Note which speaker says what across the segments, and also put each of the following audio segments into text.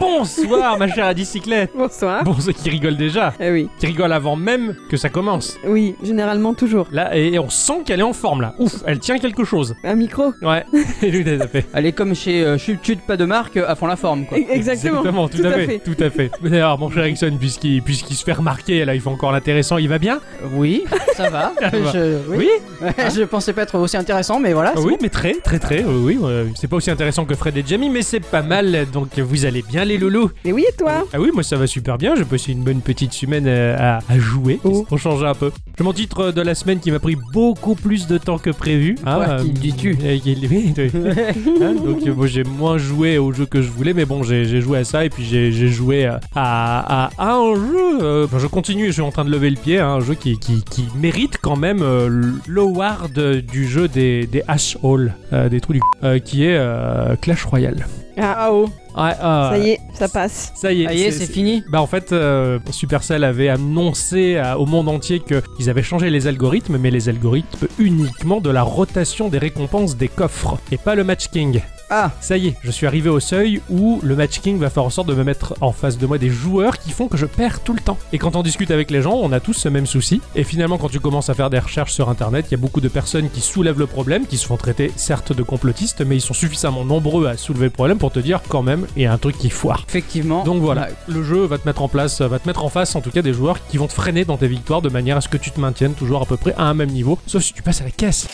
Speaker 1: Bonsoir, ma chère à bicyclette.
Speaker 2: Bonsoir.
Speaker 1: Bon, ceux qui rigolent déjà,
Speaker 2: Eh oui,
Speaker 1: qui rigolent avant même que ça commence.
Speaker 2: oui, généralement toujours.
Speaker 1: Là, et, et on sent qu'elle est en forme là. Ouf, elle tient quelque chose.
Speaker 2: Un micro.
Speaker 1: Ouais, et lui, t'as tapé.
Speaker 3: Elle est comme chez euh, Chut Chut, pas de marque, euh, à fond la forme quoi.
Speaker 2: Exactement.
Speaker 1: tout, à fait. Tout à fait. Mais d'ailleurs, mon cher Erickson, puisqu'il puisqu'il se fait remarquer, là, il fait encore l'intéressant, il va
Speaker 3: Ah,
Speaker 1: bien
Speaker 3: Oui, ça va. Je, oui.
Speaker 1: Oui,
Speaker 3: je pensais pas être aussi intéressant, mais voilà.
Speaker 1: Ah oui, mais très, très, très. euh, Oui, euh, c'est pas aussi intéressant que Fred et Jamie, mais c'est pas mal. Donc, vous allez bien, les loulous
Speaker 2: Et oui, et toi
Speaker 1: Ah oui, moi ça va super bien, j'ai passé une bonne petite semaine euh, à, à jouer,
Speaker 2: Oh.
Speaker 1: pour changer un peu. Je m'en titre euh, de la semaine qui m'a pris beaucoup plus de temps que prévu.
Speaker 3: Toi qui le dis-tu.
Speaker 1: euh, qui- oui, oui. Hein, donc euh, moi, j'ai moins joué au jeu que je voulais, mais bon j'ai j'ai joué à ça et puis j'ai j'ai joué euh, à, à- à un jeu. euh, enfin, je continue, je suis en train de lever le pied, hein, un jeu qui, qui- qui mérite quand même euh, l'award du jeu des, des Ash Hall, euh, des trous du c- euh, qui est euh, Clash Royale.
Speaker 2: Ah, oh,
Speaker 1: Ouais, euh,
Speaker 2: ça y est, ça passe.
Speaker 1: ça y est,
Speaker 3: Ça y est, c'est fini.
Speaker 1: bah en fait, euh, Supercell avait annoncé à- au monde entier qu'ils avaient changé les algorithmes, mais les algorithmes uniquement de la rotation des récompenses des coffres, et pas le Match King.
Speaker 3: Ah,
Speaker 1: Ça y est, je suis arrivé au seuil où le Match King va faire en sorte de me mettre en face de moi des joueurs qui font que je perds tout le temps. Et quand on discute avec les gens, on a tous ce même souci. Et finalement, quand tu commences à faire des recherches sur Internet, il y a beaucoup de personnes qui soulèvent le problème, qui se font traiter certes de complotistes, mais ils sont suffisamment nombreux à soulever le problème pour te dire quand même, il y a un truc qui foire.
Speaker 3: effectivement.
Speaker 1: Donc voilà, le jeu va te mettre en place, va te mettre en face en tout cas des joueurs qui vont te freiner dans tes victoires de manière à ce que tu te maintiennes toujours à peu près à un même niveau, sauf si tu passes à la caisse.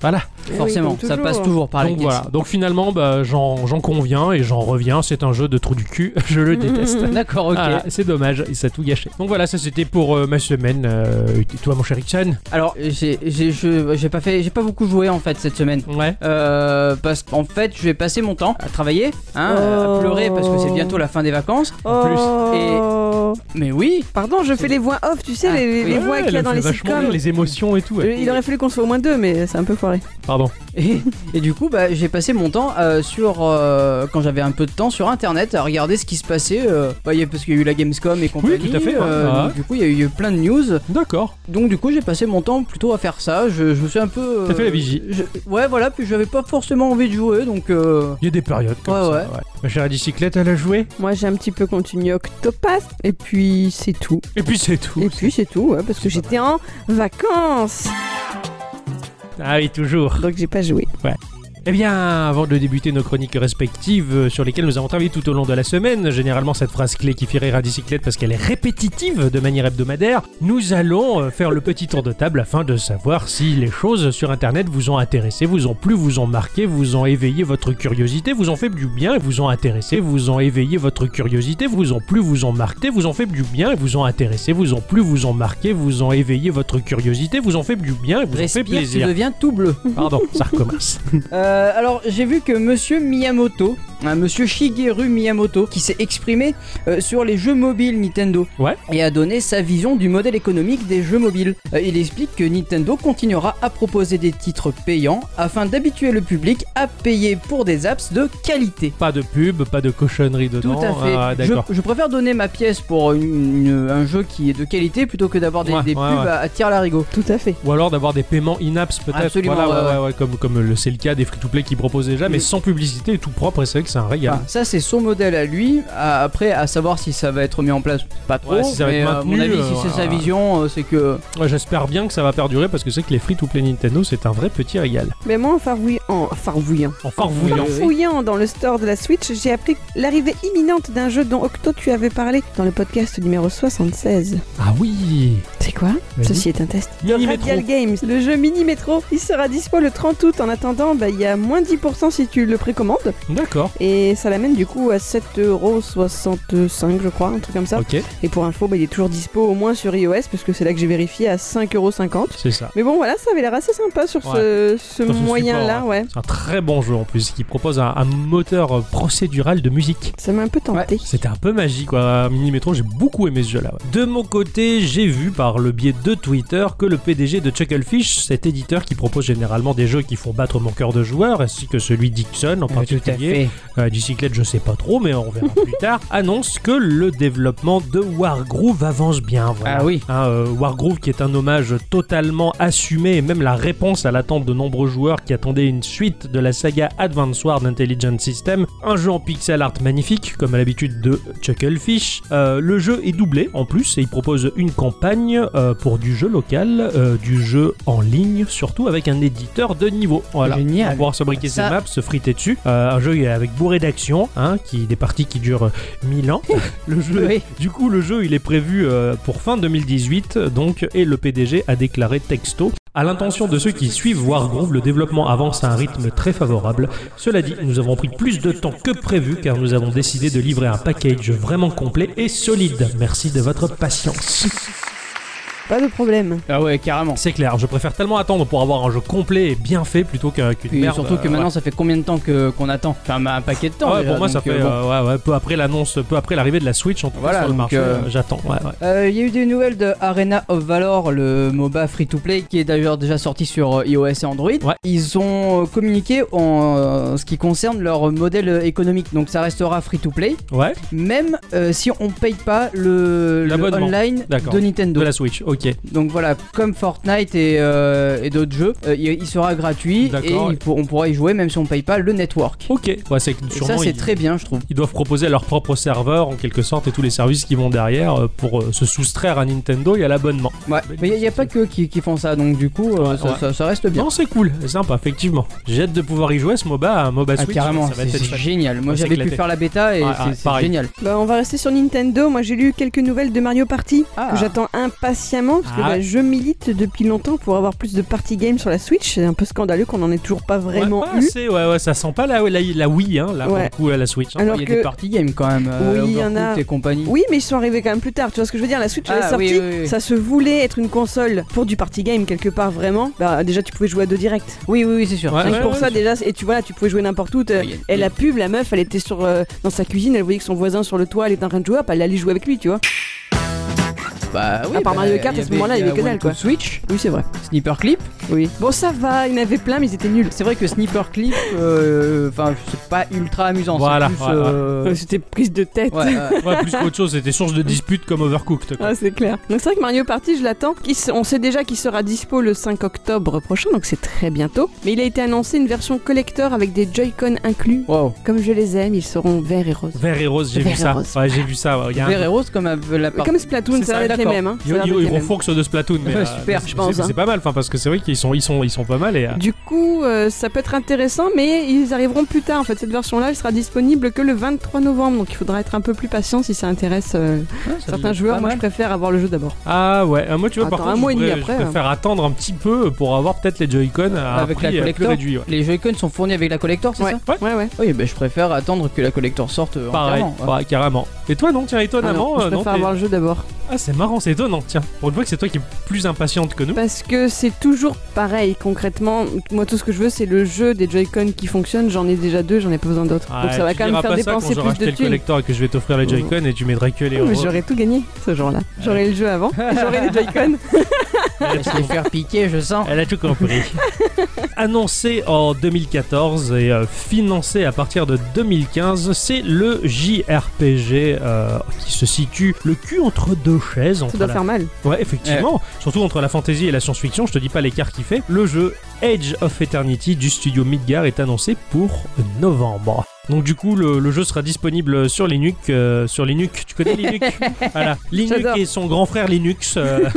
Speaker 1: Voilà,
Speaker 2: Eh oui,
Speaker 3: Forcément,
Speaker 2: comme
Speaker 3: ça passe toujours par les
Speaker 1: donc voilà. Donc finalement, bah, j'en j'en conviens et j'en reviens, c'est un jeu de trou du cul, je le déteste.
Speaker 3: D'accord, ok.
Speaker 1: Voilà, c'est dommage, et ça a tout gâché. Donc voilà, ça c'était pour euh, ma semaine. euh, et toi, mon cher Ixon
Speaker 3: Alors, j'ai j'ai- je- j'ai pas fait, j'ai pas beaucoup joué en fait cette semaine.
Speaker 1: Ouais.
Speaker 3: Euh, parce qu'en fait, je vais passer mon temps à travailler, hein, à
Speaker 2: Oh.
Speaker 3: pleurer parce que c'est bientôt la fin des vacances.
Speaker 2: Oh.
Speaker 3: Mais oui,
Speaker 2: Pardon, je fais les voix off, tu sais,
Speaker 3: Ah,
Speaker 2: les, les
Speaker 3: oui.
Speaker 2: voix qu'il y a
Speaker 1: elle
Speaker 2: dans
Speaker 1: fait
Speaker 2: les
Speaker 1: vachement
Speaker 2: sitcoms.
Speaker 1: rire, les émotions et tout. ouais.
Speaker 2: Euh, Il aurait fallu qu'on soit au moins deux, mais c'est un peu foiré.
Speaker 1: Pardon.
Speaker 3: Et, et du coup, bah, j'ai passé mon temps euh, sur, euh, quand j'avais un peu de temps, sur internet à regarder ce qui se passait. euh, bah, il y a- parce qu'il y a eu la Gamescom et compagnie.
Speaker 1: tout à fait, ouais.
Speaker 3: euh,
Speaker 1: Ah.
Speaker 3: donc, du coup, il y a eu plein de news.
Speaker 1: D'accord.
Speaker 3: Donc, du coup, j'ai passé mon temps plutôt à faire ça. Je, je me suis un peu.
Speaker 1: T'as fait la
Speaker 3: vigie
Speaker 1: vigie.
Speaker 3: Ouais, voilà. Puis j'avais pas forcément envie de jouer, donc. euh,
Speaker 1: Il y a des périodes comme
Speaker 3: Ouais,
Speaker 1: ça. Ma chère bicyclette, elle a joué.
Speaker 2: Moi, j'ai un petit peu continué Octopath, et puis c'est tout.
Speaker 1: Et puis c'est tout.
Speaker 2: Et puis c'est tout, ouais, parce que
Speaker 1: C'est
Speaker 2: j'étais en vacances.
Speaker 1: Ah oui, toujours.
Speaker 2: Donc j'ai pas joué.
Speaker 1: Eh bien, avant de débuter nos chroniques respectives euh, sur lesquelles nous avons travaillé tout au long de la semaine, généralement cette phrase clé qui fait rire à bicyclette parce qu'elle est répétitive de manière hebdomadaire, nous allons euh, faire le petit tour de table afin de savoir si les choses sur internet vous ont intéressé, vous ont plu, vous ont marqué, vous ont éveillé votre curiosité, vous ont fait du bien et vous ont intéressé, vous ont éveillé votre curiosité, vous ont plu, vous ont marqué, vous ont fait du bien et vous ont intéressé, vous ont plu, vous ont marqué, vous ont éveillé votre curiosité, vous ont fait du bien et vous ont fait
Speaker 3: respire, tu
Speaker 1: plaisir.
Speaker 3: deviens tout bleu.
Speaker 1: Pardon, ça recommence.
Speaker 3: Euh, alors, j'ai vu que monsieur Miyamoto, hein, monsieur Shigeru Miyamoto, qui s'est exprimé euh, sur les jeux mobiles Nintendo
Speaker 1: Ouais.
Speaker 3: et a donné sa vision du modèle économique des jeux mobiles. Euh, il explique que Nintendo continuera à proposer des titres payants afin d'habituer le public à payer pour des apps de qualité.
Speaker 1: Pas de pub, pas de cochonnerie
Speaker 3: Tout
Speaker 1: dedans.
Speaker 3: à fait.
Speaker 1: Ah,
Speaker 3: je,
Speaker 1: d'accord.
Speaker 3: je préfère donner ma pièce pour une- une- un jeu qui est de qualité plutôt que d'avoir des,
Speaker 1: Ouais,
Speaker 3: des
Speaker 1: ouais,
Speaker 3: pubs
Speaker 1: ouais.
Speaker 3: à, à tir larigot.
Speaker 2: Tout à fait.
Speaker 1: Ou alors d'avoir des paiements in-apps peut-être.
Speaker 3: Absolument,
Speaker 1: Voilà,
Speaker 3: ouais,
Speaker 1: ouais, ouais, ouais, comme, comme le- c'est le cas des free-to-play qui proposent déjà, mais
Speaker 3: Mm.
Speaker 1: sans publicité et tout propre, et c'est vrai que c'est un régal.
Speaker 3: Enfin, ça c'est son modèle à lui. À- Après, à savoir si ça va être mis en place, pas trop.
Speaker 1: Ouais, si ça va
Speaker 3: mais,
Speaker 1: être
Speaker 3: euh, à mon
Speaker 1: maintenu,
Speaker 3: avis,
Speaker 1: euh,
Speaker 3: si c'est sa
Speaker 1: ouais.
Speaker 3: vision, euh, c'est que
Speaker 1: Ouais, J'espère bien que ça va perdurer parce que c'est que les free-to-play Nintendo, c'est un vrai petit régal.
Speaker 2: Mais moi, en farfouillant, en farfouillant,
Speaker 1: Enfin, vous
Speaker 3: Farfouillant.
Speaker 2: farfouillant dans le store de la Switch, j'ai appris l'arrivée imminente d'un jeu dont Octo tu avais parlé dans le podcast numéro 76.
Speaker 1: Ah oui
Speaker 2: C'est quoi
Speaker 1: Vas-y.
Speaker 2: Ceci est un test.
Speaker 1: Mini-métro.
Speaker 2: Radial Games, le jeu Mini Métro, il sera dispo le 30 août. En attendant, bah, il y a moins 10% si tu le précommandes.
Speaker 1: D'accord,
Speaker 2: Et ça l'amène du coup à 7,65€, je crois, un truc comme ça.
Speaker 1: ok,
Speaker 2: Et pour info, bah, il est toujours dispo au moins sur iOS, parce que c'est là que j'ai vérifié à 5,50€.
Speaker 1: c'est ça.
Speaker 2: Mais bon, voilà, ça avait l'air assez sympa sur ce, ce
Speaker 1: Sur ce
Speaker 2: moyen-là,
Speaker 1: support,
Speaker 2: ouais.
Speaker 1: C'est un très bon jeu en plus qui propose un, un moteur euh, procédural de musique.
Speaker 2: Ça m'a un peu tenté.
Speaker 1: C'était un peu magique quoi. Mini Métro, j'ai beaucoup aimé ce jeu là. De mon côté, j'ai vu par par le biais de Twitter que le PDG de Chucklefish, cet éditeur qui propose généralement des jeux qui font battre mon cœur de joueur, ainsi que celui Dixon en
Speaker 3: Euh, tout à
Speaker 1: particulier,
Speaker 3: fait.
Speaker 1: euh, bicyclette, je sais pas trop, mais on verra plus tard, annonce que le développement de Wargroove avance bien. voilà.
Speaker 3: Ah oui.
Speaker 1: Hein, euh, Wargroove qui est un hommage totalement assumé et même la réponse à l'attente de nombreux joueurs qui attendaient une suite de la saga Advance Wars Intelligent System, un jeu en pixel art magnifique comme à l'habitude de Chucklefish. Euh, le jeu est doublé en plus et il propose une campagne euh, pour du jeu local, euh, du jeu en ligne surtout avec un éditeur de niveau. Voilà. On va
Speaker 3: Génial.
Speaker 1: pouvoir se briquer
Speaker 3: Ça-
Speaker 1: ses maps, se friter dessus. Euh, un jeu avec bourré d'action, hein, qui des parties qui durent 1000 ans. le jeu
Speaker 3: Oui.
Speaker 1: du coup, le jeu, il est prévu euh, pour fin 2018, donc, et le PDG a déclaré texto. À l'intention de ceux qui suivent Wargroove, le développement avance à un rythme très favorable. Cela dit, nous avons pris plus de temps que prévu car nous avons décidé de livrer un package vraiment complet et solide. Merci de votre patience.
Speaker 2: Pas de problème.
Speaker 3: Ah ouais, carrément.
Speaker 1: C'est clair, je préfère tellement attendre pour avoir un jeu complet et bien fait plutôt qu'un- qu'une
Speaker 3: Puis
Speaker 1: merde.
Speaker 3: surtout que
Speaker 1: euh,
Speaker 3: maintenant, ça fait combien de temps que- qu'on attend Enfin, un paquet de temps.
Speaker 1: Ah ouais,
Speaker 3: déjà,
Speaker 1: pour moi, ça
Speaker 3: donc,
Speaker 1: fait
Speaker 3: euh, bon.
Speaker 1: euh, ouais, ouais, peu après l'annonce, peu après l'arrivée de la Switch en tout cas,
Speaker 3: Voilà,
Speaker 1: sur le
Speaker 3: donc,
Speaker 1: marché.
Speaker 3: euh,
Speaker 1: euh, J'attends. ouais, ouais.
Speaker 3: Euh, Il y a eu des nouvelles de Arena of Valor, le MOBA free-to-play, qui est d'ailleurs déjà sorti sur euh, iOS et Android.
Speaker 1: Ouais.
Speaker 3: Ils ont euh, communiqué en euh, ce qui concerne leur modèle économique, donc ça restera free-to-play,
Speaker 1: Ouais,
Speaker 3: même euh, si on paye pas le, le
Speaker 1: L'abonnement.
Speaker 3: online
Speaker 1: D'accord.
Speaker 3: de Nintendo.
Speaker 1: de la Switch. Ok.
Speaker 3: Donc voilà, comme Fortnite et, euh, et d'autres jeux, euh, il, il sera gratuit et
Speaker 1: D'accord.
Speaker 3: il pour- on pourra y jouer même si on paye pas le network.
Speaker 1: Ok. Ouais, c'est que
Speaker 3: Et
Speaker 1: sûrement,
Speaker 3: ça c'est
Speaker 1: ils-
Speaker 3: très bien, je trouve.
Speaker 1: ils doivent proposer leur propre serveur en quelque sorte et tous les services qui vont derrière euh, pour euh, se soustraire à Nintendo et à l'abonnement.
Speaker 3: Ouais.
Speaker 1: Belle
Speaker 3: Mais il n'y a,
Speaker 1: initiative.
Speaker 3: pas que qui, qui font ça, donc du coup, euh,
Speaker 1: Ouais,
Speaker 3: ça,
Speaker 1: ouais.
Speaker 3: ça- ça reste bien.
Speaker 1: Non, c'est cool, c'est sympa, effectivement. J'ai hâte de pouvoir y jouer à ce MOBA, à MOBA
Speaker 3: Ah,
Speaker 1: Switch.
Speaker 3: carrément,
Speaker 1: ça va
Speaker 3: c'est
Speaker 1: être
Speaker 3: c'est
Speaker 1: chouette.
Speaker 3: génial. Moi
Speaker 1: va
Speaker 3: j'avais pu
Speaker 1: s'éclater.
Speaker 3: faire la bêta et
Speaker 1: Ouais,
Speaker 3: c'est-
Speaker 1: ouais,
Speaker 3: c'est
Speaker 1: pareil.
Speaker 3: génial.
Speaker 2: Bah, on va rester sur Nintendo. Moi, j'ai lu quelques nouvelles de Mario Party
Speaker 3: Ah.
Speaker 2: que j'attends impatiemment parce que
Speaker 1: Ah.
Speaker 2: bah, je milite depuis longtemps pour avoir plus de party games sur la Switch. C'est un peu scandaleux qu'on en ait toujours pas vraiment
Speaker 1: ouais, pas
Speaker 2: eu.
Speaker 1: assez, ouais, ouais, ça sent pas la, la, la Wii, hein, là, pour
Speaker 2: Ouais.
Speaker 1: le coup, à la Switch. hein.
Speaker 2: Alors
Speaker 3: il y a
Speaker 2: que-
Speaker 3: des party games quand même. euh,
Speaker 2: Oui, il y en
Speaker 3: Overcooked
Speaker 2: a.
Speaker 3: Et compagnie.
Speaker 2: Oui, mais ils sont arrivés quand même plus tard. Tu vois ce que je veux dire La Switch, elle est
Speaker 3: Ah, oui,
Speaker 2: sortie.
Speaker 3: oui, oui.
Speaker 2: Ça se voulait être une console pour du party game quelque part vraiment. Bah, déjà, tu pouvais jouer à deux directs.
Speaker 3: Oui, oui, oui, c'est sûr.
Speaker 1: Ouais,
Speaker 3: Ah, c'est
Speaker 2: Rien que
Speaker 3: sûr.
Speaker 2: pour ça, déjà, et tu vois, là, tu pouvais jouer n'importe où. t'es-
Speaker 3: Ouais, y a-
Speaker 2: Et la pub, la meuf, elle était sur, euh, dans sa cuisine, elle voyait que son voisin sur le toit, elle était en train de jouer, hop, elle allait jouer avec lui, tu vois.
Speaker 3: Bah oui,
Speaker 2: à part
Speaker 3: bah,
Speaker 2: Ah, Mario Kart, à ce
Speaker 3: avait-
Speaker 2: moment-là, il y avait que
Speaker 3: One
Speaker 2: dalle,
Speaker 3: to
Speaker 2: quoi.
Speaker 3: Switch,
Speaker 2: Oui, c'est vrai.
Speaker 3: Sniper Clip.
Speaker 2: Oui. Bon, ça va, il y en avait plein, mais ils étaient nuls.
Speaker 3: C'est vrai que Sniper Clip, euh, enfin, c'est pas ultra amusant. c'est
Speaker 1: Voilà,
Speaker 3: plus,
Speaker 1: ouais, ouais.
Speaker 3: euh,
Speaker 2: Euh, C'était prise de tête.
Speaker 3: ouais, ouais.
Speaker 1: Ouais, plus qu'autre chose, c'était source de disputes comme Overcooked. quoi.
Speaker 2: Ah, c'est clair. Donc c'est vrai que Mario Party, je l'attends. Il s- On sait déjà qu'il sera dispo le 5 octobre prochain, donc c'est très bientôt. Mais il a été annoncé une version collector avec des Joy-Con inclus.
Speaker 3: Wow.
Speaker 2: Comme je les aime, ils seront verts et roses.
Speaker 1: Vert et rose, j'ai
Speaker 2: Vert
Speaker 1: vu
Speaker 2: et
Speaker 1: ça.
Speaker 2: rose.
Speaker 1: Ouais, j'ai vu ça. ouais, il y a un-
Speaker 3: Vert et rose comme euh, la part.
Speaker 2: Comme Splatoon,
Speaker 3: C'est
Speaker 2: ça
Speaker 3: ça,
Speaker 2: va être les
Speaker 3: d'accord.
Speaker 2: mêmes. Hein. Ça
Speaker 1: Yo,
Speaker 2: va
Speaker 1: yo,
Speaker 2: être les
Speaker 1: ils
Speaker 2: mêmes.
Speaker 1: refourquent de Splatoon, mais
Speaker 3: Ouais,
Speaker 1: euh,
Speaker 3: super,
Speaker 1: mais
Speaker 2: je pense,
Speaker 1: c'est- C'est
Speaker 2: hein.
Speaker 1: pas mal, enfin parce que c'est vrai qu'ils sont, ils sont, ils sont pas mal et
Speaker 3: hein.
Speaker 1: euh,
Speaker 2: Du coup, euh, ça peut être intéressant, mais ils arriveront plus tard. En fait, cette version-là, elle sera disponible que le 23 novembre, donc il faudra être un peu plus patient si ça intéresse euh,
Speaker 3: Ouais, ça doit
Speaker 2: certains
Speaker 3: être
Speaker 2: joueurs.
Speaker 3: pas
Speaker 2: Moi, je
Speaker 3: mal.
Speaker 2: préfère avoir le jeu d'abord.
Speaker 1: Ah ouais, euh, moi tu vois
Speaker 2: Attends,
Speaker 1: par contre
Speaker 2: un mois et
Speaker 1: je,
Speaker 2: demi
Speaker 1: pourrais-
Speaker 2: après, hein.
Speaker 1: je préfère attendre un petit peu pour avoir peut-être les Joy-Con à
Speaker 3: Avec
Speaker 1: un prix
Speaker 3: la
Speaker 1: euh, plus
Speaker 3: collector.
Speaker 1: réduit. ouais.
Speaker 3: Les Joy-Con sont fournis avec la collector, c'est ça
Speaker 2: ouais, ouais.
Speaker 3: Oui, bah je préfère attendre que la collector sorte. euh,
Speaker 1: Pareil,
Speaker 3: entièrement, ouais.
Speaker 1: ouais, carrément. Et toi non, tiens,
Speaker 2: Ah
Speaker 1: étonnamment,
Speaker 2: non, je
Speaker 1: euh, non,
Speaker 2: préfère
Speaker 1: t'es-
Speaker 2: avoir le jeu d'abord.
Speaker 1: Ah c'est marrant, c'est étonnant, tiens. Pour une fois que c'est toi qui es plus impatiente que nous.
Speaker 2: Parce que c'est toujours pareil, concrètement. Moi, tout ce que je veux, c'est le jeu des Joy-Con qui fonctionne. J'en ai déjà deux, j'en ai pas besoin d'autres. Donc
Speaker 1: Ah,
Speaker 2: ça va
Speaker 1: tu
Speaker 2: quand même
Speaker 1: diras
Speaker 2: faire
Speaker 1: pas ça
Speaker 2: dépenser
Speaker 1: quand j'aurai
Speaker 2: plus
Speaker 1: acheté
Speaker 2: de
Speaker 1: le
Speaker 2: thunes.
Speaker 1: collector et que je vais t'offrir les Joy-Con et tu mettrais que les
Speaker 2: Oh, mais
Speaker 1: euros.
Speaker 2: j'aurais tout gagné ce jour-là. J'aurais le jeu avant, et j'aurais les Joy-Con.
Speaker 3: Je vais se les faire piquer, je sens.
Speaker 1: Elle a tout compris. Annoncé en 2014 et euh, financé à partir de 2015, c'est le JRPG euh, qui se situe le cul entre deux chaises.
Speaker 2: Ça
Speaker 1: Entre
Speaker 2: doit
Speaker 1: la-
Speaker 2: faire mal.
Speaker 1: Ouais, effectivement. Surtout entre la fantasy et la science-fiction, je te dis pas l'écart qu'il fait. Le jeu Edge of Eternity du studio Midgar est annoncé pour novembre. Donc du coup, le, le jeu sera disponible sur Linux. euh, sur Linux, tu connais Linux Voilà. Linux
Speaker 2: J'adore.
Speaker 1: et son grand frère Linux. euh,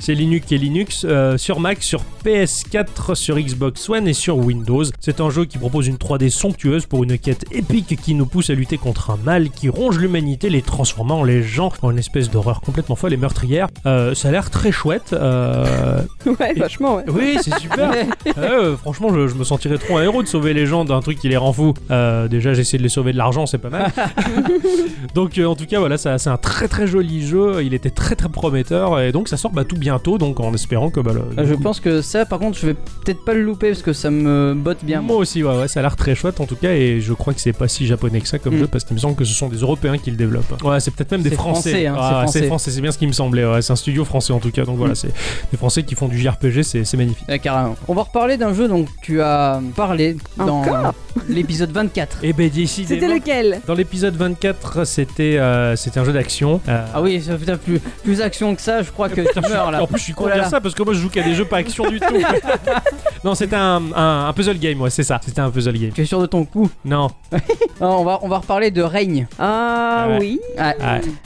Speaker 1: c'est Linux et Linux. euh, sur Mac, sur PS4, sur Xbox One et sur Windows. C'est un jeu qui propose une 3D somptueuse pour une quête épique qui nous pousse à lutter contre un mal qui ronge l'humanité, les transformant les gens en une espèce d'horreur complètement folle et meurtrière. Euh, ça a l'air très chouette. euh,
Speaker 2: Ouais,
Speaker 1: Et-
Speaker 2: vachement, ouais.
Speaker 1: Oui, Ah c'est super. Euh, franchement, je, je me sentirais trop un héros de sauver les gens d'un truc qui les rend fous. Euh, déjà, j'essaie de les sauver de l'argent, c'est pas mal. donc euh, en tout cas, voilà, ça- c'est un très très joli jeu. Il était très très prometteur et donc ça sort bah, tout bientôt, donc en espérant que bah, le-
Speaker 3: Euh,
Speaker 1: du
Speaker 3: Je
Speaker 1: coup,
Speaker 3: pense que ça, par contre, je vais peut-être pas le louper parce que ça me botte bien.
Speaker 1: Moi aussi, ouais, ouais, ça a l'air très chouette en tout cas, et je crois que c'est pas si japonais que ça comme
Speaker 3: Mm.
Speaker 1: jeu parce qu'il me semble que ce sont des Européens qui le développent. Ouais, c'est peut-être même des
Speaker 3: C'est
Speaker 1: Français.
Speaker 3: français, hein,
Speaker 1: Ah,
Speaker 3: c'est
Speaker 1: ouais,
Speaker 3: français.
Speaker 1: c'est français, Mm. c'est bien ce qui me semblait. ouais, c'est un studio français en tout cas, donc voilà, c'est des Français qui font du JRPG, c'est c'est magnifique.
Speaker 3: Ouais, carrément. On va reparler d'un jeu dont tu as parlé dans
Speaker 2: Encore
Speaker 3: l'épisode 24.
Speaker 1: Et ben d'ici
Speaker 2: C'était lequel
Speaker 1: Dans l'épisode 24, c'était euh, c'était un jeu d'action. euh,
Speaker 3: Ah oui, ça fait plus, plus action que ça, je crois que tu meurs là.
Speaker 1: En plus, je suis con
Speaker 3: Oh
Speaker 1: de
Speaker 3: là
Speaker 1: dire
Speaker 3: là.
Speaker 1: ça parce que moi, je joue qu'à des jeux pas action du tout. non, c'était un, un- un puzzle game, ouais, c'est ça. C'était un puzzle game.
Speaker 3: Tu es sûr de ton coup
Speaker 1: Non.
Speaker 3: Ah, on, va, on va reparler de Règne.
Speaker 2: Ah
Speaker 1: Ouais.
Speaker 2: oui.
Speaker 3: Ah,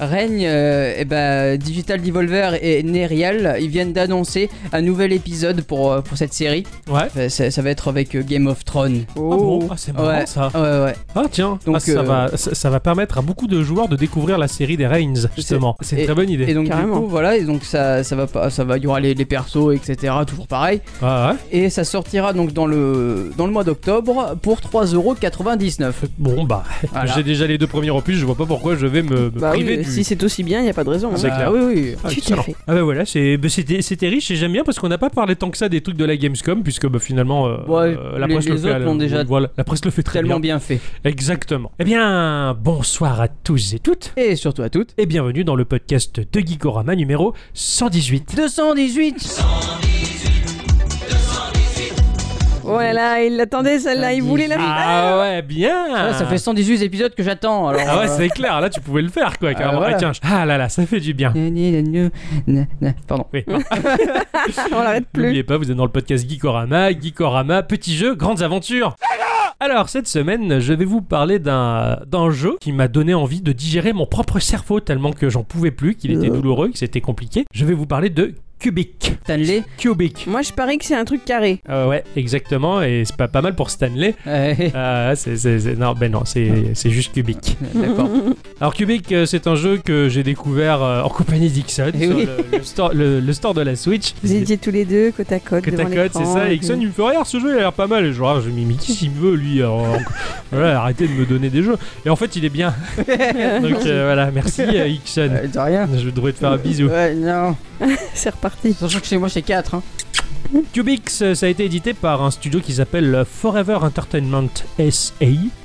Speaker 1: Ah,
Speaker 3: Règne, euh, eh ben, Digital Devolver et Nerial, ils viennent d'annoncer un nouvel épisode pour, euh, pour cette série.
Speaker 1: ouais.
Speaker 3: Euh, Ça, ça va être avec euh, Game of Thrones.
Speaker 1: Ah
Speaker 2: Oh.
Speaker 1: bon
Speaker 2: Bah
Speaker 1: Ah, c'est marrant
Speaker 3: Oh. Ouais.
Speaker 1: ça.
Speaker 3: Ouais, ouais.
Speaker 1: Ah tiens,
Speaker 3: Donc,
Speaker 1: Ah, ça,
Speaker 3: euh,
Speaker 1: va, ça, ça va permettre à beaucoup de joueurs de découvrir la série des Reigns, justement. C'est une
Speaker 3: et-
Speaker 1: très bonne idée.
Speaker 3: Et donc
Speaker 2: Carrément.
Speaker 3: du coup, voilà, et donc ça, ça va pas, ça va, il y aura les, les persos, etc. Toujours pareil.
Speaker 1: Ah,
Speaker 3: Et ça sortira donc dans le dans le mois d'octobre pour 3,99€.
Speaker 1: ouais. Bon bah,
Speaker 3: Voilà.
Speaker 1: j'ai déjà les deux premiers opus, je vois pas pourquoi je vais me, me
Speaker 2: Bah oui,
Speaker 1: priver du...
Speaker 2: si c'est aussi bien, il n'y a pas de raison. hein.
Speaker 1: C'est
Speaker 3: Bah,
Speaker 1: clair.
Speaker 3: Oui, oui.
Speaker 1: Ah,
Speaker 2: Tout à
Speaker 1: excellent.
Speaker 2: fait.
Speaker 1: Ah bah voilà, c'est- bah, c'était c'était riche et j'aime bien parce qu'on n'a pas parlé tant que ça des trucs de la Gamescom puisque bah, finalement euh,
Speaker 3: Ouais,
Speaker 1: euh, la
Speaker 3: les-
Speaker 1: presse le
Speaker 3: les
Speaker 1: fait,
Speaker 3: autres
Speaker 1: elle-
Speaker 3: l'ont déjà
Speaker 1: voilà, la presse le fait très bien.
Speaker 3: Tellement bien fait.
Speaker 1: Exactement. Eh bien, bonsoir à tous et toutes
Speaker 3: Et surtout à toutes.
Speaker 1: et bienvenue dans le podcast de Geekorama numéro 118.
Speaker 3: 218
Speaker 1: bah.
Speaker 2: Oh là là, il l'attendait celle-là, il voulait la
Speaker 1: Ah ouais, bien.
Speaker 3: Ouais, Ça fait 118 épisodes que j'attends. Alors.
Speaker 1: Ah ouais,
Speaker 3: euh,
Speaker 1: c'est clair, là tu pouvais le faire quoi, carrément.
Speaker 3: voilà.
Speaker 1: Ah tiens, je- ah là là, ça fait du bien.
Speaker 3: gna, gna, gna, gna, gna. Pardon.
Speaker 1: Oui, Ah.
Speaker 2: on l'arrête plus.
Speaker 1: n'oubliez pas, vous êtes dans le podcast Geekorama, Geekorama, petits jeux, grandes aventures. Alors cette semaine, je vais vous parler d'un d'un jeu qui m'a donné envie de digérer mon propre cerveau tellement que j'en pouvais plus, qu'il était douloureux, que c'était compliqué. Je vais vous parler de Cubic.
Speaker 3: Stanley.
Speaker 1: Cubic.
Speaker 2: Moi, je parie que c'est un truc carré.
Speaker 1: Euh, ouais, exactement, et c'est pas, pas mal pour Stanley.
Speaker 3: Ouais,
Speaker 1: Euh, c'est- c'est- c'est- non, ben non, c'est c'est juste Cubic.
Speaker 3: D'accord.
Speaker 1: Alors Cubic, euh, c'est un jeu que j'ai découvert euh, en compagnie d'Ixon
Speaker 3: Eh
Speaker 1: sur
Speaker 3: oui.
Speaker 1: le, le store, le- le store de la Switch.
Speaker 2: Vous étiez tous les deux côte à côte.
Speaker 1: Que ta
Speaker 2: devant
Speaker 1: cote, c'est
Speaker 2: l'écran,
Speaker 1: ça.
Speaker 2: et
Speaker 1: Et Ixon,
Speaker 2: puis-
Speaker 1: il me fait regarde ce jeu, il a l'air pas mal. Et je regarde, je me dis, mais qui s'il veut, lui alors, voilà, Arrêtez de me donner des jeux. Et en fait, il est bien. Donc euh, voilà, merci euh, Ixon.
Speaker 3: Euh, de rien.
Speaker 1: Je devrais te faire un bisou.
Speaker 3: Ouais, non.
Speaker 2: C'est reparti.
Speaker 3: Sachant que chez moi, c'est 4. Hein.
Speaker 1: Cubix, euh, ça a été édité par un studio qui s'appelle Forever Entertainment SA.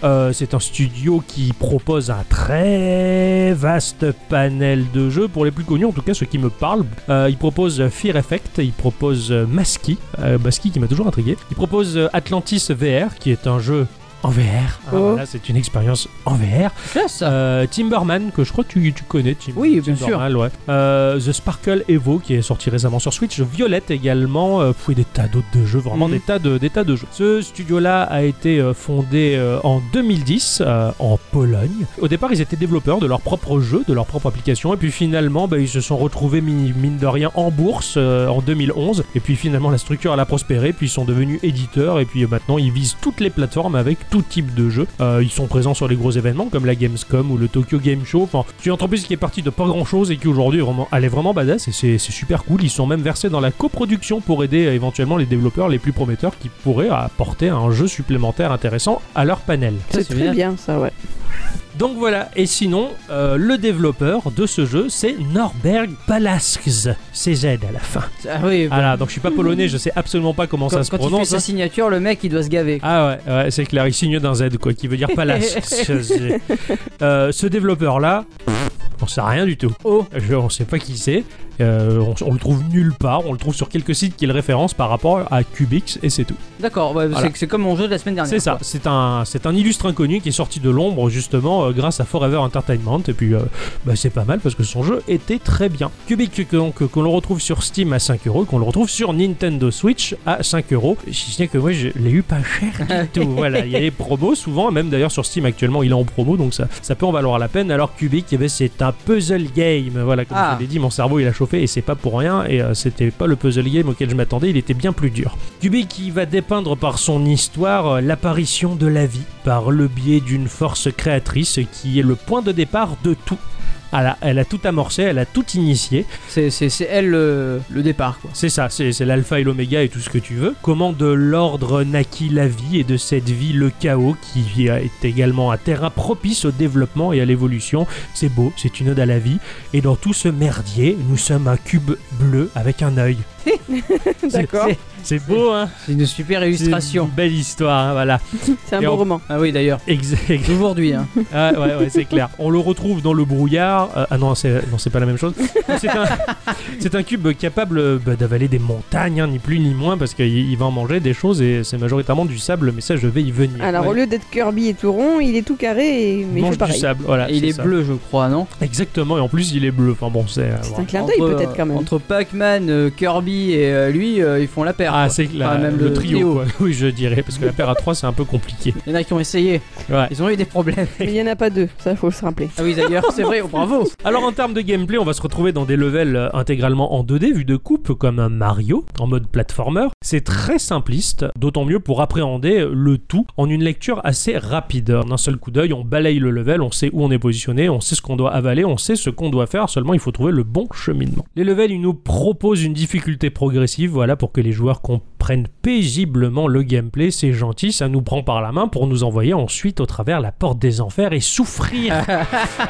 Speaker 1: Euh, c'est un studio qui propose un très vaste panel de jeux, pour les plus connus en tout cas ceux qui me parlent. Euh, il propose Fear Effect, il propose euh, Maski, euh, Maski qui m'a toujours intrigué. Il propose euh, Atlantis VR, qui est un jeu en VR. Ah,
Speaker 2: Oh.
Speaker 1: voilà, c'est une expérience en VR.
Speaker 3: Là, ça.
Speaker 4: Ah,
Speaker 1: Euh, Timberman, que je crois que tu, tu connais, Tim-
Speaker 3: Oui, bien sûr.
Speaker 1: Timberman, ouais. Euh, The Sparkle Evo, qui est sorti récemment sur Switch. Violette également. Euh, pff, et des tas d'autres de jeux, vraiment
Speaker 3: Mhm.
Speaker 1: des, tas de, des tas de jeux. Ce studio-là a été euh, fondé euh, en 2010 euh, en Pologne. Au départ, ils étaient développeurs de leur propre jeu, de leur propre application. Et puis finalement, bah, ils se sont retrouvés, mi- mine de rien, en bourse euh, en 2011. Et puis finalement, la structure, elle a prospéré. Puis ils sont devenus éditeurs. Et puis euh, maintenant, ils visent toutes les plateformes avec tout type de jeu. Euh, ils sont présents sur les gros événements comme la Gamescom ou le Tokyo Game Show. Enfin, c'est une entreprise qui est partie de pas grand chose et qui aujourd'hui est vraiment, elle est vraiment badass et c'est c'est super cool. Ils sont même versés dans la coproduction pour aider euh, éventuellement les développeurs les plus prometteurs qui pourraient apporter un jeu supplémentaire intéressant à leur panel.
Speaker 3: Ça,
Speaker 2: C'est
Speaker 3: c'est
Speaker 2: très
Speaker 3: bien.
Speaker 2: bien, ça, ouais.
Speaker 1: Donc voilà, et sinon, euh, le développeur de ce jeu, c'est Norberg Palasks. CZ à la fin.
Speaker 3: Ah oui.
Speaker 1: Ah là, donc je suis pas polonais, je sais absolument pas comment
Speaker 3: quand
Speaker 1: ça se
Speaker 3: quand il fait
Speaker 1: prononce. hein.
Speaker 3: sa signature, le mec, il doit se gaver.
Speaker 1: Ah ouais, ouais, c'est clair, il signe d'un Z, quoi, qui veut dire Palasks. Euh, ce développeur-là, on sait rien du tout.
Speaker 3: Oh.
Speaker 1: Je- on sait pas qui c'est. Euh, on, on le trouve nulle part. On le trouve sur quelques sites qui le référencent par rapport à Cubix et c'est tout.
Speaker 3: D'accord. ouais,
Speaker 1: Voilà.
Speaker 3: c'est- C'est comme mon jeu de la semaine dernière.
Speaker 1: C'est ça.
Speaker 3: quoi.
Speaker 1: C'est un, c'est un illustre inconnu qui est sorti de l'ombre justement euh, grâce à Forever Entertainment. Et puis, euh, bah, c'est pas mal parce que son jeu était très bien. Cubic que- donc qu'on le retrouve sur Steam à 5 euros, qu'on le retrouve sur Nintendo Switch à 5 euros. Si ce n'est que moi, je l'ai eu pas cher du tout. voilà, il y a les promos souvent. Même d'ailleurs sur Steam actuellement, il est en promo, donc ça, ça peut en valoir la peine. Alors Cubic, eh ben, c'est un puzzle game. Voilà, comme
Speaker 3: Ah.
Speaker 1: je l'ai dit, mon cerveau il a chauffé et c'est pas pour rien. Et euh, c'était pas le puzzle game auquel je m'attendais. Il était bien plus dur. Kubi qui va dépeindre par son histoire euh, l'apparition de la vie par le biais d'une force créatrice qui est le point de départ de tout. elle a, elle a tout amorcé, elle a tout initié.
Speaker 4: C'est, c'est, c'est elle le, le départ, quoi.
Speaker 1: C'est ça, c'est, c'est l'alpha et l'oméga et tout ce que tu veux. Comment de l'ordre naquit la vie et de cette vie le chaos qui est également un terrain propice au développement et à l'évolution. C'est beau, c'est une ode à la vie. Et dans tout ce merdier, nous sommes un cube bleu avec un œil.
Speaker 4: D'accord.
Speaker 1: c'est- C'est beau, hein
Speaker 4: C'est une super
Speaker 1: C'est
Speaker 4: illustration.
Speaker 1: une Belle histoire, hein, voilà.
Speaker 2: C'est un
Speaker 1: Et
Speaker 2: bon
Speaker 1: on-
Speaker 2: roman.
Speaker 4: Ah oui, d'ailleurs.
Speaker 1: Exact.
Speaker 4: Aujourd'hui, hein.
Speaker 1: Ah, ouais, ouais, c'est clair. On le retrouve dans le brouillard. Euh, ah non, c'est non, c'est pas la même chose. C'est un, c'est un cube capable euh, bah, d'avaler des montagnes, hein, ni plus ni moins, parce qu'il il va en manger des choses et c'est majoritairement du sable. Mais ça, je vais y venir.
Speaker 2: Alors au
Speaker 4: Ouais.
Speaker 2: lieu d'être Kirby et tout rond, il est tout carré et Ah mais
Speaker 1: il
Speaker 2: il
Speaker 1: mange
Speaker 2: fait
Speaker 1: du
Speaker 2: pareil.
Speaker 1: sable, voilà.
Speaker 4: Et il
Speaker 1: Ah, c'est
Speaker 4: est
Speaker 1: ça.
Speaker 4: bleu, je crois, non
Speaker 1: Exactement. Et en plus, il est bleu. Enfin bon, c'est. euh,
Speaker 2: C'est
Speaker 1: voilà.
Speaker 2: un clin d'œil
Speaker 4: Entre-
Speaker 2: peut-être quand même.
Speaker 4: Entre Pac-Man, euh, Kirby et euh, lui, euh, ils font la paire.
Speaker 1: Ah,
Speaker 4: quoi.
Speaker 1: c'est la-
Speaker 4: Enfin, même
Speaker 1: le,
Speaker 4: le
Speaker 1: trio,
Speaker 4: trio.
Speaker 1: quoi. Oui, je dirais, parce que la paire à trois, c'est un peu compliqué.
Speaker 4: Il y en a qui ont essayé.
Speaker 1: Ouais.
Speaker 4: Ils ont eu des problèmes.
Speaker 2: Mais il n'y en a pas deux, ça faut se rappeler.
Speaker 4: Ah oui, d'ailleurs, c'est vrai. oh, bravo.
Speaker 1: Alors en termes de gameplay, on va se retrouver dans des levels euh, intégralement en 2D, vu de coupe, comme un Mario, en mode platformer. C'est très simpliste, d'autant mieux pour appréhender euh, le tout en une lecture assez rapide. En un seul coup d'œil, on balaye le level, on sait où on est positionné, on sait ce qu'on doit avaler, on sait ce qu'on doit faire, seulement il faut trouver le bon cheminement. Les levels, ils nous proposent une difficulté progressive, voilà, pour que les joueurs comprennent paisiblement le gameplay, c'est gentil, ça nous prend par la main pour nous envoyer ensuite au travers la porte des enfers et souffrir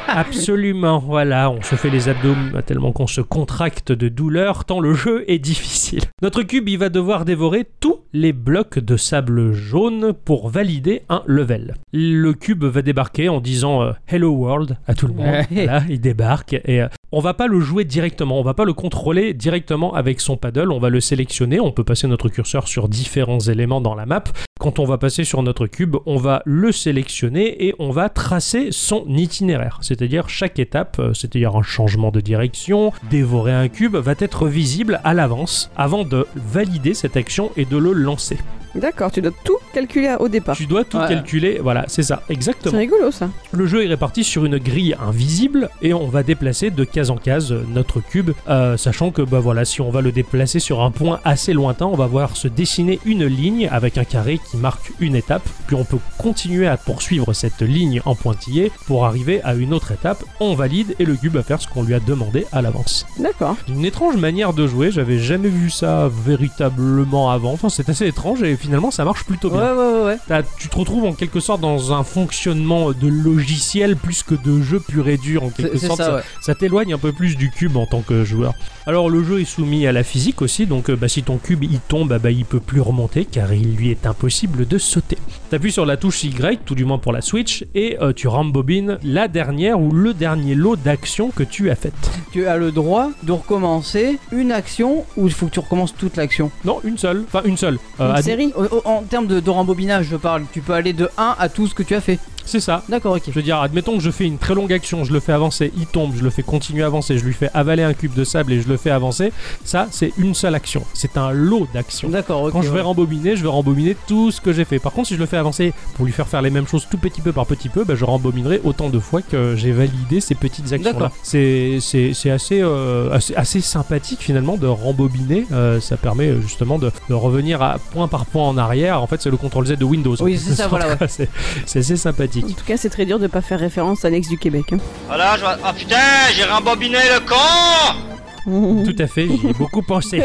Speaker 1: Absolument, voilà, on se fait les abdomes tellement qu'on se contracte de douleur, tant le jeu est difficile. Notre cube, il va devoir dévorer tous les blocs de sable jaune pour valider un level. Le cube va débarquer en disant euh, Hello World à tout le monde.
Speaker 4: Ouais.
Speaker 1: Voilà, il débarque et euh, on va pas le jouer directement, on va pas le contrôler directement avec son paddle, on va le sélectionner, on peut passer notre curseur sur différents éléments dans la map. Quand on va passer sur notre cube, on va le sélectionner et on va tracer son itinéraire. C'est-à-dire chaque étape, euh, c'est-à-dire un changement de direction, dévorer un cube, va être visible à l'avance avant de valider cette action et de le lancer.
Speaker 2: D'accord, tu dois tout calculer au départ.
Speaker 1: Tu dois tout
Speaker 4: Ouais.
Speaker 1: calculer, voilà, c'est ça,
Speaker 2: C'est
Speaker 1: exactement.
Speaker 2: rigolo ça.
Speaker 1: Le jeu est réparti sur une grille invisible et on va déplacer de case en case euh, notre cube, euh, sachant que bah voilà, si on va le déplacer sur un point assez lointain, on va voir se dessiner une ligne avec un carré qui marque une étape, puis on peut continuer à poursuivre cette ligne en pointillé pour arriver à une autre étape, on valide et le cube va faire ce qu'on lui a demandé à l'avance.
Speaker 2: D'accord.
Speaker 1: Une étrange manière de jouer, j'avais jamais vu ça véritablement avant, enfin c'est assez étrange et finalement ça marche plutôt
Speaker 4: Ouais,
Speaker 1: bien.
Speaker 4: ouais, ouais, ouais.
Speaker 1: T'as- tu te retrouves en quelque sorte dans un fonctionnement de logiciel plus que de jeu pur et dur en quelque
Speaker 4: C'est c'est
Speaker 1: sorte.
Speaker 4: ça, ouais.
Speaker 1: Ça t'éloigne un peu plus du cube en tant que joueur. Alors le jeu est soumis à la physique aussi, donc euh, bah, si ton cube il tombe, ah bah, il peut plus remonter car il lui est impossible de sauter. T'appuies sur la touche Y, tout du moins pour la Switch, et euh, tu rembobines la dernière ou le dernier lot d'actions que tu as faites.
Speaker 4: Tu as le droit de recommencer une action ou il faut que tu recommences toute l'action
Speaker 1: Non, une seule, enfin une seule. Euh, à-
Speaker 2: Une série.
Speaker 4: Au- au- oh, En termes de, de rembobinage, je parle. Tu peux aller de 1 à tout ce que tu as fait.
Speaker 1: C'est ça,
Speaker 4: D'accord, ok.
Speaker 1: Je veux dire, admettons que je fais une très longue action, je le fais avancer, il tombe, je le fais continuer à avancer, je lui fais avaler un cube de sable et je le fais avancer. Ça, c'est une seule action. C'est un lot d'actions.
Speaker 4: D'accord, ok.
Speaker 1: Quand je vais
Speaker 4: ouais.
Speaker 1: rembobiner, je vais rembobiner tout ce que j'ai fait. Par contre, si je le fais avancer pour lui faire faire les mêmes choses tout petit peu par petit peu, bah, je rembobinerai autant de fois que j'ai validé ces petites actions-là.
Speaker 4: D'accord.
Speaker 1: C'est c'est- c'est assez, euh, assez, assez sympathique finalement de rembobiner. Euh, ça permet euh, justement de, de revenir à point par point en arrière. En fait, c'est le CTRL Z de Windows.
Speaker 4: Oui, c'est ça, voilà, ouais.
Speaker 1: C'est c'est assez sympathique.
Speaker 2: En tout cas, c'est très dur de pas faire référence à l'ex du Québec. hein.
Speaker 5: Voilà, je vois. Oh putain, j'ai rembobiné le con
Speaker 1: Tout à fait, j'y ai beaucoup pensé.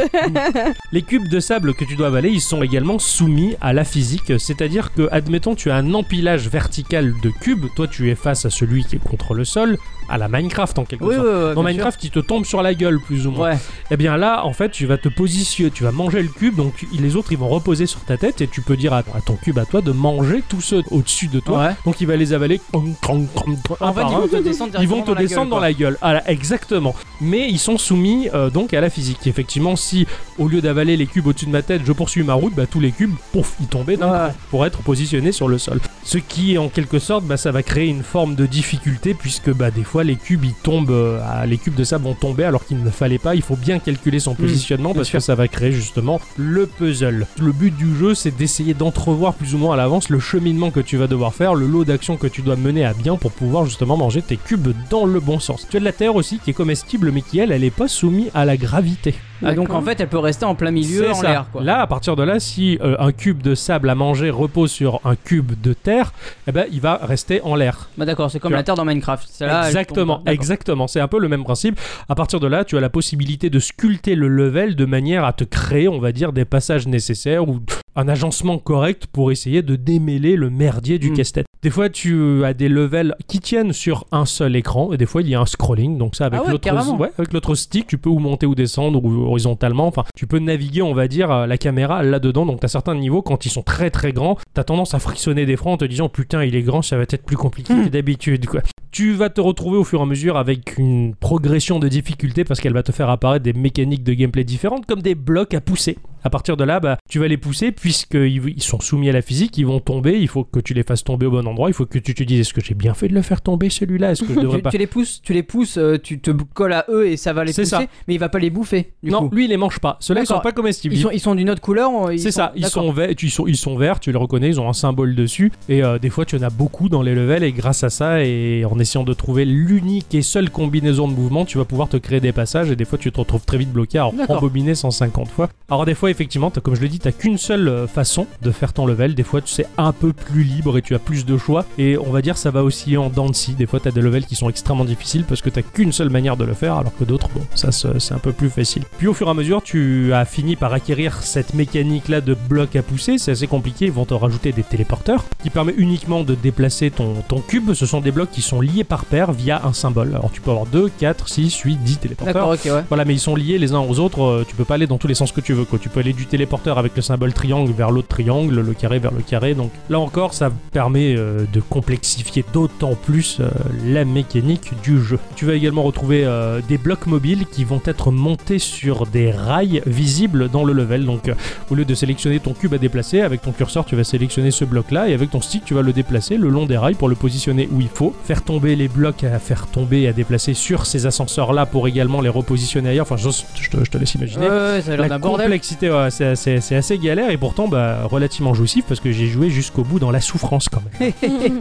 Speaker 1: Les cubes de sable que tu dois avaler, ils sont également soumis à la physique, c'est-à-dire que, admettons, tu as un empilage vertical de cubes, toi tu es face à celui qui est contre le sol, à la Minecraft en quelque
Speaker 4: Oui, ouais,
Speaker 1: sorte.
Speaker 4: ouais,
Speaker 1: Dans
Speaker 4: bien sûr.
Speaker 1: Minecraft, il te tombe sur la gueule, plus ou moins.
Speaker 4: Ouais.
Speaker 1: Et bien là, en fait, tu vas te positionner, tu vas manger le cube, donc les autres, ils vont reposer sur ta tête, et tu peux dire à, à ton cube, à toi, de manger tous ceux au-dessus de toi.
Speaker 4: ouais.
Speaker 1: Donc il va les avaler. clon, clon, clon, clon, un
Speaker 4: En fait,
Speaker 1: par
Speaker 4: ils
Speaker 1: un.
Speaker 4: vont te descendre
Speaker 1: Ils vont
Speaker 4: directement
Speaker 1: te descendre dans
Speaker 4: gueule,
Speaker 1: la gueule. Ah, là, exactement. Mais ils sont soumis euh, donc à la physique. Effectivement, si au lieu d'avaler les cubes au-dessus de ma tête, je poursuis ma route, bah, tous les cubes, pouf, ils tombaient d'un
Speaker 4: Ouais.
Speaker 1: coup pour être positionnés sur le sol. Ce qui, en quelque sorte, bah, ça va créer une forme de difficulté puisque bah, des fois les cubes ils tombent, euh, ah, les cubes de sable vont tomber alors qu'il ne fallait pas. Il faut bien calculer son positionnement
Speaker 4: Mmh, bien
Speaker 1: parce
Speaker 4: sûr.
Speaker 1: que ça va créer justement le puzzle. Le but du jeu, c'est d'essayer d'entrevoir plus ou moins à l'avance le cheminement que tu vas devoir faire, le lot d'actions que tu dois mener à bien pour pouvoir justement manger tes cubes dans le bon sens. Tu as de la terre aussi qui est comestible mais qui elle, elle est pas soumis à la gravité.
Speaker 4: Ah, donc
Speaker 2: D'accord.
Speaker 4: en fait, elle peut rester en plein milieu
Speaker 1: C'est
Speaker 4: en
Speaker 1: ça.
Speaker 4: l'air quoi.
Speaker 1: Là, à partir de là, si euh, un cube de sable à manger repose sur un cube de terre, eh ben, il va rester en l'air.
Speaker 4: Bah d'accord, c'est comme
Speaker 1: Tu
Speaker 4: la
Speaker 1: vois.
Speaker 4: terre dans Minecraft. Celle-là, elle tombe
Speaker 1: exactement,
Speaker 4: pas. D'accord.
Speaker 1: exactement. C'est un peu le même principe. À partir de là, tu as la possibilité de sculpter le level de manière à te créer, on va dire, des passages nécessaires ou un agencement correct pour essayer de démêler le merdier du
Speaker 4: Mm.
Speaker 1: casse-tête. Des fois, tu as des levels qui tiennent sur un seul écran et des fois, il y a un scrolling. Donc ça, avec
Speaker 4: Ah ouais,
Speaker 1: l'autre
Speaker 4: carrément.
Speaker 1: ouais, avec l'autre stick, tu peux ou monter ou descendre ou horizontalement. Enfin, tu peux naviguer, on va dire, euh, la caméra là-dedans. Donc, tu as certains niveaux, quand ils sont très très grands, tu as tendance à frissonner des francs en te disant Putain, il est grand, ça va être plus compliqué
Speaker 4: Hmm.
Speaker 1: que d'habitude. quoi. Tu vas te retrouver au fur et à mesure avec une progression de difficulté parce qu'elle va te faire apparaître des mécaniques de gameplay différentes, comme des blocs à pousser. À partir de là, bah, tu vas les pousser puisqu'ils ils sont soumis à la physique, ils vont tomber, il faut que tu les fasses tomber au bon endroit, il faut que tu te dises est-ce que j'ai bien fait de le faire tomber celui-là, est-ce que je devrais
Speaker 4: Tu,
Speaker 1: pas
Speaker 4: tu les pousses, tu les pousses, euh, tu te colles à eux et ça va les
Speaker 1: C'est
Speaker 4: pousser,
Speaker 1: ça.
Speaker 4: mais il va pas les bouffer. Du
Speaker 1: non,
Speaker 4: coup.
Speaker 1: lui il les mange pas. Ceux-là ils sont
Speaker 4: D'accord.
Speaker 1: pas comestibles.
Speaker 4: Ils sont, ils sont d'une autre couleur. on- ils
Speaker 1: C'est
Speaker 4: sont-
Speaker 1: ça, ils
Speaker 4: d'accord.
Speaker 1: sont, verts, tu- ils, sont, ils sont verts, tu les reconnais, ils ont un symbole dessus. Et euh, des fois, tu en as beaucoup dans les levels. Et grâce à ça, et en essayant de trouver l'unique et seule combinaison de mouvements, tu vas pouvoir te créer des passages. Et des fois, tu te retrouves très vite bloqué à
Speaker 4: D'accord.
Speaker 1: rembobiner 150 fois. Alors, des fois, effectivement, t'as- comme je le dis, t'as qu'une seule euh, façon de faire ton level. Des fois, tu sais un peu plus libre et tu as plus de choix. Et on va dire, ça va osciller en dents de scie. Des fois, t'as des levels qui sont extrêmement difficiles parce que t'as qu'une seule manière de le faire, alors que d'autres, bon, ça se- c'est un peu plus facile. Puis au fur et à mesure, tu as fini par acquérir cette mécanique-là de bloc à pousser. C'est assez compliqué. Ils vont te rajouter des téléporteurs qui permet uniquement de déplacer ton, ton cube. Ce sont des blocs qui sont liés par paire via un symbole. Alors, tu peux avoir 2, 4, 6, 8, 10 téléporteurs.
Speaker 4: D'accord, ok, ouais.
Speaker 1: Voilà, mais ils sont liés les uns aux autres. euh, tu peux pas aller dans tous les sens que tu veux. Quoi. Tu peux aller du téléporteur avec le symbole triangle vers l'autre triangle, le carré vers le carré. Donc là encore, ça permet euh, de complexifier d'autant plus euh, la mécanique du jeu. Tu vas également retrouver euh, des blocs mobiles qui vont être montés sur des rails visibles dans le level. Donc euh, au lieu de sélectionner ton cube à déplacer, avec ton curseur, tu vas sélectionner ce bloc-là et avec ton stick, tu vas le déplacer le long des rails pour le positionner où il faut. Faire tomber les blocs à faire tomber et à déplacer sur ces ascenseurs-là pour également les repositionner ailleurs. Enfin, je, je te, je te laisse imaginer.
Speaker 4: Ouais, ouais, Euh, ça a l'air
Speaker 1: La
Speaker 4: d'un bordel.
Speaker 1: complexité, ouais, c'est assez, c'est assez galère et pourtant bah, relativement jouissif parce que j'ai joué jusqu'au bout dans la souffrance quand même.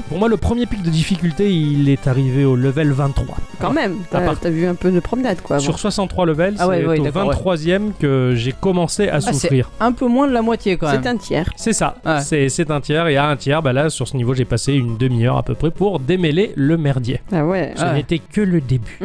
Speaker 1: Pour moi, le premier pic de difficulté, il est arrivé au level 23.
Speaker 2: Quand même,
Speaker 1: À
Speaker 2: t'as
Speaker 1: part-
Speaker 2: t'as vu un peu de promenade quoi. avant.
Speaker 1: Sur 63 levels,
Speaker 4: Ah ouais,
Speaker 1: c'est
Speaker 4: ouais,
Speaker 1: au
Speaker 4: d'accord, ouais. Ah,
Speaker 1: 23e que j'ai commencé à
Speaker 4: c'est-
Speaker 1: souffrir.
Speaker 4: Un peu moins de la moitié quand même.
Speaker 2: C'est un tiers.
Speaker 1: C'est ça,
Speaker 4: Ouais.
Speaker 1: c'est, c'est un tiers, et à un tiers, bah là, sur ce niveau, j'ai passé une demi-heure à peu près pour démêler le merdier.
Speaker 2: Ah ouais.
Speaker 1: Ce
Speaker 4: Ouais.
Speaker 1: n'était que le début.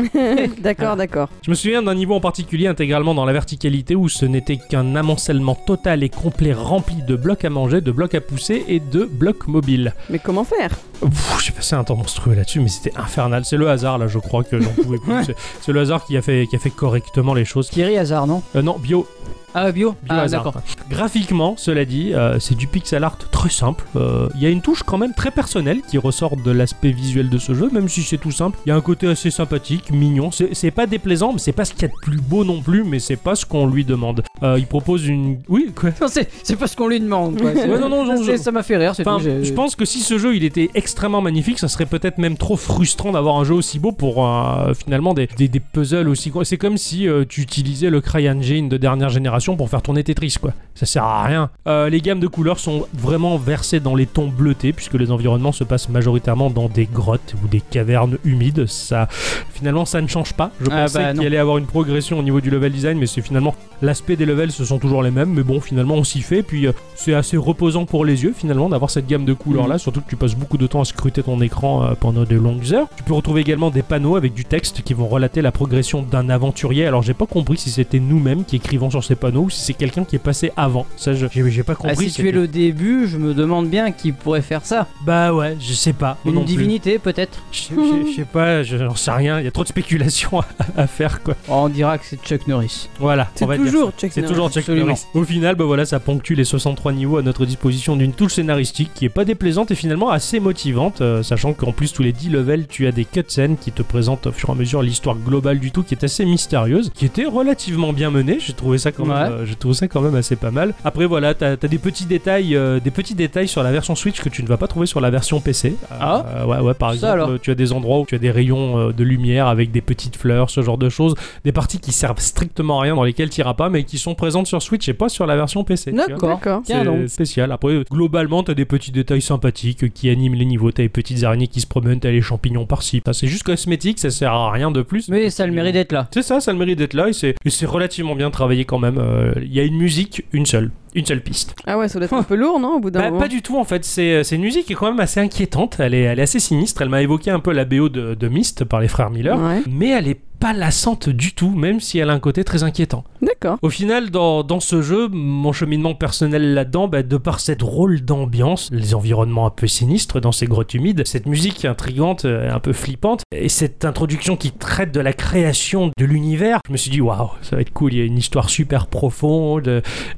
Speaker 2: d'accord, d'accord.
Speaker 1: Je me souviens d'un niveau en particulier intégralement dans la verticalité où ce n'était qu'un amoncellement total et complet rempli de blocs à manger, de blocs à pousser et de blocs mobiles.
Speaker 2: Mais comment faire
Speaker 1: Pff, J'ai passé un temps monstrueux là-dessus, mais c'était infernal. C'est le hasard, là, je crois que j'en pouvais plus. C'est, c'est le hasard qui a, fait, qui a fait correctement les choses.
Speaker 4: Thierry Hazard, non
Speaker 1: Euh, non, bio,
Speaker 4: Ah, bio, Ah,
Speaker 1: Biohazard.
Speaker 4: d'accord.
Speaker 1: Graphiquement, cela dit, euh, c'est du pixel art très simple. Euh, Il y a une touche quand même très personnelle qui ressort de l'aspect visuel de ce jeu, même si c'est tout simple. Il y a un côté assez sympathique, mignon. C'est c'est pas déplaisant, mais c'est pas ce qu'il y a de plus beau non plus, mais c'est pas ce qu'on lui demande. Euh, il propose une. Oui, quoi
Speaker 4: Non, c'est c'est pas ce qu'on lui demande. Quoi. C'est-
Speaker 1: Ouais, non, non, non,
Speaker 4: c'est-
Speaker 1: je-
Speaker 4: ça m'a fait rire. c'est
Speaker 1: Enfin,
Speaker 4: tout, j'ai-
Speaker 1: je pense que si ce jeu il était extrêmement magnifique, ça serait peut-être même trop frustrant d'avoir un jeu aussi beau pour euh, finalement des, des- des puzzles aussi. gros. C'est comme si euh, tu utilisais le CryEngine de dernière génération pour faire tourner Tetris, quoi. Ça sert à rien. Euh, les gammes de couleurs sont vraiment versées dans les tons bleutés, puisque les environnements se passent majoritairement dans des grottes ou des cavernes humides. Ça, finalement, ça ne change pas. Je
Speaker 4: Ah,
Speaker 1: pensais
Speaker 4: bah, non.
Speaker 1: qu'il allait avoir une progression au niveau du level design, mais c'est finalement L'aspect des levels, ce sont toujours les mêmes, mais bon, finalement, on s'y fait. Puis euh, c'est assez reposant pour les yeux, finalement, d'avoir cette gamme de
Speaker 4: Mm.
Speaker 1: couleurs-là. Surtout que tu passes beaucoup de temps à scruter ton écran euh, pendant de longues heures. Tu peux retrouver également des panneaux avec du texte qui vont relater la progression d'un aventurier. Alors, j'ai pas compris si c'était nous-mêmes qui écrivons sur ces panneaux ou si c'est quelqu'un qui est passé avant. Ça, je- j'ai j'ai pas
Speaker 4: Ah,
Speaker 1: compris.
Speaker 4: si tu es
Speaker 1: C'était-
Speaker 4: le début, je me demande bien qui pourrait faire ça.
Speaker 1: Bah ouais, je sais pas. Moi
Speaker 4: Une
Speaker 1: non plus.
Speaker 4: divinité, peut-être
Speaker 1: Je je- je sais pas, je- j'en sais rien. Il y a trop de spéculation à, à faire, quoi.
Speaker 4: Oh, On dira que c'est Chuck Norris.
Speaker 1: Voilà,
Speaker 2: C'est
Speaker 1: on va dire
Speaker 2: toujours check
Speaker 1: C'est toujours Chuck
Speaker 4: Absolument.
Speaker 1: Norris. Au final, bah voilà, ça ponctue les 63 niveaux à notre disposition d'une touche scénaristique qui est pas déplaisante et finalement assez motivante, euh, sachant qu'en plus tous les 10 levels, tu as des cutscenes qui te présentent au fur et à mesure l'histoire globale du tout, qui est assez mystérieuse, qui était relativement bien menée. J'ai trouvé ça quand même,
Speaker 4: Ouais.
Speaker 1: euh, j'ai trouvé ça quand même assez pas mal. Après voilà, t'as as des petits détails, euh, des petits détails sur la version Switch que tu ne vas pas trouver sur la version PC. Euh,
Speaker 4: Ah
Speaker 1: euh, ouais, ouais, par
Speaker 4: Ça
Speaker 1: exemple,
Speaker 4: alors.
Speaker 1: euh, tu as des endroits où tu as des rayons euh, de lumière avec des petites fleurs, ce genre de choses des parties qui servent strictement à rien, dans lesquelles tu n'iras pas, mais qui sont présentes sur Switch et pas sur la version PC. tu vois.
Speaker 4: D'accord.
Speaker 2: D'accord.
Speaker 4: Tiens donc.
Speaker 1: C'est spécial. Après, globalement, t'as des petits détails sympathiques qui animent les niveaux. T'as les petites araignées qui se promènent, t'as les champignons par-ci. Ça, C'est juste cosmétique, ça sert à rien de plus.
Speaker 3: Mais ça a le mérite d'être là.
Speaker 1: C'est ça, ça a le mérite d'être là et c'est et c'est relativement bien travaillé quand même. Euh, Il y a une musique, une seule. Une seule piste.
Speaker 2: Ah ouais, ça doit être un peu lourd, non Au bout d'un
Speaker 1: Bah,
Speaker 2: moment.
Speaker 1: pas du tout en fait, c'est c'est une musique qui est quand même assez inquiétante, elle est, elle est assez sinistre, elle m'a évoqué un peu la BO de, de Myst par les frères Miller,
Speaker 2: Ouais.
Speaker 1: mais elle est pas lassante du tout, même si elle a un côté très inquiétant.
Speaker 2: D'accord.
Speaker 1: Au final, dans, dans ce jeu, mon cheminement personnel là-dedans, bah, de par cette rôle d'ambiance, les environnements un peu sinistres dans ces grottes humides, cette musique intrigante, euh, un peu flippante, et cette introduction qui traite de la création de l'univers, je me suis dit, waouh, ça va être cool, il y a une histoire super profonde,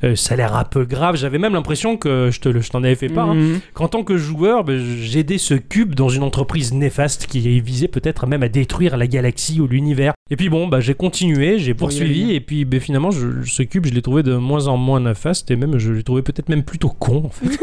Speaker 1: euh, ça a l'air un peu grave. J'avais même l'impression que je, te, le- je t'en avais fait part, hein,
Speaker 3: Mhm.
Speaker 1: qu'en tant que joueur, bah, j'aidais ce cube dans une entreprise néfaste qui visait peut-être même à détruire la galaxie ou l'univers. Et puis bon, bah, j'ai continué, j'ai poursuivi,
Speaker 3: aller.
Speaker 1: et puis bah, finalement, je- ce cube, je l'ai trouvé de moins en moins néfaste, et même, je l'ai trouvé peut-être même plutôt con, en fait.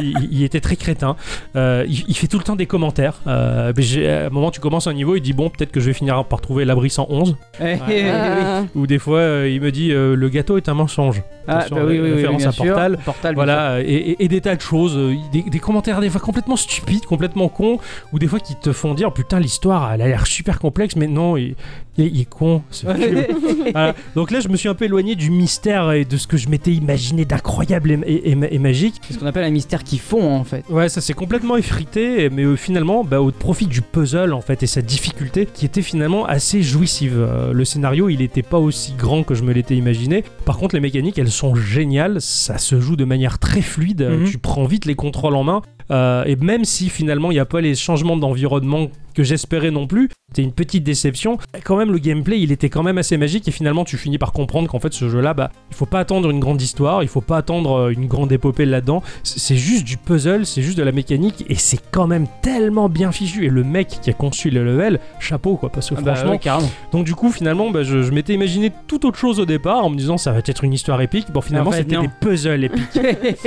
Speaker 1: il, il était très crétin. Euh, il, il fait tout le temps des commentaires. Euh, bah, j'ai- à un moment, tu commences un niveau, il dit, bon, peut-être que je vais finir par trouver l'abri 111,
Speaker 3: Eh,
Speaker 1: Ouais.
Speaker 3: eh, oui.
Speaker 2: Ah,
Speaker 1: ou des fois, euh, il me dit, euh, le gâteau est un mensonge.
Speaker 3: Ah,
Speaker 1: Attention,
Speaker 3: bah oui, oui, oui,
Speaker 1: référence
Speaker 3: bien
Speaker 1: à
Speaker 3: sûr.
Speaker 1: Portal.
Speaker 3: Portal, bien sûr.
Speaker 1: Voilà, euh, et, et- et des tas de choses, euh, des, des commentaires des fois complètement stupides, complètement cons, ou des fois qui te font dire putain l'histoire elle a l'air super complexe, mais non, il, il est- il est con. ce vieux. Voilà. Donc là je me suis un peu éloigné du mystère et de ce que je m'étais imaginé d'incroyable et, et- et- et magique.
Speaker 3: C'est ce qu'on appelle un mystère qui fond en fait.
Speaker 1: Ouais, ça s'est complètement effrité, et- mais euh, finalement bah, au profit du puzzle en fait et sa difficulté qui était finalement assez jouissive. Euh, le scénario il était pas aussi grand que je me l'étais imaginé. Par contre les mécaniques elles sont géniales, ça se joue de manière très fluide, Euh,
Speaker 3: Mhm.
Speaker 1: tu prends vite les contrôles en main euh, et même si finalement il n'y a pas les changements d'environnement que j'espérais non plus, c'était une petite déception. Quand même, le gameplay, il était quand même assez magique et finalement, tu finis par comprendre qu'en fait, ce jeu-là, bah, il faut pas attendre une grande histoire, il faut pas attendre euh, une grande épopée là-dedans. C- C'est juste du puzzle, c'est juste de la mécanique et c'est quand même tellement bien fichu. Et le mec qui a conçu le level, chapeau quoi, parce que
Speaker 3: Ah bah,
Speaker 1: franchement,
Speaker 3: ouais, carrément.
Speaker 1: donc du coup, finalement, bah, je, je m'étais imaginé tout autre chose au départ en me disant ça va être une histoire épique. Bon, finalement,
Speaker 3: En fait,
Speaker 1: c'était
Speaker 3: non.
Speaker 1: des puzzles épiques.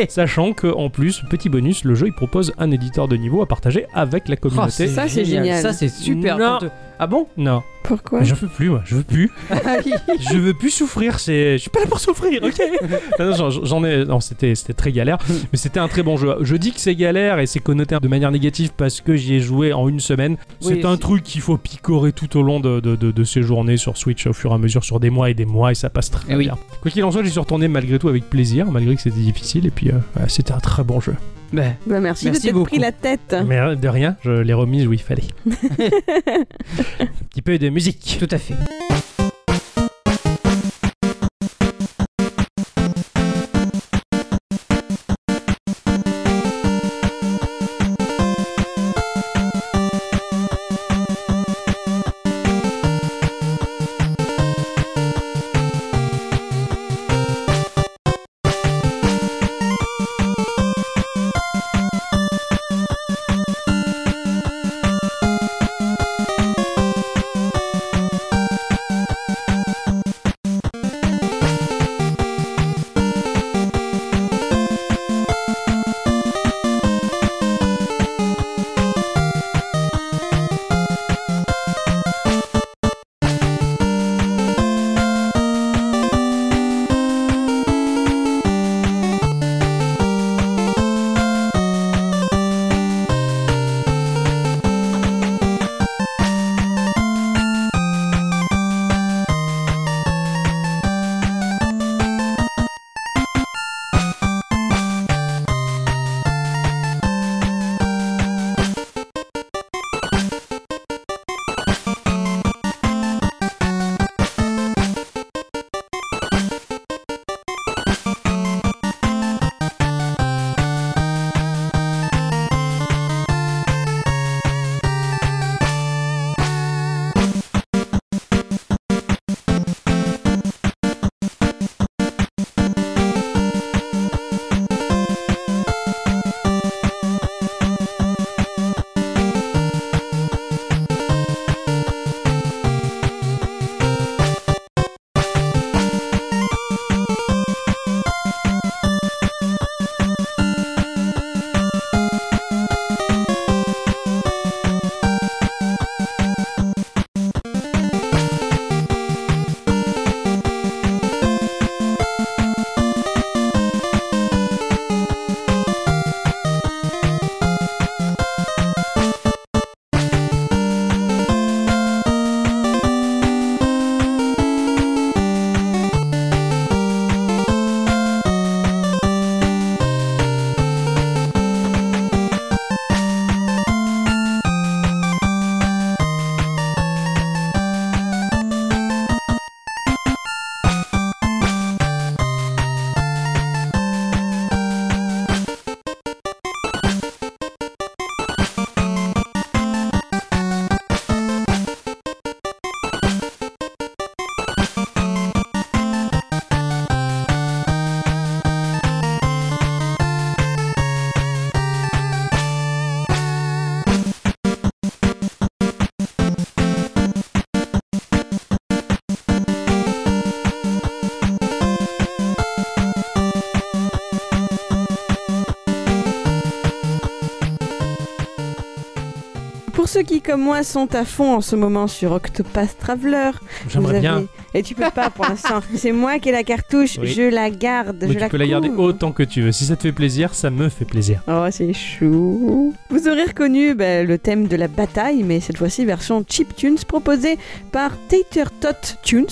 Speaker 1: Sachant que en plus, petit bonus, le jeu il propose un éditeur de niveau à partager avec la
Speaker 3: Oh,
Speaker 1: communauté.
Speaker 2: Ça, c'est génial.
Speaker 3: Ça, c'est super.
Speaker 1: Non.
Speaker 3: Quand te- Ah bon
Speaker 1: non,
Speaker 2: pourquoi
Speaker 1: mais je veux plus, moi, je veux plus,
Speaker 4: Ah
Speaker 1: je veux plus souffrir. C'est, je suis pas là pour souffrir, ok Non, non, j'en- J'en ai, non, c'était, c'était très galère, mais c'était un très bon jeu. Je dis que c'est galère et c'est connoté de manière négative parce que j'y ai joué en une semaine. C'est
Speaker 3: Oui,
Speaker 1: un
Speaker 3: c'est-
Speaker 1: truc qu'il faut picorer tout au long de, de- de- de ces journées sur Switch au fur et à mesure, sur des mois et des mois, et ça passe très
Speaker 3: Eh oui.
Speaker 1: bien. Quoi qu'il en soit, j'y suis retourné malgré tout avec plaisir, malgré que c'était difficile, et puis euh, ouais, c'était un très bon jeu.
Speaker 3: Bah,
Speaker 2: Bah, merci,
Speaker 3: Merci
Speaker 2: de t'être
Speaker 3: beaucoup.
Speaker 2: pris la tête.
Speaker 1: Mais euh, de rien, je l'ai remise où il fallait. un petit peu de musique.
Speaker 3: tout à fait.
Speaker 2: Pour ceux qui, comme moi, sont à fond en ce moment sur Octopath Traveler, vous
Speaker 1: J'aimerais
Speaker 2: avez-
Speaker 1: bien.
Speaker 2: Et tu peux pas pour l'instant. C'est moi qui ai la cartouche,
Speaker 1: Oui.
Speaker 2: je la garde.
Speaker 1: Mais
Speaker 2: je
Speaker 1: tu
Speaker 2: la
Speaker 1: peux la garder
Speaker 2: couvre.
Speaker 1: autant que tu veux. Si ça te fait plaisir, ça me fait plaisir.
Speaker 2: Oh, c'est chou. Vous aurez reconnu ben, le thème de la bataille, mais cette fois-ci version Cheap Tunes proposée par Tater Tot Tunes,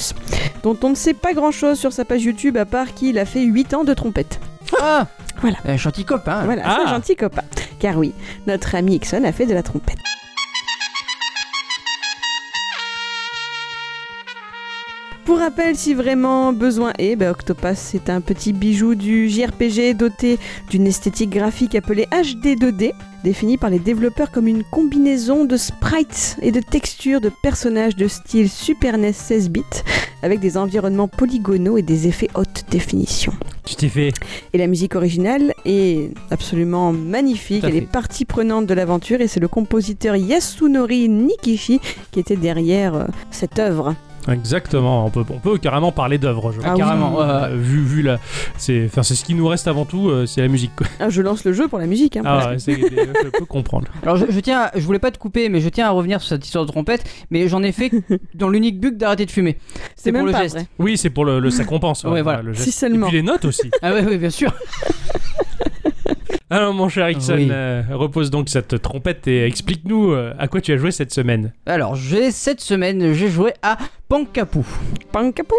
Speaker 2: dont on ne sait pas grand-chose sur sa page YouTube à part qu'il a fait 8 ans de trompette.
Speaker 3: Ah
Speaker 2: Voilà.
Speaker 3: Euh, Chanty copain.
Speaker 2: Voilà,
Speaker 1: Ah.
Speaker 2: c'est un gentil copain. Car oui, notre ami Ixon a fait de la trompette. Pour rappel, si vraiment besoin est, bah, Octopath c'est un petit bijou du JRPG doté d'une esthétique graphique appelée HD2D, définie par les développeurs comme une combinaison de sprites et de textures de personnages de style Super NES 16 bits, avec des environnements polygonaux et des effets haute définition.
Speaker 1: Tu t'es fait.
Speaker 2: Et la musique originale est absolument magnifique.
Speaker 3: Tout à
Speaker 2: Elle est
Speaker 3: fait.
Speaker 2: partie prenante de l'aventure et c'est le compositeur Yasunori Nikishi qui était derrière euh, cette œuvre.
Speaker 1: Exactement. On peut, on peut carrément parler d'œuvre. je
Speaker 3: Ah,
Speaker 1: crois.
Speaker 2: oui.
Speaker 3: carrément. ouais, ouais.
Speaker 1: Euh, vu, vu la. C'est enfin, c'est ce qui nous reste avant tout, euh, c'est la musique. quoi.
Speaker 2: Ah, je lance le jeu pour la musique. hein, parce
Speaker 1: Ah, ouais, c'est- je peux comprendre.
Speaker 3: Alors je, je tiens, à- je voulais pas te couper, mais je tiens à revenir sur cette histoire de trompette. Mais j'en ai fait dans l'unique but d'arrêter de fumer.
Speaker 2: que
Speaker 3: c'est pour
Speaker 2: même
Speaker 3: le
Speaker 2: pas
Speaker 3: geste.
Speaker 2: vrai.
Speaker 1: Oui, c'est pour le, le- ça compense.
Speaker 3: Ouais, voilà.
Speaker 1: le
Speaker 2: Si
Speaker 1: geste. Et
Speaker 2: seulement.
Speaker 1: puis les notes aussi.
Speaker 3: Ah ouais, ouais bien sûr.
Speaker 1: Alors, Hein, mon cher Ixon,
Speaker 3: Oui.
Speaker 1: euh, repose donc cette trompette et explique-nous euh, à quoi tu as joué cette semaine.
Speaker 3: Alors j'ai cette semaine, j'ai joué à Pankapu.
Speaker 2: Pancapou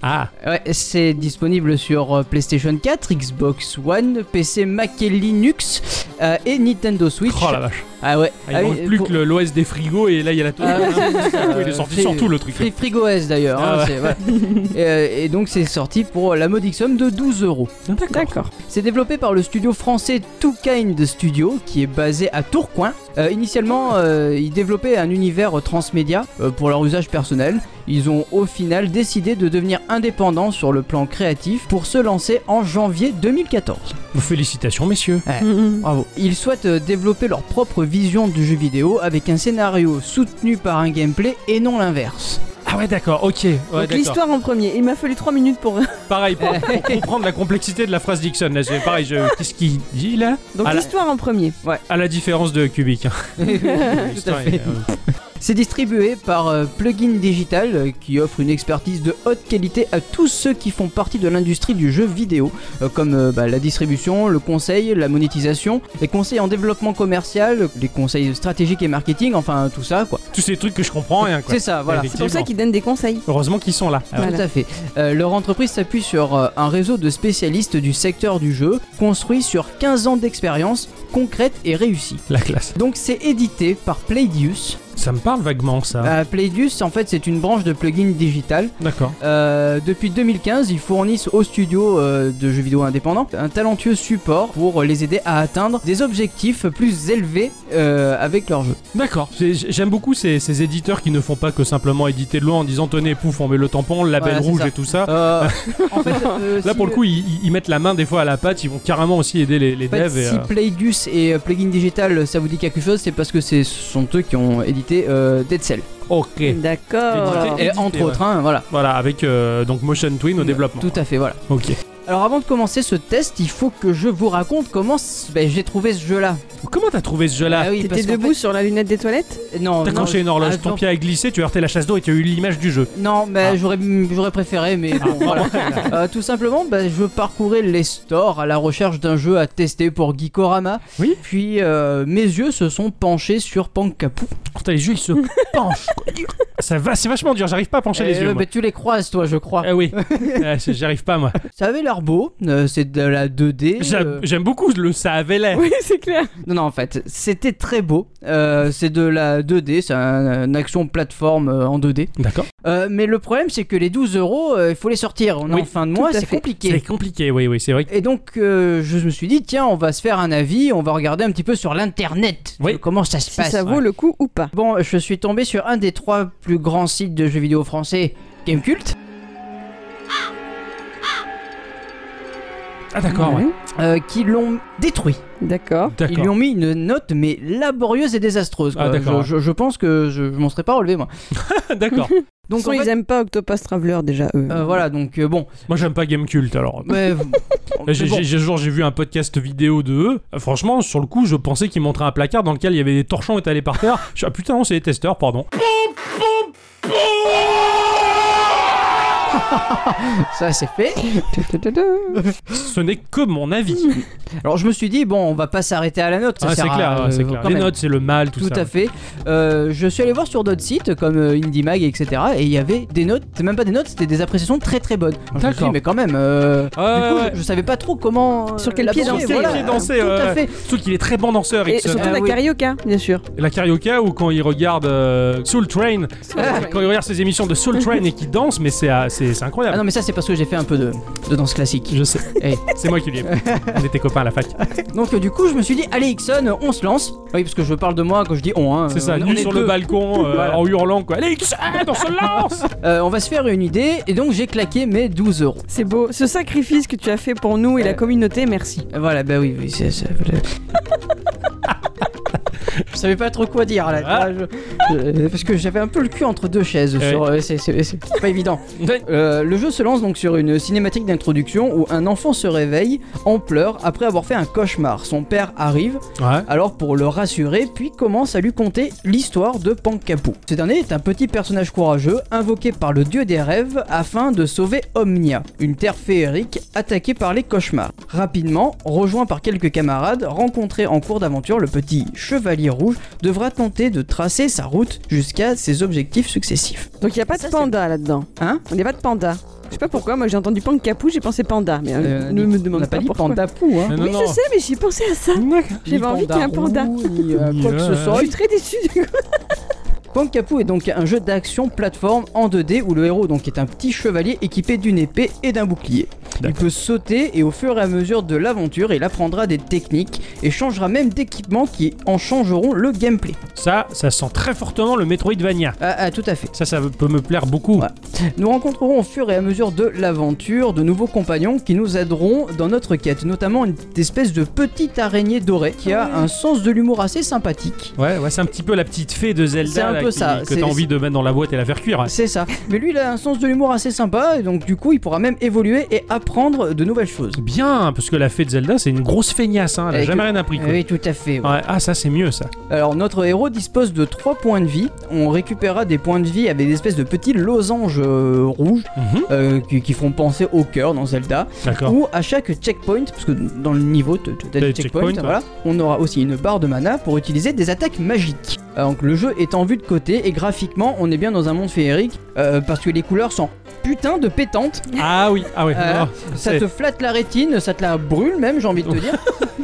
Speaker 1: Ah,
Speaker 3: Ouais, c'est disponible sur euh, PlayStation 4, Xbox One, PC Mac et Linux euh, et Nintendo Switch.
Speaker 1: oh la vache.
Speaker 3: Ah ouais.
Speaker 1: Ah, il
Speaker 3: Ah oui,
Speaker 1: manque plus
Speaker 3: pour-
Speaker 1: que le- l'OS des frigos et là, il y a la tour.
Speaker 3: Ah, c'est ça,
Speaker 1: il est
Speaker 3: euh,
Speaker 1: sorti
Speaker 3: fri-
Speaker 1: sur tout le truc.
Speaker 3: Free Frigo S d'ailleurs.
Speaker 1: Ah
Speaker 3: hein,
Speaker 1: ouais.
Speaker 3: c'est- voilà. et, euh, et donc c'est sorti pour la modique somme de 12 euros.
Speaker 2: D'accord.
Speaker 3: C'est développé par le studio français Two Kind Studio qui est basé à Tourcoing. Euh, initialement, euh, ils développaient un univers euh, transmédia euh, pour leur usage personnel. Ils ont au final décidé de devenir indépendants sur le plan créatif pour se lancer en janvier 2014.
Speaker 1: Félicitations, messieurs.
Speaker 2: Mhm.
Speaker 3: Bravo. Ils souhaitent euh, développer leur propre vision du jeu vidéo avec un scénario soutenu par un gameplay et non l'inverse.
Speaker 1: Ah ouais, d'accord, ok. Ouais,
Speaker 2: Donc
Speaker 1: d'accord.
Speaker 2: l'histoire en premier. Il m'a fallu 3 minutes pour.
Speaker 1: Pareil, pour, pour comprendre la complexité de la phrase Dixon, là, c'est pareil, je- qu'est-ce qu'il dit là
Speaker 2: Donc
Speaker 1: Ah là.
Speaker 2: l'histoire en premier.
Speaker 1: À la différence de Cubic. hein.
Speaker 3: Tout à
Speaker 1: L'histoire
Speaker 3: fait.
Speaker 1: est, euh,
Speaker 3: C'est distribué par euh, Plugin Digital euh, qui offre une expertise de haute qualité à tous ceux qui font partie de l'industrie du jeu vidéo, euh, comme euh, bah, la distribution, le conseil, la monétisation, les conseils en développement commercial, les conseils stratégiques et marketing, enfin tout ça quoi.
Speaker 1: tous ces trucs que je comprends rien, quoi.
Speaker 3: C'est ça, voilà.
Speaker 2: C'est pour ça
Speaker 1: Effectivement.
Speaker 2: qu'ils donnent des conseils.
Speaker 1: Heureusement qu'ils sont là. Ah ouais.
Speaker 2: Voilà.
Speaker 3: Tout à fait. Euh, leur entreprise s'appuie sur euh, un réseau de spécialistes du secteur du jeu, construit sur 15 ans d'expérience concrète et réussie.
Speaker 1: La classe.
Speaker 3: Donc c'est édité par Playdius.
Speaker 1: Ça me parle vaguement, ça.
Speaker 3: Euh, Playdius en fait c'est une branche de plugin digital
Speaker 1: D'accord.
Speaker 3: Euh, depuis 2015, ils fournissent aux studios euh, de jeux vidéo indépendants un talentueux support pour les aider à atteindre des objectifs plus élevés euh, avec leur jeu.
Speaker 1: D'accord. C'est- J'aime beaucoup ces, ces éditeurs qui ne font pas que simplement éditer de loin en disant tenez, pouf, on met le tampon, le label
Speaker 3: Voilà, c'est
Speaker 1: rouge
Speaker 3: ça.
Speaker 1: et tout ça.
Speaker 3: Euh, en fait, euh,
Speaker 1: Là,
Speaker 3: si-
Speaker 1: pour le coup, ils, ils- ils mettent la main des fois à la pâte, ils vont carrément aussi aider les, les
Speaker 3: en fait,
Speaker 1: devs. et,
Speaker 3: si
Speaker 1: euh,
Speaker 3: Playgus et euh, Plugin Digital, ça vous dit quelque chose, c'est parce que c'est- ce sont eux qui ont édité euh, Dead Cell.
Speaker 1: Ok.
Speaker 2: D'accord.
Speaker 1: Édité
Speaker 3: Et entre
Speaker 1: ouais.
Speaker 3: autres, hein, voilà.
Speaker 1: Voilà, avec euh, donc Motion Twin au développement.
Speaker 3: Tout à fait, voilà.
Speaker 1: Ok.
Speaker 3: Alors avant de commencer ce test, il faut que je vous raconte comment s- ben, j'ai trouvé ce jeu-là.
Speaker 1: Comment t'as trouvé ce jeu-là
Speaker 3: Ah oui,
Speaker 2: T'étais
Speaker 3: parce qu'en
Speaker 2: debout sur la lunette des toilettes
Speaker 3: fait- non,
Speaker 1: T'as
Speaker 3: non,
Speaker 1: accroché une horloge,
Speaker 3: ah,
Speaker 1: ton
Speaker 3: non.
Speaker 1: pied a glissé, tu as heurté la chasse d'eau et tu as eu l'image du jeu.
Speaker 3: Non, mais
Speaker 1: Ah.
Speaker 3: j'aurais, j'aurais préféré, mais bon, Ah, voilà. Euh, tout simplement, bah, je parcourais les stores à la recherche d'un jeu à tester pour Geekorama.
Speaker 1: Oui.
Speaker 3: Puis euh, mes yeux se sont penchés sur Pankapu.
Speaker 1: Putain, les yeux ils se penchent. quoi. Ça va, c'est vachement dur, j'arrive pas à pencher les
Speaker 3: Euh,
Speaker 1: yeux. moi.
Speaker 3: bah, tu les croises, toi, je crois.
Speaker 1: Ah oui, Ah, c'est- j'arrive pas moi.
Speaker 3: Ça avait l'air beau. euh, c'est de la 2D.
Speaker 1: J'aime
Speaker 3: euh,
Speaker 1: j'aime beaucoup le ça avait l'air.
Speaker 2: Oui, c'est clair.
Speaker 3: Non, non, en fait, c'était très beau. Euh, c'est de la 2D. C'est un- une action plateforme euh, en 2D.
Speaker 1: D'accord.
Speaker 3: Euh, mais le problème, c'est que les 12 euros, euh, il faut les sortir. On est
Speaker 1: Oui,
Speaker 3: en fin de
Speaker 2: tout
Speaker 3: mois,
Speaker 2: à
Speaker 3: c'est
Speaker 2: fait.
Speaker 3: compliqué.
Speaker 1: C'est compliqué, oui, oui, c'est vrai. que-
Speaker 3: Et donc, euh, je me suis dit, tiens, on va se faire un avis, on va regarder un petit peu sur l'internet
Speaker 1: Oui.
Speaker 3: de comment ça se
Speaker 2: Si
Speaker 3: passe.
Speaker 2: ça vaut le coup ou pas.
Speaker 3: Bon, je suis tombé sur un des trois plus grands sites de jeux vidéo français, Gamecult.
Speaker 1: Ah d'accord, ouais.
Speaker 3: euh, qui l'ont détruit.
Speaker 2: Mm-hmm. D'accord.
Speaker 3: Ils lui
Speaker 1: D'accord.
Speaker 3: ont mis une note, mais laborieuse et désastreuse. quoi.
Speaker 1: Ah, d'accord,
Speaker 3: je, je- je pense que je, je m'en serais pas relevé, moi.
Speaker 1: d'accord.
Speaker 3: Donc,
Speaker 2: Donc
Speaker 3: en fait,
Speaker 2: ils aiment pas Octopus Traveler déjà eux.
Speaker 3: euh, voilà, donc euh, bon.
Speaker 1: Moi j'aime pas Game Cult alors.
Speaker 3: Mais, bon,
Speaker 1: J'ai j'ai- j'ai- genre, j'ai vu un podcast vidéo de eux. Euh, Franchement, sur le coup, je pensais qu'ils montraient un placard dans lequel il y avait des torchons étalés par terre. Je suis ah putain, non, c'est des testeurs, pardon.
Speaker 3: ça c'est fait.
Speaker 1: Ce n'est que mon avis.
Speaker 3: Alors je me suis dit, bon, on va pas s'arrêter à la note. ça
Speaker 1: Ah, c'est
Speaker 3: sert à-
Speaker 1: clair, ouais, c'est
Speaker 3: euh,
Speaker 1: clair.
Speaker 3: quand
Speaker 1: Les
Speaker 3: même.
Speaker 1: notes, c'est le mal, tout,
Speaker 3: Tout
Speaker 1: ça.
Speaker 3: à fait. Euh, je suis allé voir sur d'autres sites comme euh, IndieMag, etc. Et il y avait des notes, c'est même pas des notes, c'était des appréciations très très bonnes. Alors, je me suis dit,
Speaker 1: D'accord.
Speaker 3: mais quand même, euh,
Speaker 1: Ouais,
Speaker 3: du coup,
Speaker 1: ouais.
Speaker 3: je, je savais pas trop comment. euh,
Speaker 2: Sur quel
Speaker 3: la
Speaker 2: pied
Speaker 3: danser,
Speaker 2: danser, euh,
Speaker 3: voilà.
Speaker 2: quel pied
Speaker 1: danser,
Speaker 3: Tout
Speaker 1: ouais.
Speaker 3: à fait.
Speaker 1: Surtout qu'il euh, est très bon danseur,
Speaker 2: Et
Speaker 1: Ericsson.
Speaker 2: surtout
Speaker 3: Ah
Speaker 2: la
Speaker 3: oui.
Speaker 2: carioca, bien sûr.
Speaker 1: La carioca ou quand il regarde euh, Soul Train, quand il regarde ses émissions de Soul Train et qu'il danse, mais c'est ah, c'est- c'est
Speaker 3: Ah
Speaker 1: incroyable.
Speaker 3: non, mais ça c'est parce que j'ai fait un peu de, de danse classique.
Speaker 1: je sais.
Speaker 3: Eh.
Speaker 1: C'est moi qui lui ai pris. On était copains à la fac.
Speaker 3: Donc euh, du coup, je me suis dit, allez Ixon, on se lance. Oui, parce que je parle de moi quand je dis on. hein.
Speaker 1: C'est ça,
Speaker 3: On- on
Speaker 1: nu
Speaker 3: est
Speaker 1: sur
Speaker 3: deux.
Speaker 1: le balcon, euh,
Speaker 3: Voilà.
Speaker 1: en hurlant quoi. Allez, Ixon, on se lance
Speaker 3: Euh, on va se faire une idée. Et donc j'ai claqué mes 12 euros.
Speaker 2: C'est beau. Ce sacrifice que tu as fait pour nous et la
Speaker 3: Ouais.
Speaker 2: communauté, merci.
Speaker 3: Euh, Voilà, bah oui, oui, c'est ça. voilà. Je savais pas trop quoi dire là,
Speaker 1: Ah.
Speaker 3: tu vois, je- je- parce que j'avais un peu le cul entre deux chaises.
Speaker 1: Ouais.
Speaker 3: sur- euh, c'est- c'est c'est pas évident. Euh, le jeu se lance donc sur une cinématique d'introduction où un enfant se réveille en pleurs après avoir fait un cauchemar. Son père arrive
Speaker 1: Ouais.
Speaker 3: alors pour le rassurer, puis commence à lui conter l'histoire de Pankapu. Ce dernier est un petit personnage courageux, invoqué par le dieu des rêves afin de sauver Omnia, une terre féerique attaquée par les cauchemars. Rapidement, rejoint par quelques camarades rencontrés en cours d'aventure, le petit chevalier rouge devra tenter de tracer sa route jusqu'à ses objectifs successifs.
Speaker 2: Donc il y a pas
Speaker 3: Ça,
Speaker 2: de
Speaker 3: c'est-
Speaker 2: panda là-dedans.
Speaker 3: Hein
Speaker 2: Il n'y a pas de panda. Je sais pas pourquoi. Moi j'ai entendu pancapou, j'ai pensé panda. Mais euh,
Speaker 3: Euh,
Speaker 2: ne me
Speaker 3: On
Speaker 2: demande
Speaker 3: n'a
Speaker 2: pas,
Speaker 3: pas dit
Speaker 2: pourquoi.
Speaker 3: Pandapu, hein
Speaker 1: Non, non,
Speaker 2: Oui,
Speaker 1: non.
Speaker 2: je sais, mais j'ai pensé à ça. J'avais
Speaker 3: Ni
Speaker 2: envie qu'il y ait un panda.
Speaker 3: roux, ni, euh, quoi que ce
Speaker 1: Ouais.
Speaker 3: soit.
Speaker 2: Je suis très déçue du coup.
Speaker 3: Pankapu est donc un jeu d'action plateforme en 2D où le héros donc est un petit chevalier équipé d'une épée et d'un bouclier. Il
Speaker 1: D'accord.
Speaker 3: peut sauter et au fur et à mesure de l'aventure, il apprendra des techniques et changera même d'équipement qui en changeront le gameplay.
Speaker 1: Ça, ça sent très fortement le Metroidvania.
Speaker 3: Ah, ah, tout à fait.
Speaker 1: Ça, ça peut me plaire beaucoup.
Speaker 3: Ouais. Nous rencontrerons au fur et à mesure de l'aventure de nouveaux compagnons qui nous aideront dans notre quête, notamment une espèce de petite araignée dorée qui a un sens de l'humour assez sympathique.
Speaker 1: Ouais, ouais, c'est un petit peu la petite fée de Zelda
Speaker 3: C'est un
Speaker 1: là,
Speaker 3: peu
Speaker 1: qui-
Speaker 3: ça,
Speaker 1: que
Speaker 3: c'est-
Speaker 1: t'as envie de mettre dans la boîte et la faire cuire.
Speaker 3: C'est ça. Mais lui, il a un sens de l'humour assez sympa, et donc du coup, il pourra même évoluer et apprendre de nouvelles choses.
Speaker 1: Bien, parce que la fée de Zelda, c'est une grosse feignasse, hein, elle a
Speaker 3: Et
Speaker 1: jamais
Speaker 3: que-
Speaker 1: rien appris. quoi.
Speaker 3: Oui, tout à fait. ouais.
Speaker 1: Ouais, ah, ça, c'est mieux ça.
Speaker 3: Alors, notre héros dispose de 3 points de vie. On récupérera des points de vie avec des espèces de petits losanges euh, rouges
Speaker 1: Mhm,
Speaker 3: euh, qui, qui font penser au cœur dans Zelda.
Speaker 1: D'accord.
Speaker 3: Ou à chaque checkpoint, parce que dans le niveau, tu as
Speaker 1: T'as
Speaker 3: Ah. des
Speaker 1: des
Speaker 3: checkpoints,
Speaker 1: checkpoints,
Speaker 3: voilà, on aura aussi une barre de mana pour utiliser des attaques magiques. Euh, Donc le jeu est en vue de côté et graphiquement, on est bien dans un monde féerique euh, parce que les couleurs sont putain de pétantes.
Speaker 1: Ah oui, ah oui.
Speaker 3: Euh,
Speaker 1: non,
Speaker 3: Ça
Speaker 1: c'est-
Speaker 3: te flatte la rétine, ça te la brûle même, j'ai envie de te dire.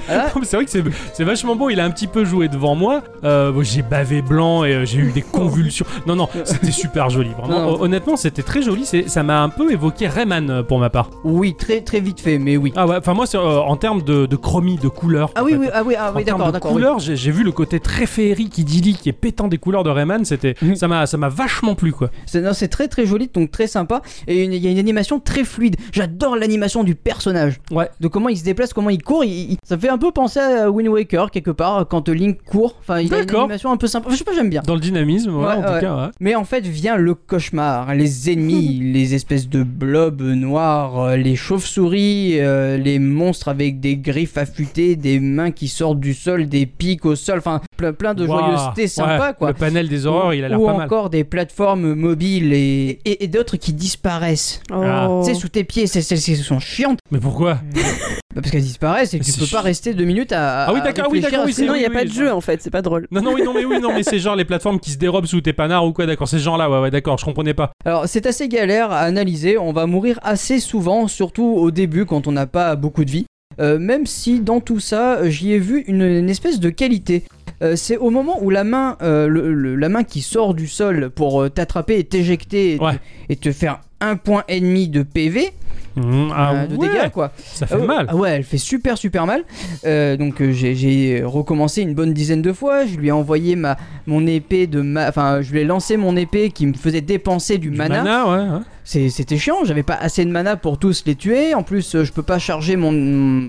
Speaker 3: Voilà.
Speaker 1: Non, mais C'est vrai que c'est- c'est vachement beau, il a un petit peu joué devant moi. Euh, bon, j'ai bavé blanc et euh, j'ai eu des convulsions. Non, non, c'était super joli, vraiment.
Speaker 3: Non, non.
Speaker 1: Hon- Honnêtement, c'était très joli, c'est- ça m'a un peu évoqué Rayman euh, pour ma part.
Speaker 3: Oui, très très vite fait, mais oui.
Speaker 1: Ah ouais, enfin moi, c'est, euh, en termes de, de chromie, de couleur.
Speaker 3: Ah oui, oui, ah oui, ah
Speaker 1: En
Speaker 3: oui,
Speaker 1: termes
Speaker 3: d'accord,
Speaker 1: de
Speaker 3: d'accord. oui.
Speaker 1: couleurs, j'ai j'ai vu le côté très féerique, idyllique et pétant des couleurs de Rayman. C'était,
Speaker 3: Mhm.
Speaker 1: ça m'a, ça m'a vachement plu quoi.
Speaker 3: C'est non, c'est très très joli, donc très sympa. Et une- il y a une animation très fluide. J'adore l'animation du personnage.
Speaker 1: Ouais.
Speaker 3: De comment il se déplace, comment il court. il- il- ça fait un peu penser à Wind Waker quelque part quand Link court. Enfin, il a une
Speaker 1: D'accord.
Speaker 3: animation un peu sympa. Je sais pas, j'aime bien.
Speaker 1: Dans le dynamisme, ouais,
Speaker 3: Ouais,
Speaker 1: en tout
Speaker 3: ouais.
Speaker 1: cas. hein. ouais.
Speaker 3: Mais en fait vient le cauchemar, les ennemis, les espèces de blobs noirs, euh, les chauves-souris, euh, les monstres avec des griffes affûtées, des mains qui sortent du sol, des pics au sol, enfin plein, plein de
Speaker 1: Waouh,
Speaker 3: joyeuseté sympa
Speaker 1: ouais,
Speaker 3: quoi.
Speaker 1: Le panel des horreurs, il a l'air
Speaker 3: Ou
Speaker 1: pas mal.
Speaker 3: encore des plateformes mobiles et, et- et d'autres qui disparaissent.
Speaker 1: Ah.
Speaker 2: Oh.
Speaker 3: Tu sais, sous tes pieds, c'est- celles-ci sont chiantes.
Speaker 1: Mais pourquoi
Speaker 3: Bah, parce qu'elles disparaissent et que tu
Speaker 1: C'est
Speaker 3: peux
Speaker 1: chi-
Speaker 3: pas rester deux minutes à.
Speaker 1: Ah oui,
Speaker 3: à
Speaker 1: d'accord, oui,
Speaker 3: réfléchir
Speaker 1: d'accord,
Speaker 3: à
Speaker 1: oui,
Speaker 3: ces-
Speaker 1: c'est-
Speaker 2: Sinon il n'y a
Speaker 1: oui,
Speaker 2: pas
Speaker 1: oui,
Speaker 2: de
Speaker 1: ça-
Speaker 2: jeu en fait, c'est pas drôle.
Speaker 1: Non, non, oui, non, mais oui, non, mais c'est genre les plateformes qui se dérobent sous tes panards ou quoi, d'accord, c'est ce genre là, ouais, ouais, d'accord, je comprenais pas.
Speaker 3: Alors, c'est assez galère à analyser. On va mourir assez souvent, surtout au début quand on n'a pas beaucoup de vie. Euh, même si dans tout ça, euh, j'y ai vu une, une espèce de qualité. Euh, c'est au moment où la main, euh, le- le- la main qui sort du sol pour euh, t'attraper et t'éjecter et,
Speaker 1: Ouais.
Speaker 3: et te faire un point et demi de PV,
Speaker 1: Mhm, ah
Speaker 3: euh, de
Speaker 1: ouais,
Speaker 3: dégâts quoi.
Speaker 1: Ça fait
Speaker 3: Ah ouais,
Speaker 1: mal.
Speaker 3: ah ouais, elle fait super super mal. Euh, donc euh, j'ai- j'ai recommencé une bonne dizaine de fois. Je lui ai envoyé ma mon épée de ma, enfin je lui ai lancé mon épée qui me faisait dépenser du,
Speaker 1: Du
Speaker 3: mana. Ah,
Speaker 1: mana, ouais, hein.
Speaker 3: c'est- c'était chiant, j'avais pas assez de mana pour tous les tuer. En plus, euh, je peux pas charger mon,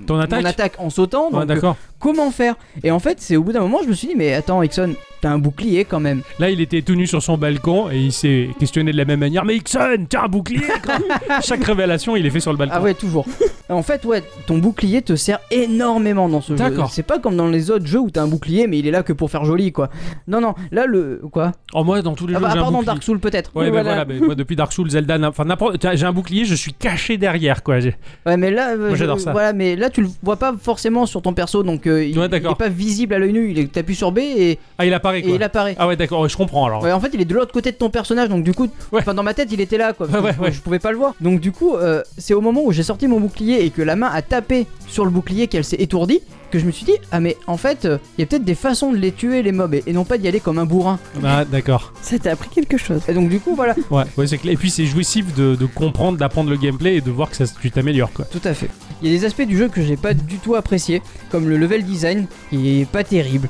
Speaker 1: Ton
Speaker 3: mon
Speaker 1: attaque
Speaker 3: en sautant.
Speaker 1: Ouais,
Speaker 3: donc, euh,
Speaker 1: d'accord.
Speaker 3: comment faire Et en fait, c'est au bout d'un moment, je me suis dit, mais attends, Ixon, t'as un bouclier quand même.
Speaker 1: Là, il était tout nu sur son balcon et il s'est questionné de la même manière. Mais Ixon, tiens un bouclier quoi. Chaque révélation, il est fait sur le balcon.
Speaker 3: Ah ouais, toujours. en fait, ouais, ton bouclier te sert énormément dans ce jeu.
Speaker 1: D'accord.
Speaker 3: C'est pas comme dans les autres jeux où t'as un bouclier, mais il est là que pour faire joli, quoi. Non, non, là, le. Quoi
Speaker 1: Oh, moi, dans tous les
Speaker 3: Ah
Speaker 1: jeux,
Speaker 3: bah, à
Speaker 1: j'ai un
Speaker 3: part dans
Speaker 1: bouclier.
Speaker 3: Dark Souls, peut-être.
Speaker 1: Ouais,
Speaker 3: Oui,
Speaker 1: ben voilà, ben, moi, depuis Dark Souls, Zelda, n'im- enfin n'importe. t'as- J'ai un bouclier, je suis caché derrière, quoi. J'ai-
Speaker 3: Ouais, mais là, euh,
Speaker 1: Moi,
Speaker 3: je-
Speaker 1: j'adore ça.
Speaker 3: Voilà, mais là, tu le vois pas forcément sur ton perso, donc euh, il,
Speaker 1: Ouais,
Speaker 3: il
Speaker 1: d'accord.
Speaker 3: est pas visible à l'œil nu. Il est- T'appuies sur B et, et
Speaker 1: Ah, il apparaît, quoi.
Speaker 3: il apparaît.
Speaker 1: Ah ouais, d'accord, ouais, je comprends alors.
Speaker 3: Ouais, en fait, il est de l'autre côté de ton personnage, donc du coup,
Speaker 1: Ouais.
Speaker 3: enfin dans ma tête, il était là, quoi. parce
Speaker 1: Ouais,
Speaker 3: que
Speaker 1: ouais,
Speaker 3: je, je pouvais pas le voir. Donc du coup, euh, c'est au moment où j'ai sorti mon bouclier et que la main a tapé sur le bouclier, qu'elle s'est étourdie, que je me suis dit, ah mais en fait, il y a peut-être des façons de les tuer les mobs et, et non pas d'y aller comme un bourrin.
Speaker 1: Ah, d'accord.
Speaker 2: Ça t'a appris quelque chose.
Speaker 3: Et donc du coup, voilà,
Speaker 1: Ouais, ouais, c'est clair. Et puis c'est jouissif de, de comprendre, d'apprendre le gameplay et de voir que ça, tu t'améliores, quoi.
Speaker 3: tout à fait. Il y a des aspects du jeu que j'ai pas du tout apprécié, comme le level design, qui est pas terrible.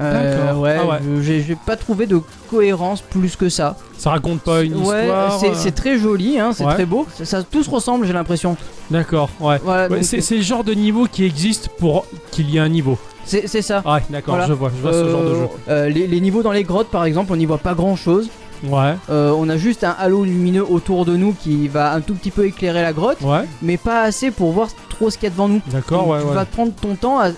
Speaker 3: Euh,
Speaker 1: D'accord.
Speaker 3: ouais,
Speaker 1: Ah ouais.
Speaker 3: je- j'ai j'ai pas trouvé de cohérence plus que ça.
Speaker 1: Ça raconte pas une
Speaker 3: ouais,
Speaker 1: histoire.
Speaker 3: c'est-
Speaker 1: euh,
Speaker 3: c'est très joli, hein, c'est
Speaker 1: Ouais.
Speaker 3: très beau. Ça, ça- tout se ressemble, j'ai l'impression.
Speaker 1: D'accord, ouais.
Speaker 3: Voilà,
Speaker 1: Ouais,
Speaker 3: donc,
Speaker 1: c'est c'est le genre de niveau qui existe pour qu'il y ait un niveau.
Speaker 3: c'est c'est ça.
Speaker 1: Ouais, d'accord,
Speaker 3: Ah, Voilà.
Speaker 1: je vois, je vois ce genre de jeu.
Speaker 3: Euh, les, les niveaux dans les grottes, par exemple, on n'y voit pas grand chose.
Speaker 1: Ouais,
Speaker 3: on a juste un halo lumineux autour de nous qui va un tout petit peu éclairer la grotte,
Speaker 1: ouais,
Speaker 3: mais pas assez pour voir trop ce qu'il y a devant nous.
Speaker 1: d'accord,
Speaker 3: Donc,
Speaker 1: ouais,
Speaker 3: tu
Speaker 1: ouais.
Speaker 3: vas prendre ton temps à, à- à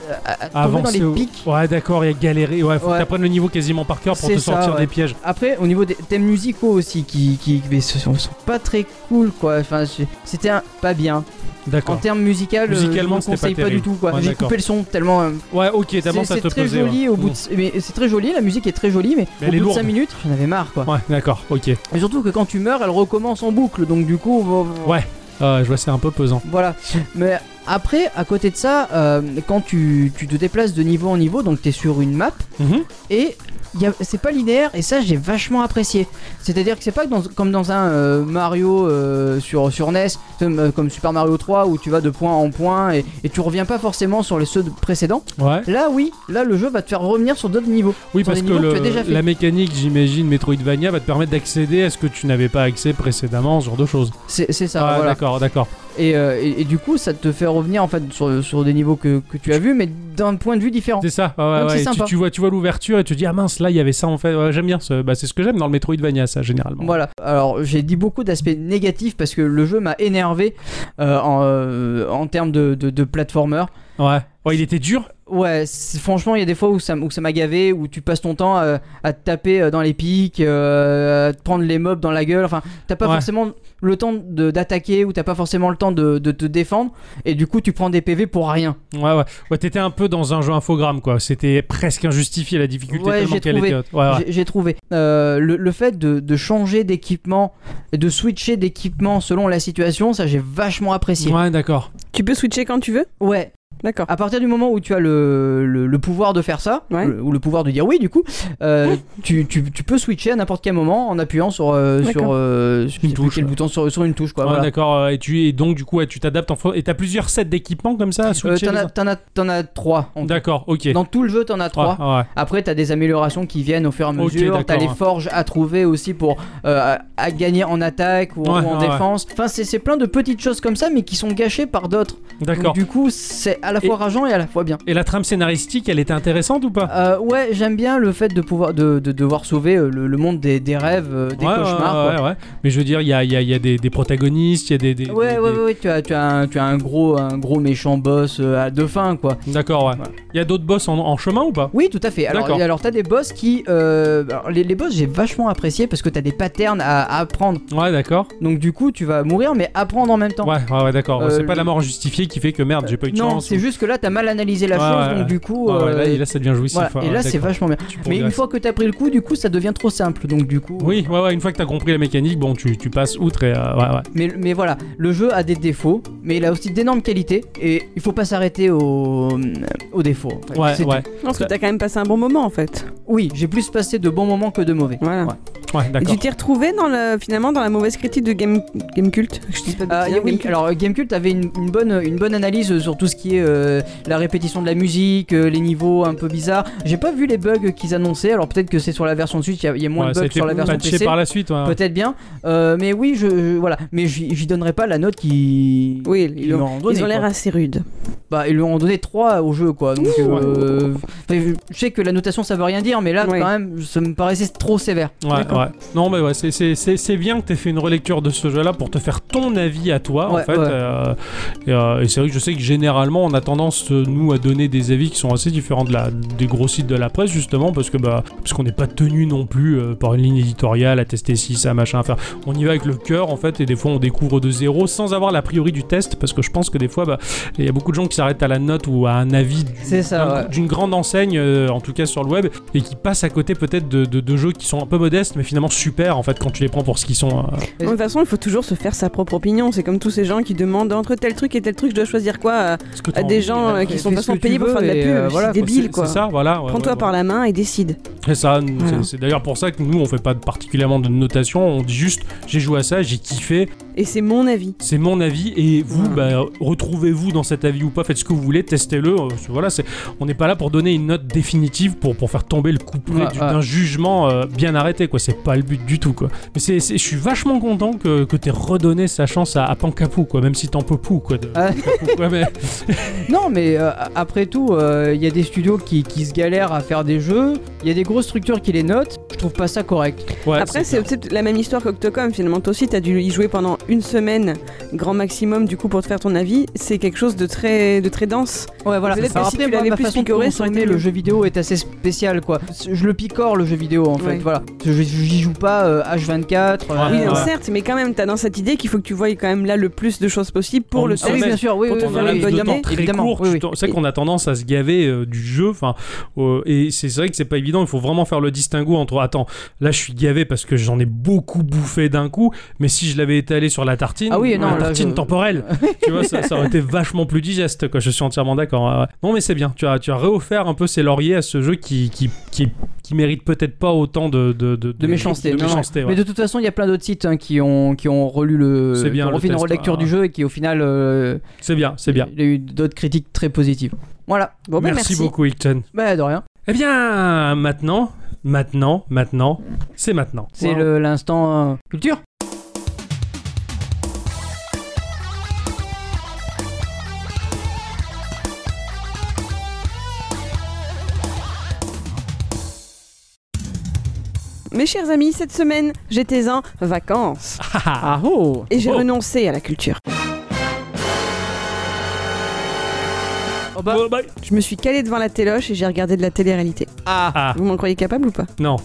Speaker 3: tomber dans
Speaker 1: Avancer
Speaker 3: les
Speaker 1: au-
Speaker 3: pics.
Speaker 1: Ouais, d'accord, il y a galéré. Ouais, faut
Speaker 3: Ouais.
Speaker 1: que t'apprennes le niveau quasiment par cœur pour
Speaker 3: C'est
Speaker 1: te
Speaker 3: ça,
Speaker 1: sortir
Speaker 3: ouais.
Speaker 1: des pièges.
Speaker 3: Après, au niveau des thèmes musicaux aussi, qui, qui mais ce sont, sont pas très cool quoi. Enfin, c'est- c'était un- pas bien. En
Speaker 1: D'accord.
Speaker 3: termes musical, euh,
Speaker 1: Musicalement,
Speaker 3: je vous le
Speaker 1: c'était pas
Speaker 3: conseille pas, du
Speaker 1: terrible.
Speaker 3: tout quoi.
Speaker 1: Ouais,
Speaker 3: J'ai
Speaker 1: d'accord.
Speaker 3: coupé le son tellement. euh,
Speaker 1: Ouais, ok, d'abord ça
Speaker 3: c'est
Speaker 1: te
Speaker 3: c'est très
Speaker 1: pesait.
Speaker 3: joli
Speaker 1: ouais.
Speaker 3: au bout de, mais c'est très joli, la musique est très jolie, mais,
Speaker 1: Mais
Speaker 3: au
Speaker 1: elle est
Speaker 3: bout de 5
Speaker 1: lourde.
Speaker 3: minutes, j'en avais marre quoi.
Speaker 1: Ouais, d'accord, ok.
Speaker 3: Et surtout que quand tu meurs, elle recommence en boucle, donc du coup, vo- vo-
Speaker 1: Ouais. Euh, je vois, c'est un peu pesant.
Speaker 3: voilà. Mais après, à côté de ça, euh, quand tu, tu te déplaces de niveau en niveau, donc t'es sur une map,
Speaker 1: Mhm.
Speaker 3: et y a- c'est pas linéaire, et ça j'ai vachement apprécié. C'est-à-dire que c'est pas dans- comme dans un euh, Mario euh, sur, sur NES, comme, euh, comme Super Mario 3, où tu vas de point en point, et, et tu reviens pas forcément sur les ceux de- précédents.
Speaker 1: Ouais.
Speaker 3: Là, oui, là le jeu va te faire revenir sur d'autres niveaux.
Speaker 1: Oui,
Speaker 3: Sur
Speaker 1: parce
Speaker 3: des
Speaker 1: que,
Speaker 3: niveaux que
Speaker 1: le-
Speaker 3: tu as déjà fait.
Speaker 1: la mécanique, j'imagine, Metroidvania va te permettre d'accéder à ce que tu n'avais pas accès précédemment, ce genre de choses.
Speaker 3: C'est c'est ça,
Speaker 1: ah,
Speaker 3: voilà.
Speaker 1: d'accord, d'accord.
Speaker 3: Et, euh, et- et du coup, ça te fait revenir en fait sur, sur des niveaux que, que tu as vus, mais d'un point de vue différent.
Speaker 1: C'est ça. ouais, ouais,
Speaker 3: Donc, c'est
Speaker 1: ouais. Et
Speaker 3: sympa.
Speaker 1: Tu, tu vois, tu vois l'ouverture et tu dis ah mince, là il y avait ça en fait. Ouais, j'aime bien. Ce... Bah, c'est ce que j'aime dans le Metroidvania, ça généralement.
Speaker 3: Voilà. Alors, j'ai dit beaucoup d'aspects négatifs parce que le jeu m'a énervé euh, en, euh, en termes de, de, de platformer.
Speaker 1: Ouais. Ouais, il était dur.
Speaker 3: Ouais, c'est- franchement, il y a des fois où ça, m- où ça m'a gavé, où tu passes ton temps euh, à te taper euh, dans les pics, euh, à te prendre les mobs dans la gueule. Enfin, t'as pas
Speaker 1: Ouais.
Speaker 3: forcément le temps de- d'attaquer ou t'as pas forcément le temps de, de te défendre. Et du coup, tu prends des PV pour rien.
Speaker 1: Ouais, ouais. Ouais, t'étais un peu dans un jeu infogramme quoi. C'était presque injustifié la difficulté
Speaker 3: Ouais,
Speaker 1: tellement
Speaker 3: j'ai
Speaker 1: qu'elle
Speaker 3: trouvé.
Speaker 1: était haute. Ouais, Ah ouais.
Speaker 3: J'ai- J'ai trouvé. Euh, le, le fait de, de changer d'équipement, de switcher d'équipement selon la situation, ça j'ai vachement apprécié.
Speaker 1: Ouais, d'accord.
Speaker 2: Tu peux switcher quand tu veux
Speaker 3: Ouais,
Speaker 2: D'accord.
Speaker 3: à partir du moment où tu as le, le- le pouvoir de faire ça,
Speaker 2: Ouais.
Speaker 3: le- ou le pouvoir de dire oui, du coup, euh, tu, tu- tu peux switcher à n'importe quel moment en appuyant sur, euh, sur,
Speaker 2: D'accord.
Speaker 3: euh, sur-
Speaker 1: Une
Speaker 3: je sais plus
Speaker 1: touche,
Speaker 3: quel
Speaker 1: ouais.
Speaker 3: bouton sur, sur une touche. Quoi,
Speaker 1: Ouais,
Speaker 3: voilà.
Speaker 1: d'accord. euh, Et tu et donc du coup, ouais, tu t'adaptes en fo- et t'as plusieurs sets d'équipements comme ça. à
Speaker 3: Euh,
Speaker 1: switcher
Speaker 3: t'en
Speaker 1: les
Speaker 3: as-
Speaker 1: uns
Speaker 3: t'en as, t'en as trois. en tout.
Speaker 1: D'accord. Ok.
Speaker 3: Dans tout le jeu, t'en as trois.
Speaker 1: Ouais, ouais.
Speaker 3: Après, t'as des améliorations qui viennent au fur et à
Speaker 1: Ok,
Speaker 3: mesure. t'as
Speaker 1: d'accord,
Speaker 3: les
Speaker 1: ouais.
Speaker 3: forges à trouver aussi pour euh, à, à gagner en attaque ou, en-
Speaker 1: Ouais,
Speaker 3: ou en
Speaker 1: ouais, ouais.
Speaker 3: défense. Enfin, c'est c'est plein de petites choses comme ça, mais qui sont gâchées par d'autres.
Speaker 1: D'accord.
Speaker 3: Donc, Du coup, c'est à la fois
Speaker 1: Et-
Speaker 3: rageant et à la fois bien.
Speaker 1: Et la trame scénaristique, elle était intéressante ou pas
Speaker 3: Euh, ouais, j'aime bien le fait de pouvoir de, de devoir sauver euh, le, le monde des, des rêves, euh, des
Speaker 1: Ouais,
Speaker 3: cauchemars.
Speaker 1: ouais, ouais, ouais. Mais je veux dire, il y a, il y a- il y a des, des protagonistes, il y a des. des-
Speaker 3: quoi. Ouais,
Speaker 1: des-
Speaker 3: ouais, ouais, ouais, tu as, tu as, un, tu as un gros, un gros méchant boss euh, à deux fins, quoi.
Speaker 1: des- D'accord, ouais.
Speaker 3: Voilà.
Speaker 1: Il y a d'autres boss en, en chemin ou pas
Speaker 3: Oui, tout à fait. Alors,
Speaker 1: D'accord.
Speaker 3: alors t'as des boss qui, euh, alors, les, les boss, j'ai vachement apprécié parce que t'as des patterns à, à apprendre.
Speaker 1: Ouais, d'accord.
Speaker 3: Donc du coup, tu vas mourir, mais apprendre en même temps.
Speaker 1: Ouais, ouais, ouais, d'accord.
Speaker 3: Euh,
Speaker 1: c'est pas
Speaker 3: le-
Speaker 1: la mort justifiée qui fait que merde, j'ai pas eu de
Speaker 3: non,
Speaker 1: chance.
Speaker 3: c'est
Speaker 1: ou-
Speaker 3: juste que là, t'as mal analysé la
Speaker 1: Ouais,
Speaker 3: chose,
Speaker 1: ouais,
Speaker 3: donc
Speaker 1: ouais.
Speaker 3: du coup,
Speaker 1: Ah ouais,
Speaker 3: euh,
Speaker 1: là, là, ça devient jouissif.
Speaker 3: voilà.
Speaker 1: ouais,
Speaker 3: et là,
Speaker 1: ouais,
Speaker 3: c'est
Speaker 1: hein, d'accord.
Speaker 3: vachement bien.
Speaker 1: Tu
Speaker 3: Mais une
Speaker 1: progresses.
Speaker 3: fois que t'as pris le coup, du coup, ça devient trop simple. Donc du coup,
Speaker 1: Oui, ouais, ouais, une fois que t'as compris la mécanique, bon, tu, tu passes outre et. euh, ouais, ouais.
Speaker 3: Mais, mais voilà, le jeu a des défauts, mais il a aussi d'énormes qualités, et il faut pas s'arrêter aux, aux défauts. en fait.
Speaker 1: Ouais,
Speaker 3: C'est
Speaker 1: ouais.
Speaker 3: tout.
Speaker 2: Non, parce que t'as quand même passé un bon moment en fait.
Speaker 3: Oui, j'ai plus passé de bons moments que de mauvais.
Speaker 2: Voilà.
Speaker 3: Ouais.
Speaker 1: Ouais,
Speaker 2: Et
Speaker 1: d'accord.
Speaker 2: tu t'es retrouvé dans le, finalement dans la mauvaise critique de Game, Game Cult. Je dis pas de
Speaker 3: Euh,
Speaker 2: bêtises,
Speaker 3: oui,
Speaker 2: Game Cult.
Speaker 3: alors Gamecult avait une, une bonne, euh, une bonne analyse sur tout ce qui est euh, la répétition de la musique, euh, les niveaux un peu bizarres. J'ai pas vu les bugs qu'ils annonçaient, alors peut-être que c'est sur la version de suite, il y a- il y, a moins
Speaker 1: Ouais,
Speaker 3: de
Speaker 1: ça a
Speaker 3: bugs
Speaker 1: été
Speaker 3: sur la version
Speaker 1: patché
Speaker 3: PC.
Speaker 1: par la suite. ouais.
Speaker 3: Peut-être bien, Euh, mais oui, je, je- voilà, mais j'y j'y donnerai pas la note qui.
Speaker 2: Oui, ils
Speaker 3: lui
Speaker 2: ont-
Speaker 3: ont donné,
Speaker 2: ils ont l'air
Speaker 3: quoi.
Speaker 2: assez rudes.
Speaker 3: Bah, ils lui ont donné 3 au jeu, quoi. Donc, euh, enfin, je- je sais que la notation ça veut rien dire, mais là,
Speaker 2: Oui.
Speaker 3: quand même, ça me paraissait trop sévère.
Speaker 1: Ouais, ouais. Non, mais ouais, c'est- c'est c'est- c'est bien que tu aies fait une relecture de ce jeu-là pour te faire ton avis à toi, en
Speaker 3: Ouais,
Speaker 1: fait.
Speaker 3: ouais.
Speaker 1: euh, et euh, et c'est vrai que je sais que généralement, on a tendance, euh, nous, à donner des avis qui sont assez différents de la, des gros sites de la presse, justement, parce que bah, parce qu'on n'est pas tenu non plus euh, par une ligne éditoriale à tester ci, ça, machin, à faire. On y va avec le cœur, en fait, et des fois, on découvre de zéro sans avoir l'a priori du test, parce que je pense que des fois, bah, il y a beaucoup de gens qui s'arrêtent à la note ou à un avis du-
Speaker 3: C'est ça,
Speaker 1: d'un-
Speaker 3: ouais.
Speaker 1: d'une grande enseigne, euh, en tout cas sur le web, et qui passent à côté peut-être de, de- de jeux qui sont un peu modestes, mais finalement super en fait quand tu les prends pour ce qu'ils sont. euh.
Speaker 2: De toute façon, il faut toujours se faire sa propre opinion. C'est comme tous ces gens qui demandent entre tel truc et tel truc, je dois choisir quoi à,
Speaker 1: Ce que
Speaker 2: à
Speaker 1: t'en-
Speaker 2: des gens
Speaker 3: bah,
Speaker 2: euh,
Speaker 3: fais-
Speaker 2: qui sont
Speaker 3: fais
Speaker 2: pas
Speaker 3: ce
Speaker 2: sans
Speaker 3: que tu
Speaker 2: payer pour
Speaker 3: veux
Speaker 2: faire de
Speaker 3: et,
Speaker 2: la pub.
Speaker 3: euh, voilà,
Speaker 2: c'est
Speaker 3: quoi,
Speaker 2: débile
Speaker 1: C'est
Speaker 2: quoi.
Speaker 1: c'est ça, voilà. ouais,
Speaker 2: Prends-toi
Speaker 1: ouais,
Speaker 2: par
Speaker 1: ouais.
Speaker 2: la main et décide.
Speaker 1: C'est ça, c'est-
Speaker 2: Voilà.
Speaker 1: c'est d'ailleurs pour ça que nous on fait pas de- particulièrement de notation, on dit juste j'ai joué à ça, j'ai kiffé,
Speaker 2: Et c'est mon avis.
Speaker 1: c'est mon avis, et vous, bah, retrouvez-vous dans cet avis ou pas, faites ce que vous voulez, testez-le. euh, voilà, c'est- on n'est pas là pour donner une note définitive pour, pour faire tomber le couplet
Speaker 3: Ouais,
Speaker 1: du-
Speaker 3: ouais.
Speaker 1: d'un jugement euh, bien arrêté, quoi. C'est pas le but du tout, quoi. Mais c'est- c'est- je suis vachement content que, que t'aies redonné sa chance à, à Pancapou, quoi, même si t'en peux pou, quoi. de-
Speaker 3: Ah.
Speaker 1: Pancapou, quoi, mais-
Speaker 3: Non, mais euh, après tout, euh, il y a des studios qui, qui se galèrent à faire des jeux, il y a des grosses structures qui les notent, je trouve pas ça correct.
Speaker 1: ouais,
Speaker 2: Après, c'est c'est la même histoire qu'Octocom. Finalement, toi aussi, t'as dû y jouer pendant une semaine, grand maximum, du coup, pour te faire ton avis. C'est quelque chose de très, de très dense.
Speaker 3: Ouais, voilà,
Speaker 2: Peut-être que
Speaker 3: Alors
Speaker 2: si
Speaker 3: après,
Speaker 2: tu
Speaker 3: moi,
Speaker 2: l'avais
Speaker 3: ma
Speaker 2: plus
Speaker 3: façon de
Speaker 2: picoré, ça aurait été
Speaker 3: consommer le
Speaker 2: mieux.
Speaker 3: jeu vidéo est assez spéciale, quoi. Je le picore, le jeu vidéo, en fait,
Speaker 2: Ouais.
Speaker 3: voilà. Je j'y joue pas euh, H24.
Speaker 1: Ah,
Speaker 2: oui, non,
Speaker 1: ouais.
Speaker 2: certes, mais quand même, t'as dans cette idée qu'il faut que tu voyes quand même là le plus de choses possible pour
Speaker 1: On
Speaker 2: le
Speaker 1: le
Speaker 3: Ah oui,
Speaker 1: sait.
Speaker 2: test.
Speaker 3: bien sûr, oui,
Speaker 2: Pour
Speaker 3: oui,
Speaker 2: te
Speaker 3: oui,
Speaker 2: faire
Speaker 3: oui,
Speaker 2: une bonne
Speaker 1: de
Speaker 3: évidemment,
Speaker 1: temps très
Speaker 3: évidemment,
Speaker 1: court.
Speaker 3: oui,
Speaker 1: tu
Speaker 3: oui.
Speaker 1: t'en- C'est vrai qu'on a tendance à se gaver euh, du jeu. Enfin, euh, et c'est c'est vrai que c'est pas évident. Il faut vraiment faire le distinguo entre attends, là je suis gavé parce que j'en ai beaucoup bouffé d'un coup, mais si je l'avais étalé sur la tartine,
Speaker 3: Ah oui, non,
Speaker 1: la
Speaker 3: là,
Speaker 1: tartine
Speaker 3: je-
Speaker 1: temporelle, tu vois, ça, ça aurait été vachement plus digeste. Quoi. Je suis entièrement d'accord. ouais, ouais. Non, mais c'est bien. Tu as, tu as réoffert un peu ses lauriers à ce jeu qui, qui, qui, qui mérite peut-être pas autant de, de, de,
Speaker 3: De méchanceté,
Speaker 1: de
Speaker 3: non, non.
Speaker 1: méchanceté, ouais.
Speaker 3: Mais de toute façon, il y a plein d'autres sites hein, qui, ont, qui ont relu le.
Speaker 1: C'est bien,
Speaker 3: qui ont
Speaker 1: le
Speaker 3: refait une
Speaker 1: test,
Speaker 3: relecture
Speaker 1: ouais.
Speaker 3: du jeu et qui, au final, euh,
Speaker 1: C'est bien, c'est bien.
Speaker 3: il y a eu d'autres critiques très positives. Voilà.
Speaker 2: Bon, bah,
Speaker 1: merci beaucoup, Hilton.
Speaker 3: Bah, de rien.
Speaker 1: Eh bien, maintenant, maintenant, maintenant, c'est maintenant.
Speaker 3: C'est
Speaker 2: Wow.
Speaker 3: le- l'instant euh, culture.
Speaker 2: Mes chers amis, cette semaine, j'étais en vacances
Speaker 3: Ah oh
Speaker 2: et j'ai
Speaker 1: Oh.
Speaker 2: renoncé à la culture.
Speaker 3: Oh bah.
Speaker 1: Bye bye.
Speaker 2: Je me suis calée devant la téloche et j'ai regardé de la télé-réalité.
Speaker 3: Ah,
Speaker 1: Ah,
Speaker 2: Vous m'en croyez capable ou pas
Speaker 1: non.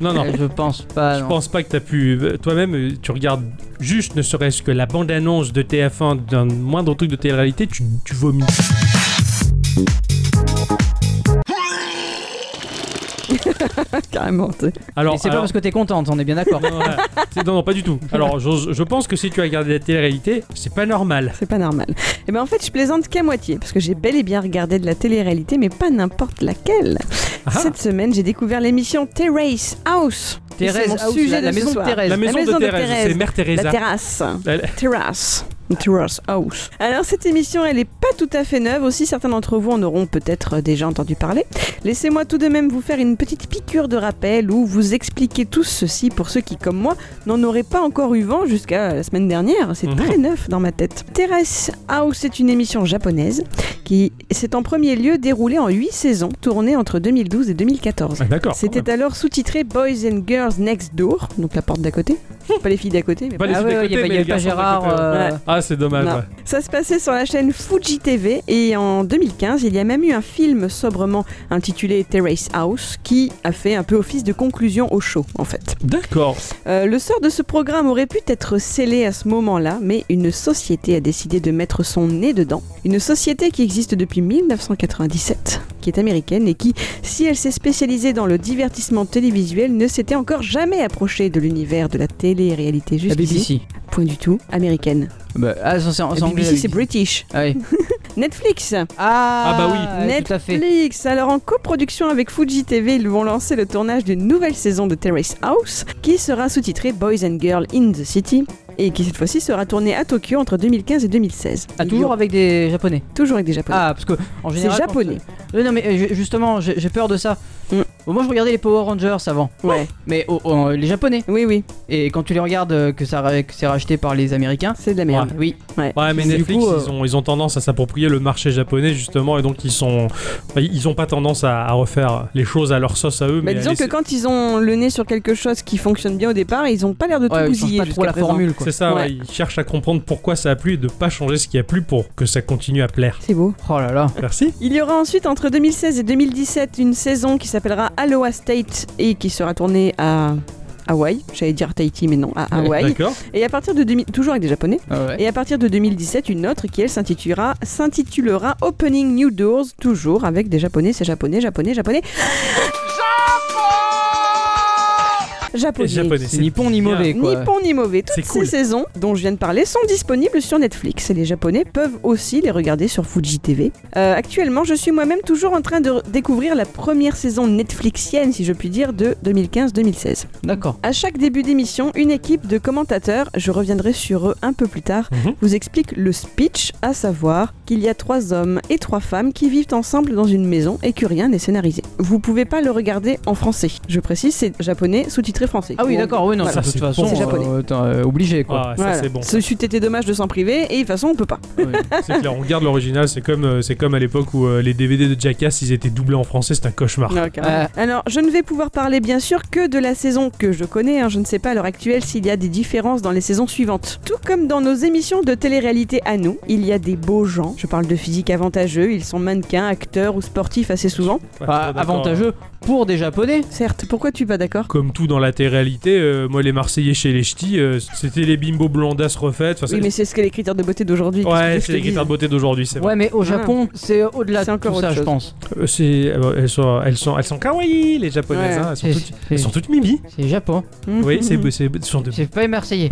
Speaker 1: non, non.
Speaker 3: Euh, Je pense pas.
Speaker 1: Je
Speaker 3: non.
Speaker 1: pense pas que t'as pu. euh, Toi-même, euh, tu regardes juste, ne serait-ce que la bande-annonce de TF1 d'un moindre truc de télé-réalité, tu, tu vomis.
Speaker 2: Carrément. t'es-
Speaker 1: Alors,
Speaker 3: Et c'est pas
Speaker 1: alors-
Speaker 3: parce que t'es contente, on est bien d'accord.
Speaker 1: non, ouais. C'est- non, non, pas du tout. Alors, je, je pense que si tu as regardé la télé-réalité, c'est pas normal.
Speaker 2: C'est pas normal. Et ben en fait, je plaisante qu'à moitié, parce que j'ai bel et bien regardé de la télé-réalité, mais pas n'importe laquelle.
Speaker 1: Ah.
Speaker 2: Cette semaine, j'ai découvert l'émission Terrace House.
Speaker 3: Thérèse,
Speaker 2: mon
Speaker 3: ah,
Speaker 2: sujet
Speaker 3: la, la
Speaker 2: de ce
Speaker 3: maison de
Speaker 2: soir.
Speaker 3: Thérèse.
Speaker 1: La maison, de, Thérèse, c'est Mère
Speaker 2: La
Speaker 1: Teresa.
Speaker 2: terrasse.
Speaker 1: Elle-
Speaker 2: Terrace. Terrace House. Alors cette émission, elle est pas tout à fait neuve aussi, certains d'entre vous en auront peut-être euh, déjà entendu parler. Laissez-moi tout de même vous faire une petite piqûre de rappel où vous expliquer tout ceci pour ceux qui, comme moi, n'en auraient pas encore eu vent jusqu'à la semaine dernière. C'est
Speaker 1: Mhm.
Speaker 2: très neuf dans ma tête. Terrace House est une émission japonaise qui s'est en premier lieu déroulée en 8 saisons, tournée entre 2012 et 2014.
Speaker 1: Ah, D'accord.
Speaker 2: C'était alors sous-titré Boys and Girls Next Door, donc la porte d'à côté. Pas les filles d'à côté, mais
Speaker 1: Pas les
Speaker 3: Ah
Speaker 1: filles
Speaker 3: ouais,
Speaker 1: d'à
Speaker 3: ouais,
Speaker 1: côté,
Speaker 3: y a pas-
Speaker 1: mais
Speaker 3: y a
Speaker 1: les
Speaker 3: pas
Speaker 1: garçons d'à
Speaker 3: Gérard.
Speaker 1: côté, ouais.
Speaker 3: euh,
Speaker 1: Ah, c'est dommage.
Speaker 2: Non.
Speaker 1: ouais.
Speaker 2: Ça se passait sur la chaîne Fuji TV et en 2015, il y a même eu un film sobrement intitulé Terrace House qui a fait un peu office de conclusion au show en fait.
Speaker 1: D'accord.
Speaker 2: Euh, le sort de ce programme aurait pu être scellé à ce moment-là, mais une société a décidé de mettre son nez dedans. Une société qui existe depuis 1997, qui est américaine et qui, si elle s'est spécialisée dans le divertissement télévisuel, ne s'était encore jamais approchée de l'univers de la télé-réalité
Speaker 3: La
Speaker 2: jusqu'ici.
Speaker 3: BBC.
Speaker 2: Point du tout, américaine.
Speaker 3: Bah, ah, ça, c'est en-
Speaker 2: La
Speaker 3: c'est anglais,
Speaker 2: BBC, c'est British.
Speaker 3: Ah oui.
Speaker 2: Netflix.
Speaker 3: Ah,
Speaker 1: bah oui.
Speaker 3: tout à fait.
Speaker 2: Netflix. Alors en coproduction avec Fuji TV, ils vont lancer le tournage d'une nouvelle saison de Terrace House qui sera sous-titrée Boys and Girls in the City et qui cette fois-ci sera tournée à Tokyo entre 2015 et 2016.
Speaker 3: Ah, toujours avec des japonais.
Speaker 2: Toujours avec des japonais.
Speaker 3: Ah, parce que en
Speaker 2: C'est
Speaker 3: général. quand-
Speaker 2: japonais.
Speaker 3: Oui, non, mais euh, ju- justement, j'ai j'ai peur de ça.
Speaker 2: Mm.
Speaker 3: Bon, moi, je regardais les Power Rangers avant.
Speaker 2: Ouais.
Speaker 3: Mais oh, oh, les japonais.
Speaker 2: Oui, oui,
Speaker 3: Et quand tu les regardes, euh, que, ça, ra- que c'est racheté par les américains.
Speaker 2: c'est de la merde.
Speaker 3: Oui.
Speaker 1: Ouais, mais
Speaker 3: Du
Speaker 1: Netflix,
Speaker 3: coup, euh,
Speaker 1: ils, ont, ils ont tendance à s'approprier le marché japonais, justement, et donc ils sont. enfin, ils ont pas tendance à, à refaire les choses à leur sauce à eux.
Speaker 2: Bah,
Speaker 1: mais à
Speaker 2: disons que
Speaker 1: laisser-
Speaker 2: quand ils ont le nez sur quelque chose qui fonctionne bien au départ, ils ont pas l'air de tout
Speaker 3: Ouais, ils changent
Speaker 2: bousiller
Speaker 3: pas trop
Speaker 2: jusqu'à
Speaker 3: la
Speaker 2: présent.
Speaker 3: formule, quoi.
Speaker 1: C'est ça,
Speaker 2: Ouais.
Speaker 1: ouais, ils cherchent à comprendre pourquoi ça a plu et de pas changer ce qui a plu pour que ça continue à plaire.
Speaker 2: C'est beau.
Speaker 3: Oh là là.
Speaker 1: Merci.
Speaker 2: Il y aura ensuite entre 2016 et 2017 une saison qui s'appellera Aloha State et qui sera tournée à Hawaï. J'allais dire Tahiti, mais non, à Hawaï.
Speaker 1: D'accord.
Speaker 2: Et à partir de 2000 toujours avec des Japonais.
Speaker 3: Ah ouais.
Speaker 2: Et à partir de 2017, une autre qui elle s'intitulera s'intitulera Opening New Doors, toujours avec des Japonais, c'est Japonais, Japonais, Japonais.
Speaker 1: Les
Speaker 2: Japonais.
Speaker 1: japonais.
Speaker 3: C'est ni bon ni
Speaker 1: bien.
Speaker 3: mauvais,
Speaker 2: Ni
Speaker 3: quoi.
Speaker 2: bon ni mauvais.
Speaker 1: C'est
Speaker 2: Toutes ces
Speaker 1: cool.
Speaker 2: saisons dont je viens de parler sont disponibles sur Netflix et les Japonais peuvent aussi les regarder sur Fuji TV. Euh, actuellement, je suis moi-même toujours en train de re- découvrir la première saison Netflixienne, si je puis dire, de 2015-2016.
Speaker 3: D'accord.
Speaker 2: À chaque début d'émission, une équipe de commentateurs, je reviendrai sur eux un peu plus tard,
Speaker 1: Mhm.
Speaker 2: vous explique le speech, à savoir qu'il y a trois hommes et trois femmes qui vivent ensemble dans une maison et que rien n'est scénarisé. Vous pouvez pas le regarder en français. Je précise, c'est japonais sous-titré français.
Speaker 3: Ah oui,
Speaker 2: Ou en-
Speaker 3: d'accord. Oui, non,
Speaker 1: Voilà.
Speaker 3: de
Speaker 1: Ça,
Speaker 3: toute
Speaker 1: c'est
Speaker 3: façon,
Speaker 2: bon. C'est japonais.
Speaker 3: euh, t'as, euh, obligé, quoi.
Speaker 1: Ah, ça
Speaker 2: Voilà.
Speaker 1: c'est bon.
Speaker 2: Ce chut était dommage de s'en priver et de toute façon on peut pas.
Speaker 3: Ouais.
Speaker 1: C'est clair, on garde l'original, c'est comme, euh, c'est comme à l'époque où euh, les DVD de Jackass, ils étaient doublés en français, c'est un cauchemar.
Speaker 2: Ah, carrément.
Speaker 3: Ouais.
Speaker 2: Alors, je ne vais pouvoir parler bien sûr que de la saison que je connais. hein. Je ne sais pas à l'heure actuelle s'il y a des différences dans les saisons suivantes. Tout comme dans nos émissions de télé-réalité à nous, il y a des beaux gens. Je parle de physique avantageux. Ils sont mannequins, acteurs ou sportifs assez souvent.
Speaker 1: Ouais,
Speaker 3: Pas
Speaker 1: d'accord.
Speaker 3: avantageux pour des japonais.
Speaker 2: Certes, pourquoi tu es pas d'accord
Speaker 1: Comme tout dans la télé-réalité, euh, moi les Marseillais chez les ch'tis, euh, c'était les bimbos blondasses refaites. enfin,
Speaker 2: Oui,
Speaker 1: c'est-
Speaker 2: mais c'est ce que les critères de beauté d'aujourd'hui. Qu'est-ce que
Speaker 1: ouais,
Speaker 2: je
Speaker 1: c'est
Speaker 2: te
Speaker 1: les critères
Speaker 2: dis
Speaker 1: de beauté d'aujourd'hui, c'est vrai.
Speaker 3: Ouais, mais au Japon, c'est au-delà
Speaker 2: Ah. C'est
Speaker 3: de
Speaker 2: encore
Speaker 3: tout
Speaker 2: autre
Speaker 3: ça, je
Speaker 2: chose.
Speaker 3: pense.
Speaker 1: Euh, c'est- euh, elles, sont, elles, sont, elles sont kawaii, les japonaises,
Speaker 2: Ouais.
Speaker 1: hein, elles, sont
Speaker 3: C'est
Speaker 1: toutes, elles sont toutes mimi.
Speaker 3: c'est Japon.
Speaker 2: Mhm.
Speaker 1: Oui, c'est, c'est, elles sont Oh, de-
Speaker 3: C'est pas les Marseillais.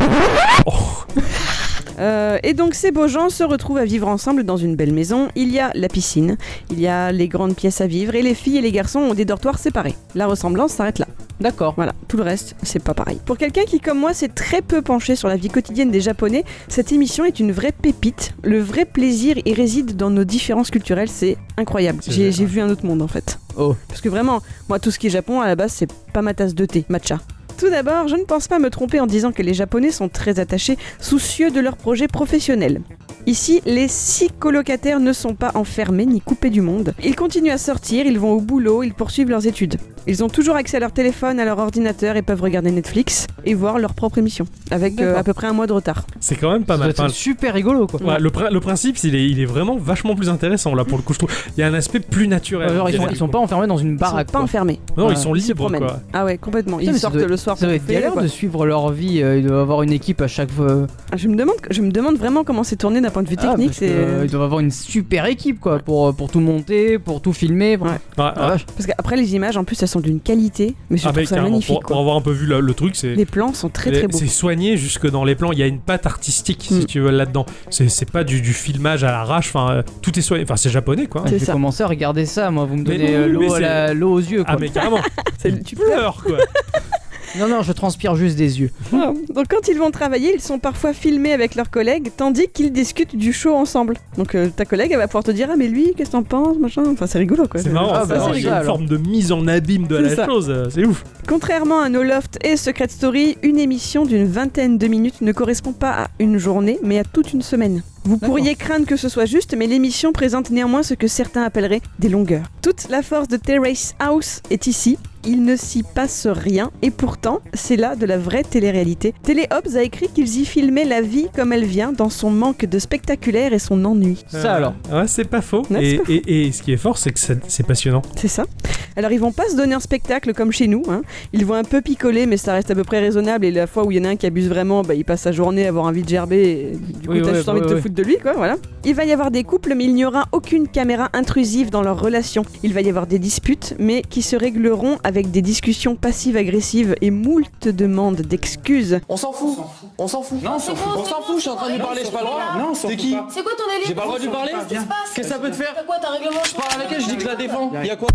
Speaker 2: Euh, et donc ces beaux gens se retrouvent à vivre ensemble dans une belle maison. Il y a la piscine, il y a les grandes pièces à vivre et les filles et les garçons ont des dortoirs séparés. La ressemblance s'arrête là.
Speaker 3: D'accord.
Speaker 2: Voilà, tout le reste, c'est pas pareil. Pour quelqu'un qui, comme moi, s'est très peu penché sur la vie quotidienne des Japonais, cette émission est une vraie pépite. Le vrai plaisir y réside dans nos différences culturelles, c'est incroyable.
Speaker 1: C'est
Speaker 2: J'ai
Speaker 1: vrai.
Speaker 2: j'ai vu un autre monde en fait.
Speaker 3: Oh.
Speaker 2: Parce que vraiment, moi, tout ce qui est Japon, à la base, c'est pas ma tasse de thé, matcha. Tout d'abord, je ne pense pas me tromper en disant que les Japonais sont très attachés, soucieux de leurs projets professionnels. Ici, les six colocataires ne sont pas enfermés ni coupés du monde. Ils continuent à sortir, ils vont au boulot, ils poursuivent leurs études. Ils ont toujours accès à leur téléphone, à leur ordinateur et peuvent regarder Netflix et voir leur propre émission, avec euh,
Speaker 3: D'accord.
Speaker 2: à peu près un mois de retard.
Speaker 1: c'est quand même pas
Speaker 3: Ça
Speaker 1: mal.
Speaker 3: doit être
Speaker 1: Enfin,
Speaker 3: super rigolo, quoi.
Speaker 1: ouais, le, pri- le principe, il est, il est vraiment vachement plus intéressant là pour le coup. Je trouve. Il y a un aspect plus naturel.
Speaker 3: Euh, Genre,
Speaker 1: Il
Speaker 3: ils
Speaker 1: y a
Speaker 3: sont,
Speaker 1: des-
Speaker 3: ils sont pas enfermés dans
Speaker 2: Ils
Speaker 3: une
Speaker 2: sont
Speaker 3: baraque.
Speaker 2: pas
Speaker 3: quoi.
Speaker 2: enfermés,
Speaker 1: Non, ils
Speaker 3: Ouais.
Speaker 1: sont
Speaker 2: ils se
Speaker 1: libres
Speaker 2: promènent.
Speaker 1: quoi.
Speaker 2: Ah ouais, complètement.
Speaker 3: Putain,
Speaker 2: Ils
Speaker 3: mais ça
Speaker 2: sortent
Speaker 3: doit-
Speaker 2: le soir
Speaker 3: Ça
Speaker 2: pour
Speaker 3: doit être
Speaker 2: bouffer,
Speaker 3: galère
Speaker 2: quoi.
Speaker 3: de suivre leur vie. euh, Ils doivent avoir une équipe à chaque fois.
Speaker 2: Je me demande, je me demande vraiment comment c'est tourné d'un point de vue
Speaker 3: Ah,
Speaker 2: technique.
Speaker 3: parce que,
Speaker 2: c'est-
Speaker 3: euh, ils doivent avoir une super équipe, quoi, pour, pour tout monter, pour tout filmer. pour-
Speaker 2: Ouais.
Speaker 1: Ouais,
Speaker 3: Ah, vache.
Speaker 2: Parce qu'après les images, en plus, elles sont d'une qualité, mais je
Speaker 1: Ah,
Speaker 2: trouve
Speaker 1: mais
Speaker 2: ça
Speaker 1: carrément,
Speaker 2: magnifique.
Speaker 1: pour,
Speaker 2: quoi.
Speaker 1: pour avoir un peu vu le, le truc, c'est.
Speaker 2: Les plans sont très très beaux.
Speaker 1: C'est soigné jusque dans les plans. Il y a une patte artistique, si
Speaker 2: Mm.
Speaker 1: tu veux, là-dedans. C'est c'est pas du, du filmage à l'arrache. Enfin, euh, tout est soigné. Enfin, c'est japonais, quoi.
Speaker 3: Ouais,
Speaker 2: C'est
Speaker 3: J'ai
Speaker 2: ça.
Speaker 3: commencé à regarder ça, moi. Vous me
Speaker 1: Mais
Speaker 3: donnez
Speaker 1: non,
Speaker 3: euh,
Speaker 1: mais
Speaker 3: l'eau à
Speaker 1: c'est-
Speaker 3: la- l'eau aux yeux, quoi.
Speaker 1: Ah, mais carrément.
Speaker 2: C'est- tu
Speaker 1: pleures, quoi.
Speaker 3: Non, non, je transpire juste des yeux.
Speaker 2: Ah, Donc quand ils vont travailler, ils sont parfois filmés avec leurs collègues, tandis qu'ils discutent du show ensemble. Donc euh, ta collègue, elle va pouvoir te dire ah mais lui, qu'est-ce que t'en penses, machin. Enfin c'est rigolo quoi.
Speaker 1: C'est marrant.
Speaker 3: Ah,
Speaker 1: c'est
Speaker 3: bah,
Speaker 1: marrant.
Speaker 3: c'est
Speaker 1: Il y a
Speaker 3: ça,
Speaker 1: une forme de mise en abîme de
Speaker 2: C'est
Speaker 1: la
Speaker 2: ça.
Speaker 1: chose. euh, C'est ouf.
Speaker 2: Contrairement à No Loft et Secret Story, une émission d'une vingtaine de minutes ne correspond pas à une journée, mais à toute une semaine. Vous
Speaker 3: D'accord.
Speaker 2: pourriez craindre que ce soit juste, mais l'émission présente néanmoins ce que certains appelleraient des longueurs. Toute la force de Terrace House est ici. Il ne s'y passe rien, et pourtant, c'est là de la vraie télé-réalité. Télé Hobbs a écrit qu'ils y filmaient la vie comme elle vient, dans son manque de spectaculaire et son ennui.
Speaker 3: Ça,
Speaker 1: Euh,
Speaker 3: alors.
Speaker 1: Ouais, c'est pas faux.
Speaker 2: Ouais,
Speaker 1: et,
Speaker 2: c'est pas
Speaker 1: et- et ce qui est fort, c'est que ça- c'est passionnant.
Speaker 2: C'est ça. Alors ils vont pas se donner un spectacle comme chez nous. hein. Ils vont un peu picoler, mais ça reste à peu près raisonnable. Et la fois où il y en a un qui abuse vraiment, bah, il passe sa journée à avoir envie de gerber. Et du coup,
Speaker 3: Oui,
Speaker 2: t'as
Speaker 3: ouais, bah,
Speaker 2: juste envie
Speaker 3: ouais,
Speaker 2: de te
Speaker 3: ouais.
Speaker 2: foutre de lui, quoi. Voilà. Il va y avoir des couples, mais il n'y aura aucune caméra intrusive dans leur relation. Il va y avoir des disputes, mais qui se régleront avec des discussions passives-agressives et moult demandes d'excuses.
Speaker 6: On s'en fout. On s'en fout.
Speaker 7: Non, on s'en fout.
Speaker 6: On s'en fout, je suis en train de lui parler, j'ai pas le droit.
Speaker 7: Non, on s'en
Speaker 6: T'es
Speaker 7: fout
Speaker 6: qui
Speaker 7: pas.
Speaker 6: Je
Speaker 7: C'est quoi ton délire
Speaker 6: J'ai pas le droit de lui parler
Speaker 7: Qu'est-ce qui se passe
Speaker 6: Qu'est-ce que ça peut te faire
Speaker 7: T'as quoi, t'as un règlement Je
Speaker 6: parle avec elle, je dis que je la défends. Il y a quoi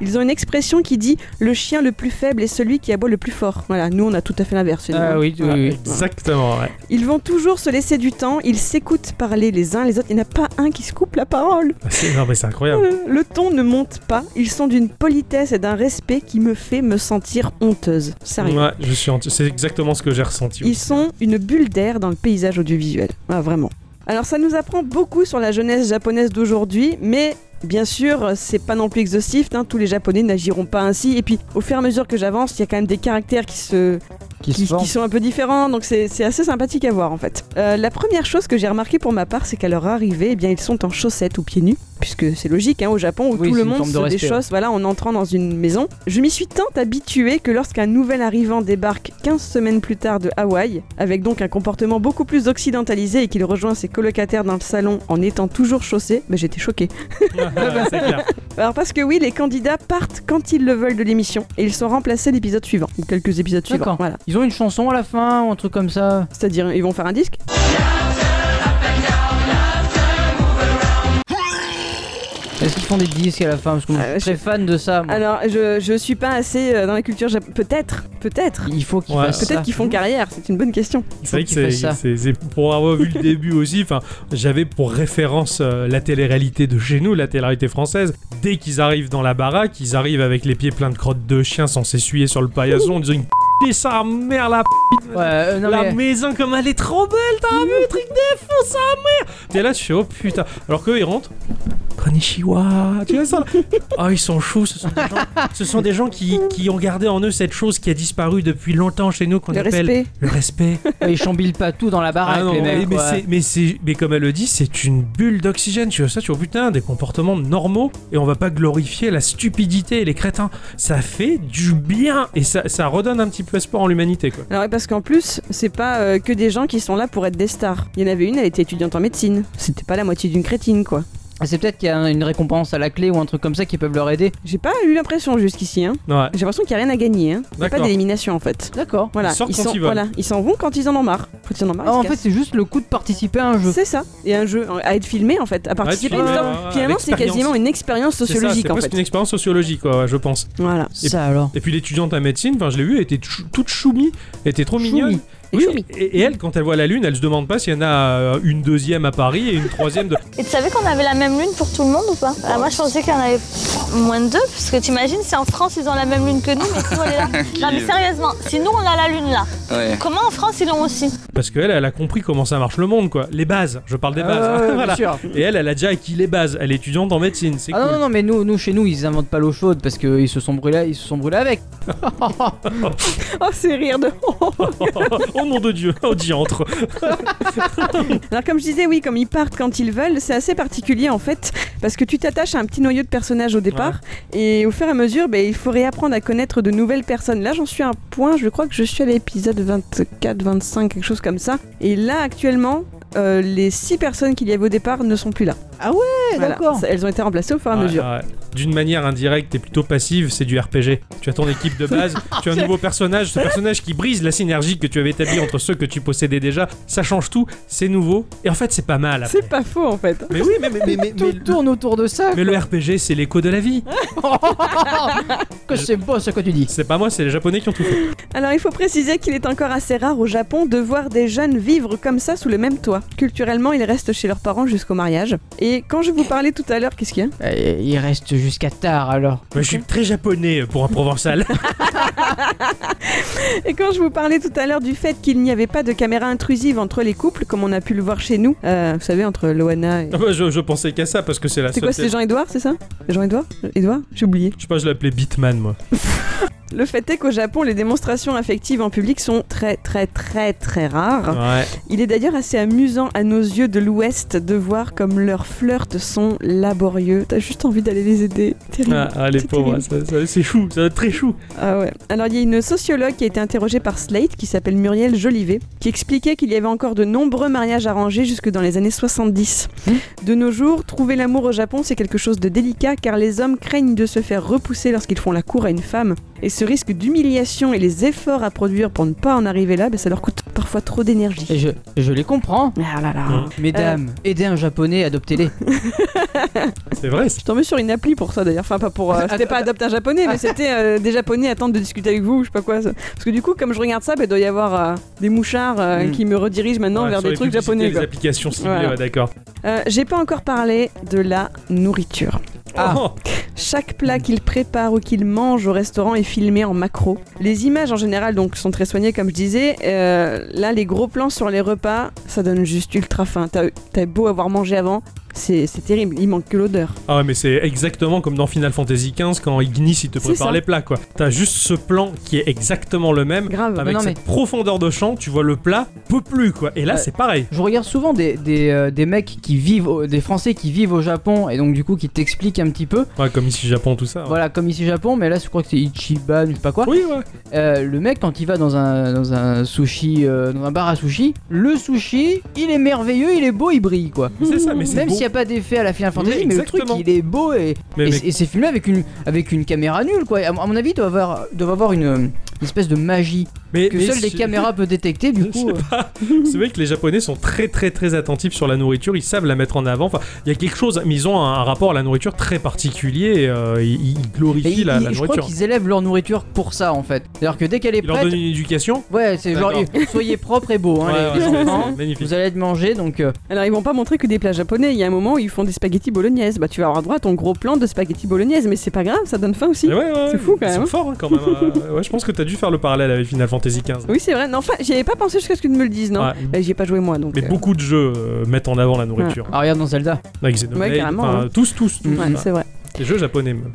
Speaker 2: Ils ont une expression qui dit le chien le plus faible est celui qui aboie le plus fort. Voilà, nous on a tout à fait l'inverse. chez
Speaker 3: Ah
Speaker 2: nous.
Speaker 1: euh,
Speaker 2: Voilà.
Speaker 1: Exactement, ouais.
Speaker 2: Ils vont toujours se laisser du temps, ils s'écoutent parler les uns les autres, il n'y en a pas un qui se coupe la parole.
Speaker 1: Ah, C'est- Non, mais c'est incroyable.
Speaker 2: Le ton ne monte pas, ils sont d'une politesse et d'un respect qui me fait me sentir honteuse. Sérieux.
Speaker 1: Ouais, je suis en- C'est exactement ce que j'ai ressenti.
Speaker 2: Ils sont une bulle d'air dans le paysage audiovisuel. Ah, vraiment. Alors, ça nous apprend beaucoup sur la jeunesse japonaise d'aujourd'hui, mais. Bien sûr, c'est pas non plus exhaustif, hein, tous les japonais n'agiront pas ainsi. Et puis, au fur et à mesure que j'avance, il y a quand même des caractères qui se,
Speaker 3: Qui se
Speaker 2: qui,
Speaker 3: forme.
Speaker 2: qui sont un peu différents, donc c'est c'est assez sympathique à voir en fait. Euh, la première chose que j'ai remarqué pour ma part, c'est qu'à leur arrivée, eh bien ils sont en chaussettes ou pieds nus, puisque c'est logique hein, au Japon où
Speaker 3: Oui,
Speaker 2: tout
Speaker 3: c'est
Speaker 2: le
Speaker 3: une
Speaker 2: monde
Speaker 3: forme de
Speaker 2: se
Speaker 3: respect,
Speaker 2: déchausse, voilà, en entrant dans une maison. Je m'y suis tant habituée que lorsqu'un nouvel arrivant débarque 15 semaines plus tard de Hawaï, avec donc un comportement beaucoup plus occidentalisé et qu'il rejoint ses colocataires dans le salon en étant toujours chaussé, bah, j'étais choquée.
Speaker 1: c'est clair.
Speaker 2: Alors parce que oui, les candidats partent quand ils le veulent de l'émission et ils sont remplacés l'épisode suivant ou quelques épisodes suivants.
Speaker 3: D'accord.
Speaker 2: Voilà,
Speaker 3: Ils ont une chanson à la fin ou un truc comme ça.
Speaker 2: c'est-à-dire ils vont faire un disque.
Speaker 3: Est-ce qu'ils font des disques à la fin Parce que moi,
Speaker 2: Ah,
Speaker 3: je suis très fan de ça. moi.
Speaker 2: Alors, je, je suis pas assez euh, dans la culture japonaise. Peut-être, peut-être.
Speaker 3: Il faut qu'ils
Speaker 1: Ouais.
Speaker 3: fassent ça.
Speaker 2: Peut-être qu'ils font carrière, c'est une bonne question.
Speaker 3: Il
Speaker 1: C'est
Speaker 3: faut
Speaker 1: vrai que
Speaker 3: qu'ils
Speaker 1: c'est,
Speaker 3: fassent ça.
Speaker 1: c'est- c'est- pour avoir vu le début aussi, enfin, j'avais pour référence euh, la télé-réalité de chez nous, la télé-réalité française. Dès qu'ils arrivent dans la baraque, ils arrivent avec les pieds pleins de crottes de chien sans s'essuyer sur le paillasson en disant une p***, sa mère la p***,
Speaker 3: Ouais, euh, non,
Speaker 1: la
Speaker 3: mais-
Speaker 1: maison comme elle est trop belle, t'as vu le truc défonce sa mère T'es là, tu fais oh putain. Alors qu'eux ils rentrent. Konnichiwa, tu vois ça là Ah, ils sont chauds, ce sont des gens, ce sont des gens qui, qui ont gardé en eux cette chose qui a disparu depuis longtemps chez nous qu'on
Speaker 2: Le
Speaker 1: appelle
Speaker 2: respect.
Speaker 1: le respect.
Speaker 3: ils chambillent pas tout dans la baraque,
Speaker 1: Ah non,
Speaker 3: les
Speaker 1: mais,
Speaker 3: mecs.
Speaker 1: mais
Speaker 3: quoi.
Speaker 1: c'est- mais c'est- mais comme elle le dit, c'est une bulle d'oxygène. Tu vois ça, tu vois, putain, des comportements normaux. Et on va pas glorifier la stupidité et les crétins. Ça fait du bien. Et ça, ça redonne un petit peu espoir en l'humanité, quoi.
Speaker 2: Alors, ouais, parce qu'en plus, c'est pas euh, que des gens qui sont là pour être des stars. Il y en avait une, elle était étudiante en médecine. C'était pas la moitié d'une crétine, quoi.
Speaker 3: C'est peut-être qu'il y a une récompense à la clé ou un truc comme ça qui peuvent leur aider.
Speaker 2: J'ai pas eu l'impression jusqu'ici, hein.
Speaker 1: Ouais.
Speaker 2: J'ai l'impression qu'il n'y a rien à gagner, hein. Il y a pas
Speaker 1: D'accord.
Speaker 2: d'élimination, en fait.
Speaker 3: D'accord.
Speaker 2: Voilà,
Speaker 1: Ils sortent quand
Speaker 2: s'en-
Speaker 1: ils veulent. Oh,
Speaker 2: voilà, ils s'en vont quand ils en ont marre. Quand ils en ont marre, ils
Speaker 3: en
Speaker 2: se
Speaker 3: fait,
Speaker 2: cassent.
Speaker 3: c'est juste le coup de participer à un jeu.
Speaker 2: C'est ça. Et un jeu à être filmé, en fait, à participer.
Speaker 1: filmé,
Speaker 2: une sorte-
Speaker 1: ouais, ouais, ouais,
Speaker 2: Finalement, c'est
Speaker 1: l'expérience.
Speaker 2: quasiment une expérience
Speaker 1: C'est ça,
Speaker 2: sociologique,
Speaker 1: c'est
Speaker 2: en
Speaker 1: presque
Speaker 2: fait.
Speaker 1: une expérience sociologique, quoi, ouais, je pense.
Speaker 2: Voilà.
Speaker 3: Ça alors.
Speaker 1: Et puis l'étudiante en médecine, enfin, je l'ai vue, elle était chou- toute choumi, elle était trop
Speaker 3: Choumi.
Speaker 1: mignonne.
Speaker 2: Et
Speaker 1: Oui,
Speaker 2: choumi.
Speaker 1: et, et elle, quand elle voit la lune, elle se demande pas s'il y en a euh, une deuxième à Paris et une troisième de.
Speaker 8: Et tu savais qu'on avait la même lune pour tout le monde ou pas Ah, Moi je pensais qu'il y en avait moins de deux, parce que t'imagines si en France ils ont la même lune que nous, mais nous elle est là. Non mais sérieusement, si nous on a la lune là,
Speaker 6: Ouais.
Speaker 8: comment en France ils l'ont aussi
Speaker 1: Parce qu'elle, elle a compris comment ça marche le monde, quoi. Les bases, je parle des bases. hein,
Speaker 3: Ah ouais, ouais, bien
Speaker 1: bah, Voilà.
Speaker 3: sûr.
Speaker 1: Et elle, elle a déjà acquis les bases. Elle est étudiante en médecine, c'est
Speaker 3: Ah non,
Speaker 1: cool.
Speaker 3: non, non, mais nous, nous, chez nous, ils inventent pas l'eau chaude parce qu'ils se sont brûlés, ils se sont brûlés avec.
Speaker 2: Oh, c'est rire de.
Speaker 1: oh nom de Dieu, oh diantre.
Speaker 2: Alors comme je disais, oui, comme ils partent quand ils veulent, c'est assez particulier en fait, parce que tu t'attaches à un petit noyau de personnages au départ, et au fur et à mesure, ben, il faut réapprendre à connaître de nouvelles personnes. Là, j'en suis à un point, je crois que je suis à l'épisode 24, 25, quelque chose comme ça, et là actuellement, euh, les six personnes qu'il y avait au départ ne sont plus là.
Speaker 3: Ah ouais,
Speaker 2: Voilà.
Speaker 3: d'accord.
Speaker 2: Ça- Elles ont été remplacées au fur et à
Speaker 1: Ouais,
Speaker 2: mesure.
Speaker 1: ouais. D'une manière indirecte et plutôt passive, c'est du RPG. Tu as ton équipe de base, tu as un nouveau personnage, ce personnage qui brise la synergie que tu avais établie entre ceux que tu possédais déjà. Ça change tout, c'est nouveau, et en fait, c'est pas mal. après.
Speaker 2: C'est pas faux en fait. hein.
Speaker 1: Mais oui, mais, mais, mais, mais-
Speaker 3: Tout
Speaker 1: mais-
Speaker 3: tourne autour de ça.
Speaker 1: mais le RPG, c'est l'écho de la vie.
Speaker 3: Que c'est beau ce que tu dis.
Speaker 1: C'est pas moi, c'est les Japonais qui ont tout fait.
Speaker 2: Alors il faut préciser qu'il est encore assez rare au Japon de voir des jeunes vivre comme ça sous le même toit. Culturellement, ils restent chez leurs parents jusqu'au mariage. Et quand je vous parlais tout à l'heure, qu'est-ce qu'il y a
Speaker 3: Euh, Il reste jusqu'à tard alors.
Speaker 1: Mais je suis très japonais pour un provençal.
Speaker 2: Et quand je vous parlais tout à l'heure du fait qu'il n'y avait pas de caméra intrusive entre les couples, comme on a pu le voir chez nous, euh, vous savez, entre Loana et.
Speaker 1: Ah bah, je, je pensais qu'à ça parce que c'est la
Speaker 2: C'est
Speaker 1: seule.
Speaker 2: quoi, c'est Jean-Edouard, c'est ça Jean-Edouard Edouard J'ai oublié.
Speaker 1: Je sais pas, je l'appelais Bitman, moi.
Speaker 2: Le fait est qu'au Japon, les démonstrations affectives en public sont très très très très rares.
Speaker 1: Ouais.
Speaker 2: Il est d'ailleurs assez amusant à nos yeux de l'Ouest de voir comme leurs flirts sont laborieux. T'as juste envie d'aller les aider. Terrible.
Speaker 1: Ah, ah, les
Speaker 2: C'est
Speaker 1: pauvres,
Speaker 2: terrible.
Speaker 1: ça- ça- c'est chou, ça doit être très chou.
Speaker 2: Ah ouais. Alors il y a une sociologue qui a été interrogée par Slate qui s'appelle Muriel Jolivet qui expliquait qu'il y avait encore de nombreux mariages arrangés jusque dans les années 70. De nos jours, trouver l'amour au Japon c'est quelque chose de délicat car les hommes craignent de se faire repousser lorsqu'ils font la cour à une femme et ce risque d'humiliation et les efforts à produire pour ne pas en arriver là, ben, ça leur coûte parfois trop d'énergie.
Speaker 3: Et je, je les comprends.
Speaker 2: Ah là là.
Speaker 1: Mmh.
Speaker 3: Mesdames, aidez un japonais, adoptez-les.
Speaker 1: C'est vrai, c'est-
Speaker 2: Je tombais sur une appli pour ça d'ailleurs. Enfin, pas pour. euh, c'était pas adopte un japonais, mais c'était euh, des japonais attendent de discuter avec vous, ou je sais pas quoi. ça. Parce que du coup, comme je regarde ça, bah, il doit y avoir euh, des mouchards euh,
Speaker 3: Mm.
Speaker 2: qui me redirigent maintenant
Speaker 1: ouais,
Speaker 2: vers
Speaker 1: sur
Speaker 2: des
Speaker 1: les
Speaker 2: trucs
Speaker 1: publicités,
Speaker 2: japonais.
Speaker 1: Les
Speaker 2: quoi.
Speaker 1: applications ciblées,
Speaker 2: Voilà.
Speaker 1: ouais, d'accord.
Speaker 2: Euh, J'ai pas encore parlé de la nourriture.
Speaker 3: Ah.
Speaker 1: Oh,
Speaker 2: Chaque
Speaker 1: Mm.
Speaker 2: plat qu'il prépare ou qu'il mange au restaurant est filmé en macro. Les images en général donc sont très soignées, comme je disais. Euh, là, les gros plans sur les repas, ça donne juste ultra faim. T'as t'as beau avoir mangé avant, c'est c'est terrible. Il manque que l'odeur.
Speaker 1: Ah ouais, mais c'est exactement comme dans Final Fantasy XV quand Ignis il te
Speaker 2: C'est
Speaker 1: prépare
Speaker 2: ça.
Speaker 1: les plats quoi. T'as juste ce plan qui est exactement le même.
Speaker 2: Grave.
Speaker 1: Avec
Speaker 3: non,
Speaker 1: cette profondeur de champ, tu vois le plat, peu plus quoi. Et là
Speaker 3: Ouais.
Speaker 1: c'est pareil.
Speaker 3: Je regarde souvent des, des, euh, des mecs qui vivent, au- des Français qui vivent au Japon et donc du coup qui t'expliquent un petit peu.
Speaker 1: Ouais, comme ici Japon tout ça. Ah ouais.
Speaker 3: Voilà, comme ici Japon, mais là je crois que c'est Ichiban, je sais pas quoi.
Speaker 1: Oui ouais.
Speaker 3: Euh, le mec quand il va dans un, dans un sushi, euh, dans un bar à sushi, le sushi, il est merveilleux, il est beau, il brille quoi.
Speaker 1: C'est ça, mais c'est
Speaker 3: Même
Speaker 1: beau.
Speaker 3: s'il n'y a pas d'effet à la Final Fantasy,
Speaker 1: Oui,
Speaker 3: mais le truc
Speaker 1: exactement.
Speaker 3: il est beau et,
Speaker 1: Mais,
Speaker 3: et
Speaker 1: mais-
Speaker 3: c'est- et c'est filmé avec une, avec une caméra nulle quoi. À mon à mon avis, il doit avoir, doit avoir une, une espèce de magie
Speaker 1: mais-
Speaker 3: que
Speaker 1: mais
Speaker 3: seules les
Speaker 1: je-
Speaker 3: caméras peuvent détecter
Speaker 1: Je
Speaker 3: du coup.
Speaker 1: sais
Speaker 3: euh,
Speaker 1: pas. C'est vrai que les Japonais sont très très très attentifs sur la nourriture. Ils savent la mettre en avant. Enfin, il y a quelque chose. Mais ils ont un, un rapport à la nourriture très particulier. et, euh, ils, ils
Speaker 3: et
Speaker 1: glorifient
Speaker 3: ils-
Speaker 1: la,
Speaker 3: ils-
Speaker 1: la
Speaker 3: je crois
Speaker 1: nourriture.
Speaker 3: qu'ils élèvent leur nourriture pour ça en fait. C'est-à-dire que dès qu'elle est
Speaker 1: Ils leur
Speaker 3: prête,
Speaker 1: donnent une éducation.
Speaker 3: ouais, c'est genre
Speaker 1: D'accord.
Speaker 3: euh, soyez propre et beau hein,
Speaker 1: Ouais,
Speaker 3: les, les
Speaker 1: ouais,
Speaker 3: enfants.
Speaker 1: c'est magnifique.
Speaker 3: Vous allez être mangé donc euh,
Speaker 2: Alors ils vont pas montrer que des plats japonais, il y a un moment où ils font des spaghettis bolognaises. Bah tu vas avoir droit à ton gros plan de spaghettis bolognaises, mais c'est pas grave, ça donne faim aussi.
Speaker 1: Mais ouais, ouais,
Speaker 2: C'est fou, quand
Speaker 1: Ils
Speaker 2: même,
Speaker 1: sont
Speaker 2: hein.
Speaker 1: forts hein, quand même. euh, ouais, je pense que t'as dû faire le parallèle avec Final Fantasy XV.
Speaker 2: Oui c'est vrai, non, enfin j'y avais pas pensé jusqu'à ce que tu me le dises, non
Speaker 1: Ouais.
Speaker 2: Bah, J'y ai pas joué moi donc.
Speaker 1: Mais
Speaker 2: euh,
Speaker 1: beaucoup de jeux euh, mettent en avant la nourriture.
Speaker 3: ah, regarde dans Zelda.
Speaker 1: Avec Xenoblade,
Speaker 2: Ouais, carrément,
Speaker 1: enfin,
Speaker 2: hein.
Speaker 1: Tous, tous, tous.
Speaker 3: Mm.
Speaker 2: ouais,
Speaker 1: Enfin,
Speaker 2: c'est vrai.
Speaker 1: les jeux japonais même.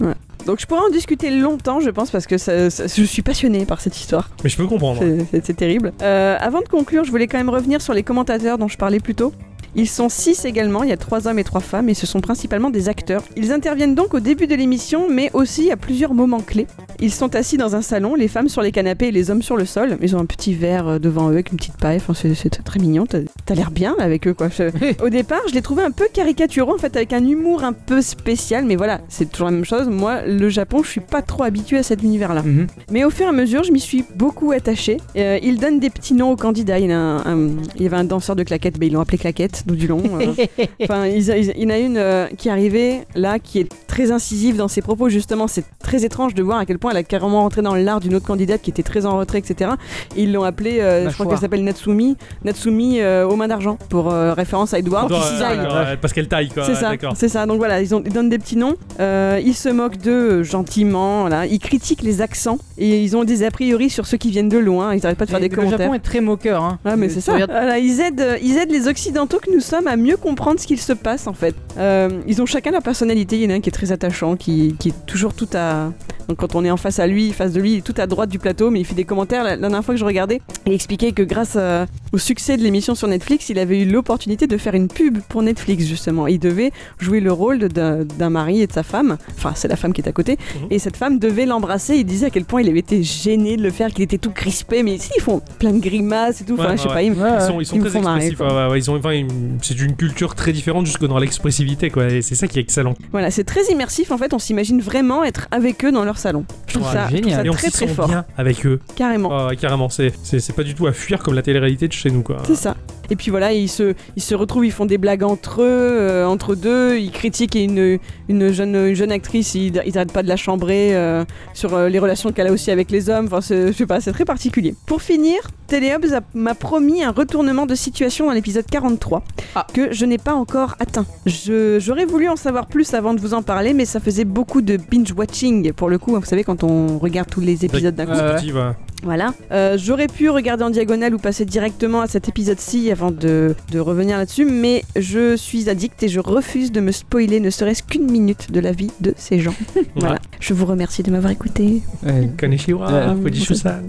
Speaker 2: Donc je pourrais en discuter longtemps, je pense, parce que ça- ça- je suis passionnée par cette histoire.
Speaker 1: Mais je peux comprendre.
Speaker 2: C'est- C'est c'est terrible. Euh, avant de conclure, je voulais quand même revenir sur les commentateurs dont je parlais plus tôt. Ils sont six également, il y a trois hommes et trois femmes, et ce sont principalement des acteurs. Ils interviennent donc au début de l'émission, mais aussi à plusieurs moments clés. Ils sont assis dans un salon, les femmes sur les canapés et les hommes sur le sol. Ils ont un petit verre euh, devant eux avec une petite paille, enfin, c'est- c'est très mignon, t'as t'as l'air bien avec eux quoi. Je- au départ, je l'ai trouvé un peu caricaturaux en fait, avec un humour un peu spécial, mais voilà, c'est toujours la même chose. Moi, le Japon, je suis pas trop habituée à cet univers là.
Speaker 3: Mhm.
Speaker 2: Mais au fur et à mesure, je m'y suis beaucoup attachée. Euh, il donne des petits noms aux candidats. Il y, en a un- un- il y avait un danseur de claquettes, mais ils l'ont appelé claquette, d'où du long. euh. Enfin, ils- ils- il y en a une euh, qui est arrivée là, qui est très incisive dans ses propos, justement. C'est très étrange de voir à quel point elle a carrément rentré dans l'art d'une autre candidate qui était très en retrait, etc. Et ils l'ont appelée, euh, je crois
Speaker 3: Mâchoire.
Speaker 2: qu'elle s'appelle Natsumi, Natsumi euh, aux mains d'argent, pour euh, référence à Edward.
Speaker 1: Dans-
Speaker 2: qui cisaille.
Speaker 1: euh, ouais, parce qu'elle taille quoi.
Speaker 2: C'est
Speaker 1: ouais,
Speaker 2: ça,
Speaker 1: D'accord.
Speaker 2: c'est ça. Donc voilà, ils, ont, ils donnent des petits noms. Euh, ils se moquent d'eux euh, gentiment. Là. Ils critiquent les accents et ils ont des a priori sur ceux qui viennent de loin. Ils n'arrêtent pas de faire
Speaker 3: Mais
Speaker 2: des
Speaker 3: le
Speaker 2: commentaires.
Speaker 3: Japon est très moqueur. Hein.
Speaker 2: Ah mais
Speaker 3: Tu-
Speaker 2: c'est
Speaker 3: tu
Speaker 2: ça.
Speaker 3: regardes-
Speaker 2: Voilà, ils aident, euh, ils aident les occidentaux que nous sommes à mieux comprendre ce qu'il se passe en fait. Euh, ils ont chacun leur personnalité. Il y en a un qui est très attachant, qui, qui est toujours tout à. Donc quand on est en face à lui, face de lui, il est tout à droite du plateau, mais il fait des commentaires. La, la dernière fois que je regardais, il expliquait que grâce à- au succès de l'émission sur Netflix, il avait eu l'opportunité de faire une pub pour Netflix justement. Il devait jouer le rôle de- d'un d'un mari et de sa femme. Enfin, c'est la femme qui est à côté.
Speaker 1: Mhm.
Speaker 2: Et cette femme devait l'embrasser. Il disait à quel point il avait été gêné de le faire, qu'il était tout crispé. Mais si, ils font plein de grimaces et tout.
Speaker 1: Ouais,
Speaker 2: enfin, je sais
Speaker 1: ouais,
Speaker 2: pas. ils-
Speaker 1: Ils sont, ils sont
Speaker 2: Ils me
Speaker 1: très
Speaker 2: font marrer,
Speaker 1: expressifs.
Speaker 2: quoi.
Speaker 1: ouais, ouais, ouais, ils ont, enfin, une- c'est une culture très différente jusque dans l'expressivité quoi. Et c'est ça qui est excellent.
Speaker 2: Voilà, c'est très immersif. En fait, on s'imagine vraiment être avec eux dans leur salon. Je trouve
Speaker 1: Ouais,
Speaker 2: ça, je trouve
Speaker 3: génial.
Speaker 2: ça
Speaker 1: Et on
Speaker 2: très
Speaker 1: s'y
Speaker 2: très
Speaker 1: sent
Speaker 2: fort,
Speaker 1: bien avec eux.
Speaker 2: carrément.
Speaker 1: Ah ouais, carrément, c'est, c'est, c'est pas du tout à fuir comme la télé-réalité de chez nous quoi.
Speaker 2: C'est ça. Et puis voilà, ils se, ils se retrouvent, ils font des blagues entre eux, euh, entre deux. Ils critiquent une, une, jeune, une jeune actrice, ils ils n'arrêtent pas de la chambrer euh, sur euh, les relations qu'elle a aussi avec les hommes. Enfin, c'est- je sais pas, c'est très particulier. Pour finir, Téléhub a- m'a promis un retournement de situation dans l'épisode 43
Speaker 4: Ah.
Speaker 2: que je n'ai pas encore atteint. Je- J'aurais voulu en savoir plus avant de vous en parler, mais ça faisait beaucoup de binge-watching pour le coup. hein, Vous savez, quand on regarde tous les épisodes d'un coup.
Speaker 1: Consécutive, hein.
Speaker 2: Voilà. Euh, J'aurais pu regarder en diagonale ou passer directement à cet épisode-ci avant de, de revenir là-dessus, mais je suis addict et je refuse de me spoiler ne serait-ce qu'une minute de la vie de ces gens. voilà. Je vous remercie de m'avoir écouté.
Speaker 3: Ouais.
Speaker 1: Konnichiwa, Fujishusan.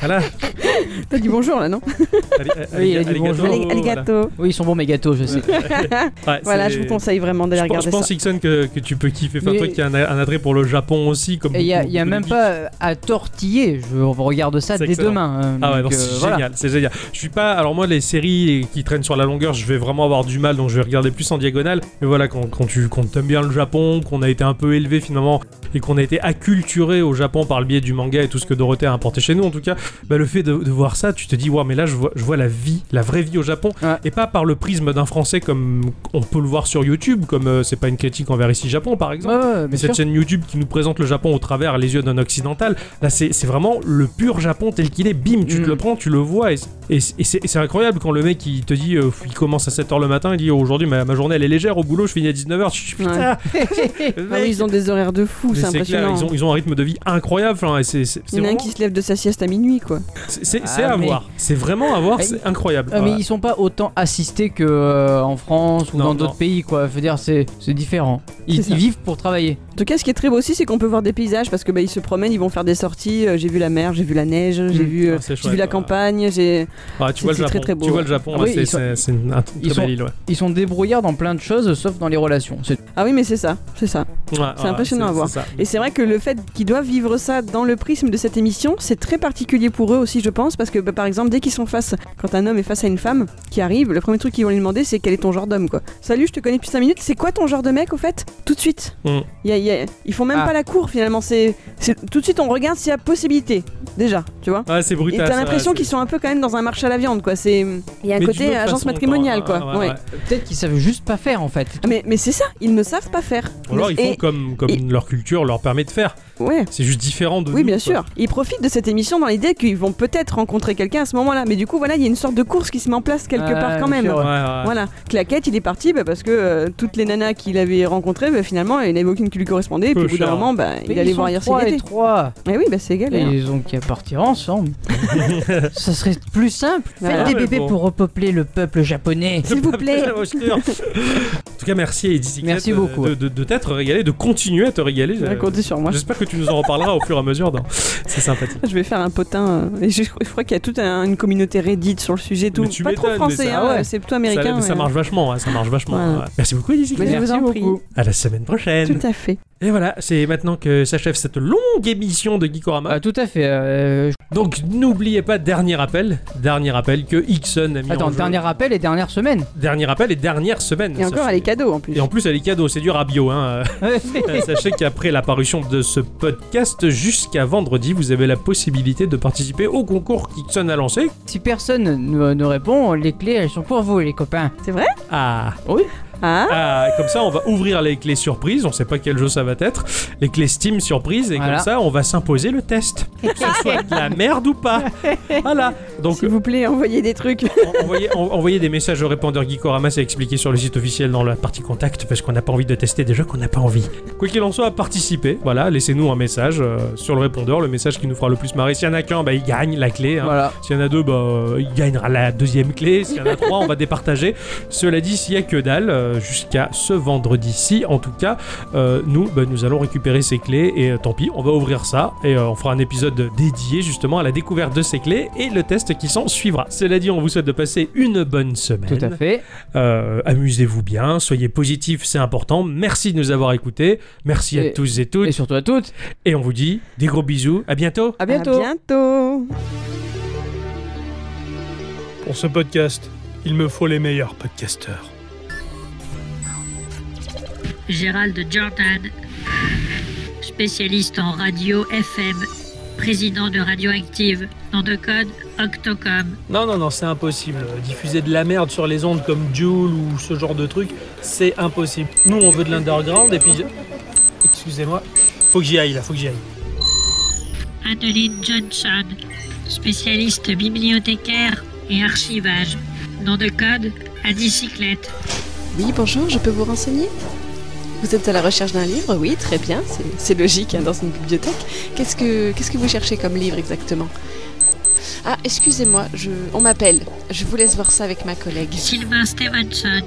Speaker 1: Voilà.
Speaker 2: T'as dit bonjour là, non
Speaker 1: Alli-
Speaker 3: Oui, il a dit
Speaker 1: alligato,
Speaker 3: bonjour.
Speaker 1: Oh, voilà.
Speaker 2: Arigato.
Speaker 3: Oui, ils sont bons mes gâteaux, je sais.
Speaker 1: Ouais,
Speaker 2: Voilà,
Speaker 1: c'est-
Speaker 2: je vous conseille vraiment d'aller
Speaker 1: Je pense, je
Speaker 2: regarder
Speaker 1: pense,
Speaker 2: ça.
Speaker 1: Ixon, que, que tu peux kiffer. Enfin,
Speaker 3: Mais-
Speaker 1: toi qui as un, un attrait pour le Japon aussi, comme.
Speaker 3: Et il n'y a,
Speaker 1: beaucoup-
Speaker 3: y a
Speaker 1: beaucoup de
Speaker 3: même
Speaker 1: geeks.
Speaker 3: pas euh, à tortiller. Je regarde ça
Speaker 1: C'est
Speaker 3: dès
Speaker 1: excellent.
Speaker 3: demain. euh,
Speaker 1: Ah ouais, non,
Speaker 3: donc, euh,
Speaker 1: c'est
Speaker 3: voilà.
Speaker 1: génial, c'est génial. Je suis pas. Alors, moi, les séries qui traînent sur la longueur, je vais vraiment avoir du mal, donc je vais regarder plus en diagonale. Mais voilà, quand, quand tu quand t'aimes bien le Japon, qu'on a été un peu élevé finalement, et qu'on a été acculturé au Japon par le biais du manga et tout ce que Dorothée a importé chez nous, en tout cas, bah, le fait de, de voir ça, tu te dis, waouh, mais là, je vois, je vois la vie, la vraie vie au Japon,
Speaker 3: Ouais.
Speaker 1: et pas par le prisme d'un Français comme on peut le voir sur YouTube, comme euh, c'est pas une critique envers ici Japon, par exemple.
Speaker 3: Ouais, ouais, bien
Speaker 1: Mais cette
Speaker 3: sûr.
Speaker 1: chaîne YouTube qui nous présente le Japon au travers les yeux d'un occidental, là c'est c'est vraiment le pur Japon tel qu'il est. Bim, tu
Speaker 3: Mm.
Speaker 1: te le prends, tu le vois. Et, c- et c- et c'est et c'est incroyable quand le mec il te dit, euh, il commence à 7h le matin, il dit Oh, aujourd'hui ma, ma journée elle est légère, au boulot je finis à 19h. Je suis putain, le
Speaker 2: Ah oui,
Speaker 1: mec,
Speaker 2: ils ont des horaires de fou,
Speaker 1: mais
Speaker 2: c'est
Speaker 1: c'est clair,
Speaker 2: impressionnant.
Speaker 1: ils ont, ils ont un rythme de vie incroyable. hein, et c'est- c'est-
Speaker 2: Il
Speaker 1: c'est
Speaker 2: y en a un
Speaker 1: vraiment-
Speaker 2: qui se lève de sa sieste à minuit, quoi.
Speaker 1: c'est- c'est- c'est
Speaker 3: Ah,
Speaker 1: à
Speaker 3: mais-
Speaker 1: voir. C'est vraiment à voir,
Speaker 3: Ah,
Speaker 1: c'est incroyable.
Speaker 3: Ah, mais
Speaker 1: Ouais.
Speaker 3: ils sont pas autant assistés que euh, en France ou
Speaker 1: Non,
Speaker 3: dans
Speaker 1: non.
Speaker 3: d'autres pays quoi. Je veux dire c'est c'est différent. Ils,
Speaker 2: C'est ça.
Speaker 3: ils vivent pour travailler.
Speaker 2: En tout cas, ce qui est très beau aussi, c'est qu'on peut voir des paysages parce que bah, ils se promènent, ils vont faire des sorties. Euh, J'ai vu la mer, j'ai vu la neige, j'ai
Speaker 3: Mm.
Speaker 2: vu, euh,
Speaker 1: Ah, c'est
Speaker 2: j'ai vu
Speaker 1: chouette,
Speaker 2: la
Speaker 1: ouais.
Speaker 2: campagne. J'ai
Speaker 1: Ah, tu vois le
Speaker 2: c'est très,
Speaker 1: Japon,
Speaker 2: très beau,
Speaker 1: tu vois
Speaker 2: ouais.
Speaker 1: le Japon,
Speaker 3: Ah
Speaker 1: ouais,
Speaker 3: oui,
Speaker 1: c'est
Speaker 3: ils sont-
Speaker 1: c'est- c'est une- un très
Speaker 3: ils sont-
Speaker 1: belle île, ouais.
Speaker 3: Ils sont débrouillards dans plein de choses sauf dans les relations. C'est
Speaker 2: ah oui, mais c'est ça, c'est ça.
Speaker 1: Ouais, ouais,
Speaker 2: impressionnant à voir.
Speaker 1: ça.
Speaker 2: Et c'est vrai que le fait qu'ils doivent vivre ça dans le prisme de cette émission, c'est très particulier pour eux aussi, je pense, parce que bah, par exemple, dès qu'ils sont face, quand un homme est face à une femme qui arrive, le premier truc qu'ils vont lui demander, c'est quel est ton genre d'homme, quoi. Salut, je te connais depuis 5 minutes, c'est quoi ton genre de mec, au fait Tout de suite.
Speaker 1: Mm.
Speaker 2: Y a- y a- ils font même
Speaker 3: Ah.
Speaker 2: pas la cour, finalement. C'est c'est- tout de suite, on regarde s'il y a possibilité, déjà, tu vois.
Speaker 1: Ouais, c'est
Speaker 2: Et
Speaker 1: brutal.
Speaker 2: t'as
Speaker 1: ça,
Speaker 2: l'impression
Speaker 1: c'est-
Speaker 2: qu'ils sont un peu quand même dans un marché à la viande, quoi. C'est il y a
Speaker 1: Mais
Speaker 2: un
Speaker 1: d'une
Speaker 2: côté
Speaker 1: autre
Speaker 2: agence
Speaker 1: façon,
Speaker 2: matrimoniale, quoi.
Speaker 1: ouais, ouais,
Speaker 2: Ouais.
Speaker 1: ouais.
Speaker 3: peut-être qu'ils savent juste pas faire en fait.
Speaker 2: Ah, Mais, mais c'est ça, ils ne savent pas faire.
Speaker 1: Ou alors ils font
Speaker 2: Et-
Speaker 1: comme, comme
Speaker 2: et-
Speaker 1: leur culture leur permet de faire.
Speaker 2: ouais.
Speaker 1: C'est juste différent de
Speaker 2: Oui,
Speaker 1: nous,
Speaker 2: bien
Speaker 1: quoi.
Speaker 2: sûr. Ils profitent de cette émission dans l'idée qu'ils vont peut-être rencontrer quelqu'un à ce moment-là. Mais du coup, voilà, il y a une sorte de course qui se met en place quelque
Speaker 3: Ah,
Speaker 2: part quand
Speaker 3: bien
Speaker 2: même.
Speaker 3: sûr,
Speaker 1: Ouais, ouais.
Speaker 2: Voilà, Claquette, il est parti bah, parce que euh, toutes les nanas qu'il avait rencontrées, bah, finalement, il n'y en avait aucune qui lui correspondait. Et
Speaker 1: Peu
Speaker 2: puis au bout d'un
Speaker 1: cher.
Speaker 2: moment, bah,
Speaker 3: Mais
Speaker 2: il allait
Speaker 3: ils
Speaker 2: voir
Speaker 3: sont
Speaker 2: hier s'il
Speaker 3: trois et
Speaker 2: était.
Speaker 3: trois.
Speaker 2: Et oui, bah, c'est
Speaker 3: Et
Speaker 2: galère.
Speaker 3: ils ont qu'à partir ensemble. ça serait plus simple. Faites
Speaker 2: Voilà.
Speaker 3: des
Speaker 1: Ouais,
Speaker 3: bébés
Speaker 1: bon.
Speaker 3: pour repeupler le peuple japonais.
Speaker 2: S'il vous plaît.
Speaker 1: Au secours. en tout cas, merci Edith Cyclette,
Speaker 3: Merci
Speaker 1: euh,
Speaker 3: beaucoup.
Speaker 1: De, de- de t'être régalé, de continuer à te régaler. Euh,
Speaker 2: Racontez sur moi.
Speaker 1: J'espère que tu nous en reparleras au fur et à mesure. dans- C'est sympathique.
Speaker 2: Je vais faire un potin. euh, et je, je crois qu'il y a toute un- une communauté Reddit sur le sujet, tout.
Speaker 1: Mais tu
Speaker 2: Pas trop
Speaker 1: m'étonnes, mais
Speaker 2: français,
Speaker 1: ça-
Speaker 2: hein,
Speaker 1: ouais.
Speaker 2: c'est plutôt
Speaker 1: ça,
Speaker 2: américain.
Speaker 1: ça
Speaker 2: mais-
Speaker 1: marche vachement, hein, ça marche vachement.
Speaker 2: Voilà.
Speaker 1: ouais. Merci beaucoup Edith
Speaker 2: Mais
Speaker 1: Cyclette.
Speaker 2: je vous en prie.
Speaker 1: À la semaine prochaine.
Speaker 2: Tout à fait.
Speaker 1: Et voilà, c'est maintenant que s'achève cette longue émission de Geekorama.
Speaker 3: Ah, tout à fait. euh,
Speaker 1: Donc n'oubliez pas, dernier rappel, dernier rappel que Ixon a mis en
Speaker 3: Attends,
Speaker 1: jeu.
Speaker 3: dernier rappel et dernière semaine.
Speaker 1: Dernier rappel et dernière semaine.
Speaker 2: Et encore,
Speaker 1: Sachez-
Speaker 2: elle est cadeau en plus.
Speaker 1: Et en plus, elle est cadeau, c'est du rabio. Hein. Euh, Sachez qu'après l'apparition de ce podcast, jusqu'à vendredi, vous avez la possibilité de participer au concours Kixon a lancé.
Speaker 3: si personne ne, ne répond, les clés elles sont pour vous les copains.
Speaker 2: C'est vrai
Speaker 1: Ah,
Speaker 2: Ah
Speaker 1: ah, comme ça, on va ouvrir les clés surprises. On sait pas quel jeu ça va être. Les clés Steam surprises. Et
Speaker 3: Voilà.
Speaker 1: comme ça, on va s'imposer le test. Que ce soit de la merde ou pas. Voilà. Donc,
Speaker 2: S'il vous plaît, envoyez des trucs.
Speaker 1: en- envoyez, en- envoyez des messages au répondeur Geekorama, c'est expliqué sur le site officiel dans la partie contact parce qu'on n'a pas envie de tester des jeux qu'on n'a pas envie. Quoi qu'il en soit, participez. Voilà, laissez-nous un message euh, sur le répondeur, le message qui nous fera le plus marrer. S'il y en a qu'un, bah, il gagne la clé. hein.
Speaker 3: Voilà.
Speaker 1: S'il y en a deux, bah, euh, il gagnera la deuxième clé. S'il y en a trois, on va départager. Cela dit, s'il y a que dalle, euh, jusqu'à ce vendredi-ci, en tout cas, euh, nous, bah, nous allons récupérer ces clés et euh, tant pis, on va ouvrir ça et euh, on fera un épisode dédié justement à la découverte de ces clés et le test qui s'en suivra. Cela dit, on vous souhaite de passer une bonne semaine.
Speaker 3: Tout à fait.
Speaker 1: Euh, Amusez-vous bien, soyez positifs, c'est important. Merci de nous avoir écoutés. Merci à
Speaker 3: Et-
Speaker 1: tous et toutes.
Speaker 3: Et surtout à toutes.
Speaker 1: Et on vous dit des gros bisous. À bientôt.
Speaker 3: À bientôt.
Speaker 2: À bientôt.
Speaker 7: Pour ce podcast, il me faut les meilleurs podcasteurs.
Speaker 9: Gérald Jordan, spécialiste en radio FM, président de Radioactive, nom de code Octocom.
Speaker 7: Non, non, non, c'est impossible. Euh, Diffuser de la merde sur les ondes comme Joule ou ce genre de truc, c'est impossible. Nous, on veut de l'underground et puis. Excusez-moi. Faut que j'y aille là, faut que j'y aille.
Speaker 9: Adeline Johnson, spécialiste bibliothécaire et archivage. Nom de code à bicyclette.
Speaker 2: Oui, bonjour, je peux vous renseigner Vous êtes à la recherche d'un livre Oui, très bien, c'est- c'est logique hein, dans une bibliothèque. Qu'est-ce que, qu'est-ce que vous cherchez comme livre exactement Ah, excusez-moi, je, on m'appelle. Je vous laisse voir ça avec ma collègue.
Speaker 9: Sylvain Stevenson,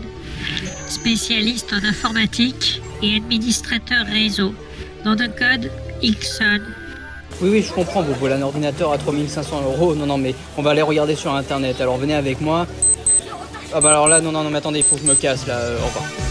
Speaker 9: spécialiste en informatique et administrateur réseau. Nom de code Ixon.
Speaker 10: Oui, oui, je comprends, vous voulez un ordinateur à 3500 euros. Non, non, mais on va aller regarder sur internet. Alors venez avec moi. Ah, bah alors là, non, non, non, mais attendez, il faut que je me casse là. Euh, au revoir.